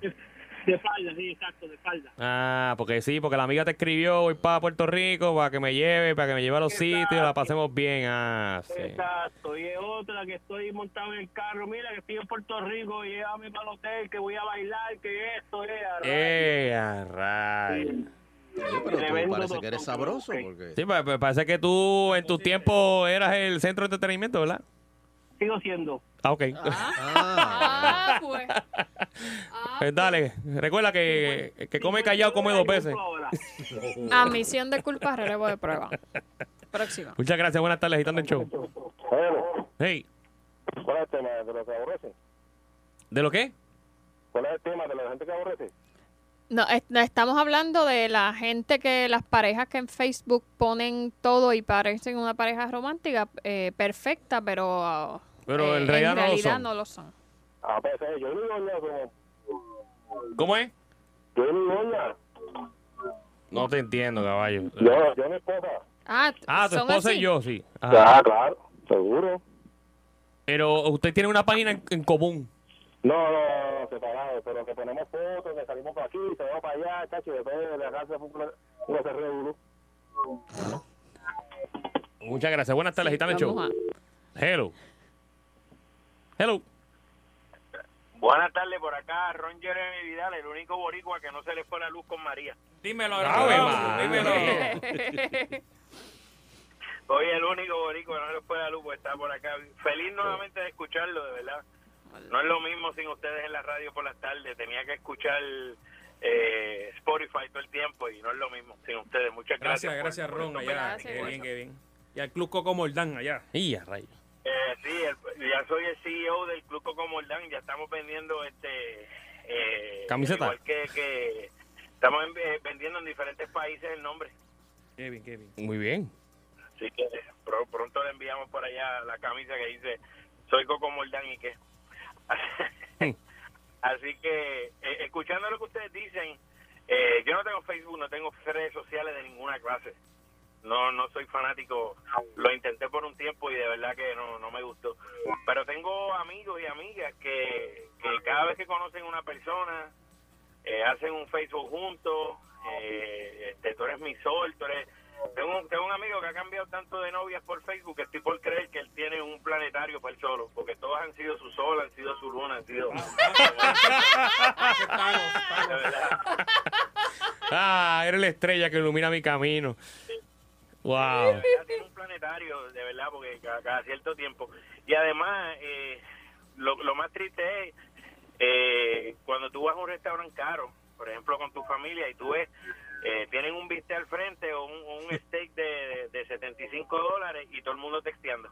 Speaker 9: De falda, sí, exacto, de falda.
Speaker 5: Ah, porque sí, porque la amiga te escribió, voy para Puerto Rico para que me lleve, para que me lleve a los sitios, la pasemos bien. Ah, sí.
Speaker 9: Exacto, y es otra que estoy montado en el carro, mira que estoy en Puerto Rico, llévame para el hotel, que voy a bailar, que esto es...
Speaker 5: Eh, a rayos.
Speaker 3: Oye, pero tú parece que eres sabroso porque
Speaker 5: Sí, pa- pa- parece que tú en tu tiempo eras el centro de entretenimiento, ¿verdad?
Speaker 9: Sigo siendo.
Speaker 5: Ah, ok.
Speaker 4: Ah, pues.
Speaker 5: Pues dale, recuerda que, que come callado, come dos veces.
Speaker 4: Admisión de culpa, relevo de prueba. Próxima.
Speaker 5: Muchas gracias, buenas tardes, agitando el show. Hey,
Speaker 14: ¿Cuál es el tema de los que aborrecen?
Speaker 5: ¿de lo qué?
Speaker 14: ¿Cuál es el tema de la gente que aborrece?
Speaker 4: No, es- no, estamos hablando de la gente que las parejas que en Facebook ponen todo y parecen una pareja romántica eh, perfecta, pero, ah,
Speaker 5: Pero
Speaker 4: eh,
Speaker 5: en realidad, no lo
Speaker 4: realidad
Speaker 5: son.
Speaker 4: no lo son.
Speaker 14: A pesar, Ah, pues, eh, yo no doña, como.
Speaker 5: ¿Cómo es?
Speaker 14: Yo no doña.
Speaker 5: No te entiendo, caballo.
Speaker 14: Yo, yo no esposa.
Speaker 4: Ah,
Speaker 5: Ah, tu
Speaker 4: son
Speaker 5: esposa
Speaker 4: así.
Speaker 5: y yo, sí.
Speaker 14: Ah, claro, seguro.
Speaker 5: Pero usted tiene una página en, en común.
Speaker 14: No, no, no, separado, pero que ponemos fotos, que salimos para aquí, se va para allá, chacho, después de la casa fue un cerreo.
Speaker 5: Muchas gracias. Buenas tardes, Gitano el Show.
Speaker 14: vamos
Speaker 5: Hello. Hello.
Speaker 9: Buenas tardes por acá, Ron Jeremy Vidal, el único boricua que no se le fue la luz con María.
Speaker 8: Dímelo,
Speaker 5: Ave
Speaker 8: Raúl,
Speaker 5: María.
Speaker 8: dímelo.
Speaker 9: Soy el único boricua que no le fue la luz porque está por acá. Feliz nuevamente de escucharlo, de verdad. No es lo mismo sin ustedes en la radio por las tardes. Tenía que escuchar eh, Spotify todo el tiempo y no es lo mismo sin ustedes. Muchas gracias.
Speaker 8: Gracias, gracias,
Speaker 9: por- por
Speaker 8: Ron.
Speaker 9: estos
Speaker 8: Allá,
Speaker 9: mensajes.
Speaker 8: qué bien, qué bien. Y al Club Coco Moldán, allá.
Speaker 5: Y a rayos.
Speaker 9: E Eh, sí, el- ya soy el CEO del Club Coco Moldán, ya estamos vendiendo este eh,
Speaker 5: Camiseta.
Speaker 9: Igual que, que estamos en- eh, vendiendo en diferentes países el nombre.
Speaker 8: Kevin, Kevin.
Speaker 5: Muy bien.
Speaker 9: Así que pro- pronto le enviamos por allá la camisa que dice Soy Coco Moldán y qué. Así que eh, escuchando lo que ustedes dicen, eh, yo no tengo Facebook, no tengo redes sociales de ninguna clase. No, no soy fanático. Lo intenté por un tiempo y de verdad que no, no me gustó. Pero tengo amigos y amigas que, que cada vez que conocen una persona, eh, hacen un Facebook juntos. eh, este, tú eres mi sol, tú eres tengo, un- tengo un amigo que ha cambiado tanto de novias por Facebook que estoy por creer que él tiene un planetario para él solo, porque todos han sido su sol, han sido su luna, han sido... De verdad.
Speaker 5: Ah, eres la estrella que ilumina mi camino.
Speaker 9: De
Speaker 5: Wow.
Speaker 9: verdad, tiene un planetario, de verdad, porque cada, cada cierto tiempo. Y además, eh, lo, lo más triste es eh, cuando tú vas a un restaurante caro, por ejemplo, con tu familia, y tú ves, eh, tienen un bistec al frente o un, o un steak de, de 75 dólares y todo el mundo texteando.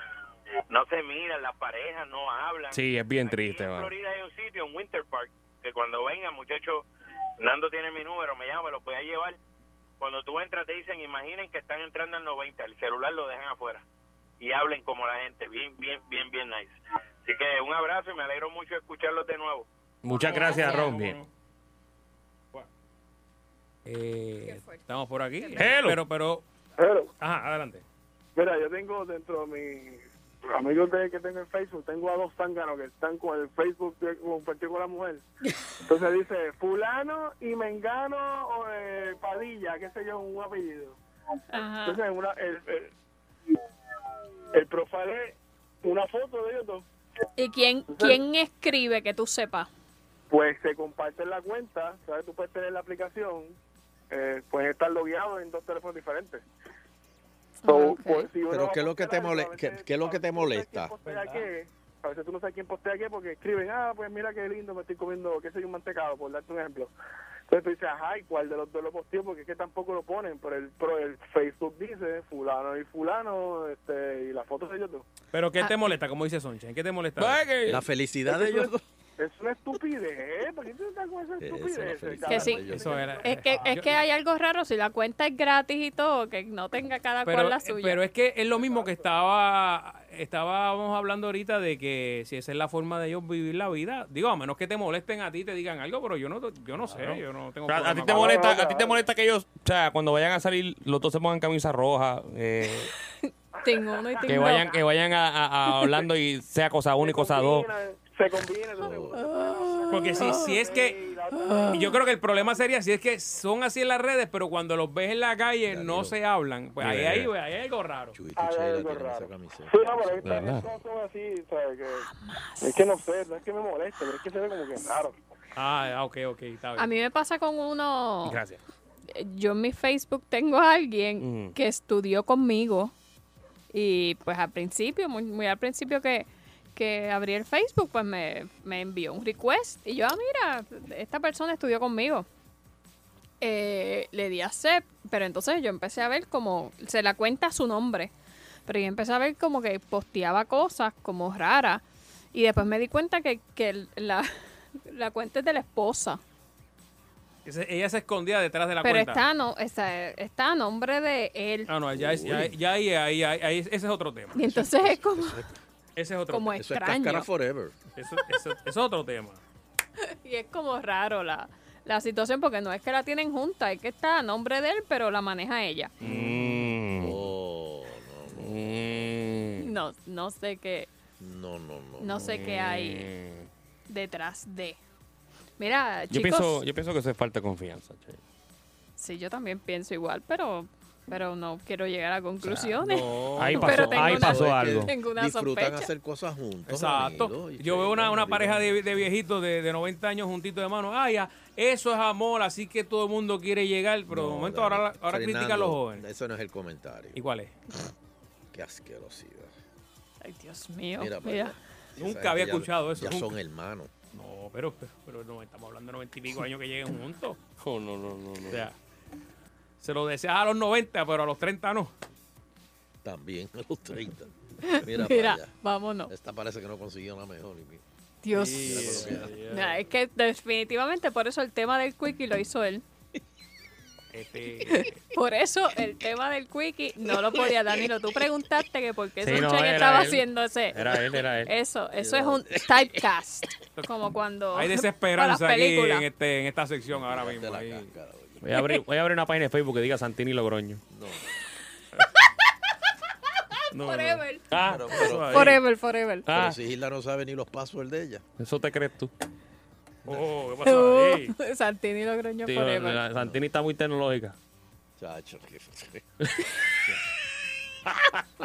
Speaker 9: No se miran, las parejas no hablan.
Speaker 5: Sí, es bien
Speaker 9: Aquí
Speaker 5: triste,
Speaker 9: en
Speaker 5: mano.
Speaker 9: Florida hay un sitio, en Winter Park, que cuando vengan, muchachos, Nando tiene mi número, me llama, me lo puede llevar. Cuando tú entras te dicen, imaginen que están entrando al 90, el celular lo dejan afuera y hablen como la gente, bien, bien, bien, bien nice. Así que un abrazo y me alegro mucho de escucharlos de nuevo.
Speaker 5: Muchas gracias, Ron. Bien.
Speaker 8: Eh, estamos por aquí.
Speaker 5: Hello.
Speaker 8: Pero, pero.
Speaker 20: Hello.
Speaker 8: Ajá, adelante.
Speaker 20: Mira, yo tengo dentro de mis amigos de, que tengo en Facebook, tengo a dos zánganos que están con el Facebook de- compartido con la mujer. Entonces dice, fulano y mengano o eh, Padilla, qué sé yo, un apellido. Entonces una, el, el, el profile es una foto de ellos dos.
Speaker 4: ¿Y quién, quién escribe que tú sepas?
Speaker 20: Pues se comparte la cuenta, ¿sabes? Tú puedes tener la aplicación, eh, puedes estar logueado en dos teléfonos diferentes.
Speaker 3: Ah,
Speaker 20: So, pues, si uno
Speaker 29: Pero
Speaker 20: va
Speaker 29: ¿qué es lo que te mole- qué- qué es lo que te molesta?
Speaker 20: postea qué, a veces tú no sabes quién postea qué porque escriben, ah, pues mira qué lindo, me estoy comiendo, qué sé yo, un mantecado, por darte un ejemplo. Entonces tú dices, ajá, ¿y cuál de los dos lo posteó? Porque es que tampoco lo ponen, pero el, pero el Facebook dice fulano y fulano, este, y las fotos de ellos dos.
Speaker 8: Pero,
Speaker 4: Ah.
Speaker 8: ¿qué te molesta? Como dice Sunshine, ¿qué te molesta?
Speaker 29: La felicidad de ellos dos.
Speaker 20: Es una estupidez, ¿por qué tú estás con esa estupidez?
Speaker 4: Que sí.
Speaker 8: Eso era.
Speaker 4: Es que, es que hay algo raro, si la cuenta es gratis y todo, que no tenga cada
Speaker 8: Pero, eh,
Speaker 4: cual
Speaker 5: eh,
Speaker 4: la suya.
Speaker 8: pero es que es lo mismo que estaba estábamos hablando ahorita de que si esa es la forma de ellos vivir la vida, digo, a menos que te molesten a ti y te digan algo, pero yo no yo no sé,
Speaker 5: Claro.
Speaker 8: yo no tengo
Speaker 5: Pero a, a
Speaker 8: problema
Speaker 5: ti te
Speaker 8: con-
Speaker 5: molesta, a ti te molesta que ellos, o sea, cuando vayan a salir, los dos se pongan camisa roja, eh,
Speaker 4: Tengo uno y
Speaker 5: que
Speaker 4: tengo
Speaker 5: vayan,
Speaker 4: otro.
Speaker 5: que vayan a, a- a hablando y sea cosa uno y cosa dos.
Speaker 20: Se combina, entonces,
Speaker 8: Porque si, si es que. Yo creo que el problema sería si es que son así en las redes, pero cuando los ves en la calle no se hablan. Pues ahí,
Speaker 5: Mira,
Speaker 8: ahí,
Speaker 5: mira.
Speaker 8: güey, ahí hay algo raro.
Speaker 20: Sí, no, pero hay personas que son así, ¿sabes? Que, es que no sé, no es que me moleste, pero es que se ve como que raro.
Speaker 8: Ah, ah, ok, ok, está bien.
Speaker 4: A mí me pasa con uno...
Speaker 8: Gracias.
Speaker 4: yo en mi Facebook tengo a alguien
Speaker 8: Mm.
Speaker 4: que estudió conmigo y pues al principio, muy, muy al principio que, que abrí el Facebook, pues me, me envió un request y yo, ah, mira, esta persona estudió conmigo. Eh, le di a accept, pero entonces yo empecé a ver como, se la cuenta su nombre, pero yo empecé a ver como que posteaba cosas como raras y después me di cuenta que, que la, la cuenta es de la esposa.
Speaker 8: Ese- Ella se escondía detrás de la
Speaker 4: Pero
Speaker 8: cuenta.
Speaker 4: está, no, está, está a nombre de él.
Speaker 8: Ah, no, ya, es- ya, ya ahí, ahí, ahí, ahí, ese es otro tema.
Speaker 4: Y entonces es como,
Speaker 8: Ese es otro
Speaker 4: como
Speaker 8: tema.
Speaker 4: extraño.
Speaker 29: forever.
Speaker 8: Eso, eso- eso es otro tema.
Speaker 4: y es como raro la, la situación porque no es que la tienen junta, es que está a nombre de él, pero la maneja ella.
Speaker 8: Mm.
Speaker 29: Oh, no, no.
Speaker 4: No, no sé qué,
Speaker 29: No, no, no.
Speaker 4: no sé qué
Speaker 5: Eh.
Speaker 4: hay
Speaker 8: Mm.
Speaker 4: detrás de. Mira,
Speaker 5: Yo
Speaker 4: chicos,
Speaker 5: pienso, yo pienso que eso es falta de confianza. che.
Speaker 4: sí, yo también pienso igual, pero pero no quiero llegar a conclusiones.
Speaker 5: no. Ahí pasó-
Speaker 4: pero tengo
Speaker 5: ahí
Speaker 4: una-
Speaker 5: pasó algo.
Speaker 4: Tengo una
Speaker 29: Disfrutan
Speaker 4: sospecha.
Speaker 29: hacer cosas juntos.
Speaker 8: Exacto. Yo veo una, una pareja de, de viejitos de, de 90 años juntitos de mano. Ay, ah, eso es amor, así que todo el mundo quiere llegar, pero de momento ahora, ahora critican a los jóvenes.
Speaker 29: Eso no es el comentario.
Speaker 8: ¿Y cuál es?
Speaker 29: Qué asquerosidad.
Speaker 4: Ay, Dios mío.
Speaker 29: Mira, para
Speaker 4: mira.
Speaker 29: allá. Ya
Speaker 8: Nunca
Speaker 29: sabes
Speaker 8: había
Speaker 29: que ya-
Speaker 8: escuchado eso,
Speaker 29: Ya
Speaker 8: nunca.
Speaker 29: son hermanos.
Speaker 8: No, pero, pero, pero no, estamos hablando de 90 y pico años que lleguen juntos.
Speaker 5: No, Oh, no, no, no.
Speaker 8: O sea, se lo deseas a los 90, pero a los 30 no.
Speaker 29: También a los 30. Mira,
Speaker 4: Mira,
Speaker 29: para allá.
Speaker 4: vámonos.
Speaker 29: Esta parece que no consiguió la mejor. y mira.
Speaker 4: Dios. Nah, es que definitivamente por eso el tema del quickie lo hizo él.
Speaker 8: Este.
Speaker 4: Por eso el tema del quickie no lo podía Danilo. Tú preguntaste que por qué
Speaker 5: Sí,
Speaker 4: Sunshine
Speaker 5: no, era
Speaker 4: estaba
Speaker 5: él.
Speaker 4: haciendo ese.
Speaker 5: Era él, era él.
Speaker 4: Eso, eso es un typecast. Como cuando.
Speaker 8: Hay
Speaker 4: con las
Speaker 8: desesperanza aquí
Speaker 4: películas.
Speaker 8: en, este, en esta sección ahora mismo. ahí.
Speaker 5: Voy a, abrir, voy a abrir una página de Facebook que diga Santini Logroño.
Speaker 8: No,
Speaker 4: Forever.
Speaker 5: Ah, eso ahí.
Speaker 4: Forever, forever.
Speaker 5: Ah.
Speaker 3: Pero si Hilda no sabe ni los passwords de ella.
Speaker 5: Eso te crees tú. Oh, ¿qué pasó ahí?
Speaker 4: Uh, Santini Logroño
Speaker 5: Tío,
Speaker 4: forever.
Speaker 5: la- Santini está muy tecnológica.
Speaker 3: Chacho, qué-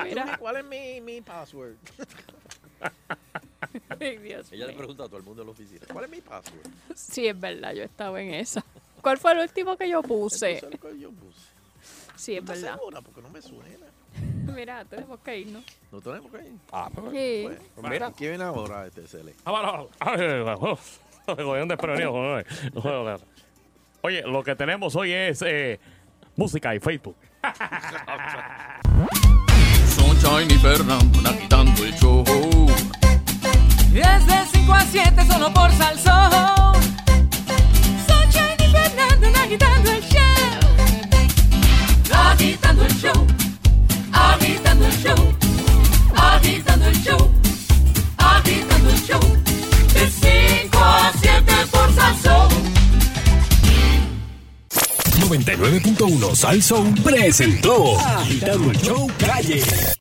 Speaker 4: Mira.
Speaker 3: Ah, ¿Cuál es mi, mi password?
Speaker 4: Ay, Dios
Speaker 3: Ella le
Speaker 4: mío.
Speaker 3: pregunta a todo el mundo en la oficina, ¿cuál es mi password?
Speaker 4: Sí, es verdad, yo estaba en esa. ¿Cuál fue el último que yo puse?
Speaker 3: Eso es lo que yo puse.
Speaker 4: Sí, es
Speaker 3: ¿Estás
Speaker 4: verdad.
Speaker 3: segura? Porque no me suena.
Speaker 4: Mira, tenemos que irnos.
Speaker 3: No tenemos que ir. Ah,
Speaker 4: pues, Sí.
Speaker 3: pues,
Speaker 5: Pues
Speaker 3: mira.
Speaker 5: mira.
Speaker 3: ¿Quién viene ahora este CL?
Speaker 5: Oye, lo que tenemos hoy es eh, música y Facebook.
Speaker 30: Sunshine y Fernan agitando el show.
Speaker 13: Desde 5 a 7 solo por Salsón. Sunshine y Fernando agitando el show. Agitando el show. Agitando el show. Agitando el show. Agitando el show. De 5 a 7 por Salsón. Ah.
Speaker 1: 99.1 Sal Soul presentó Agitando el Show Calle.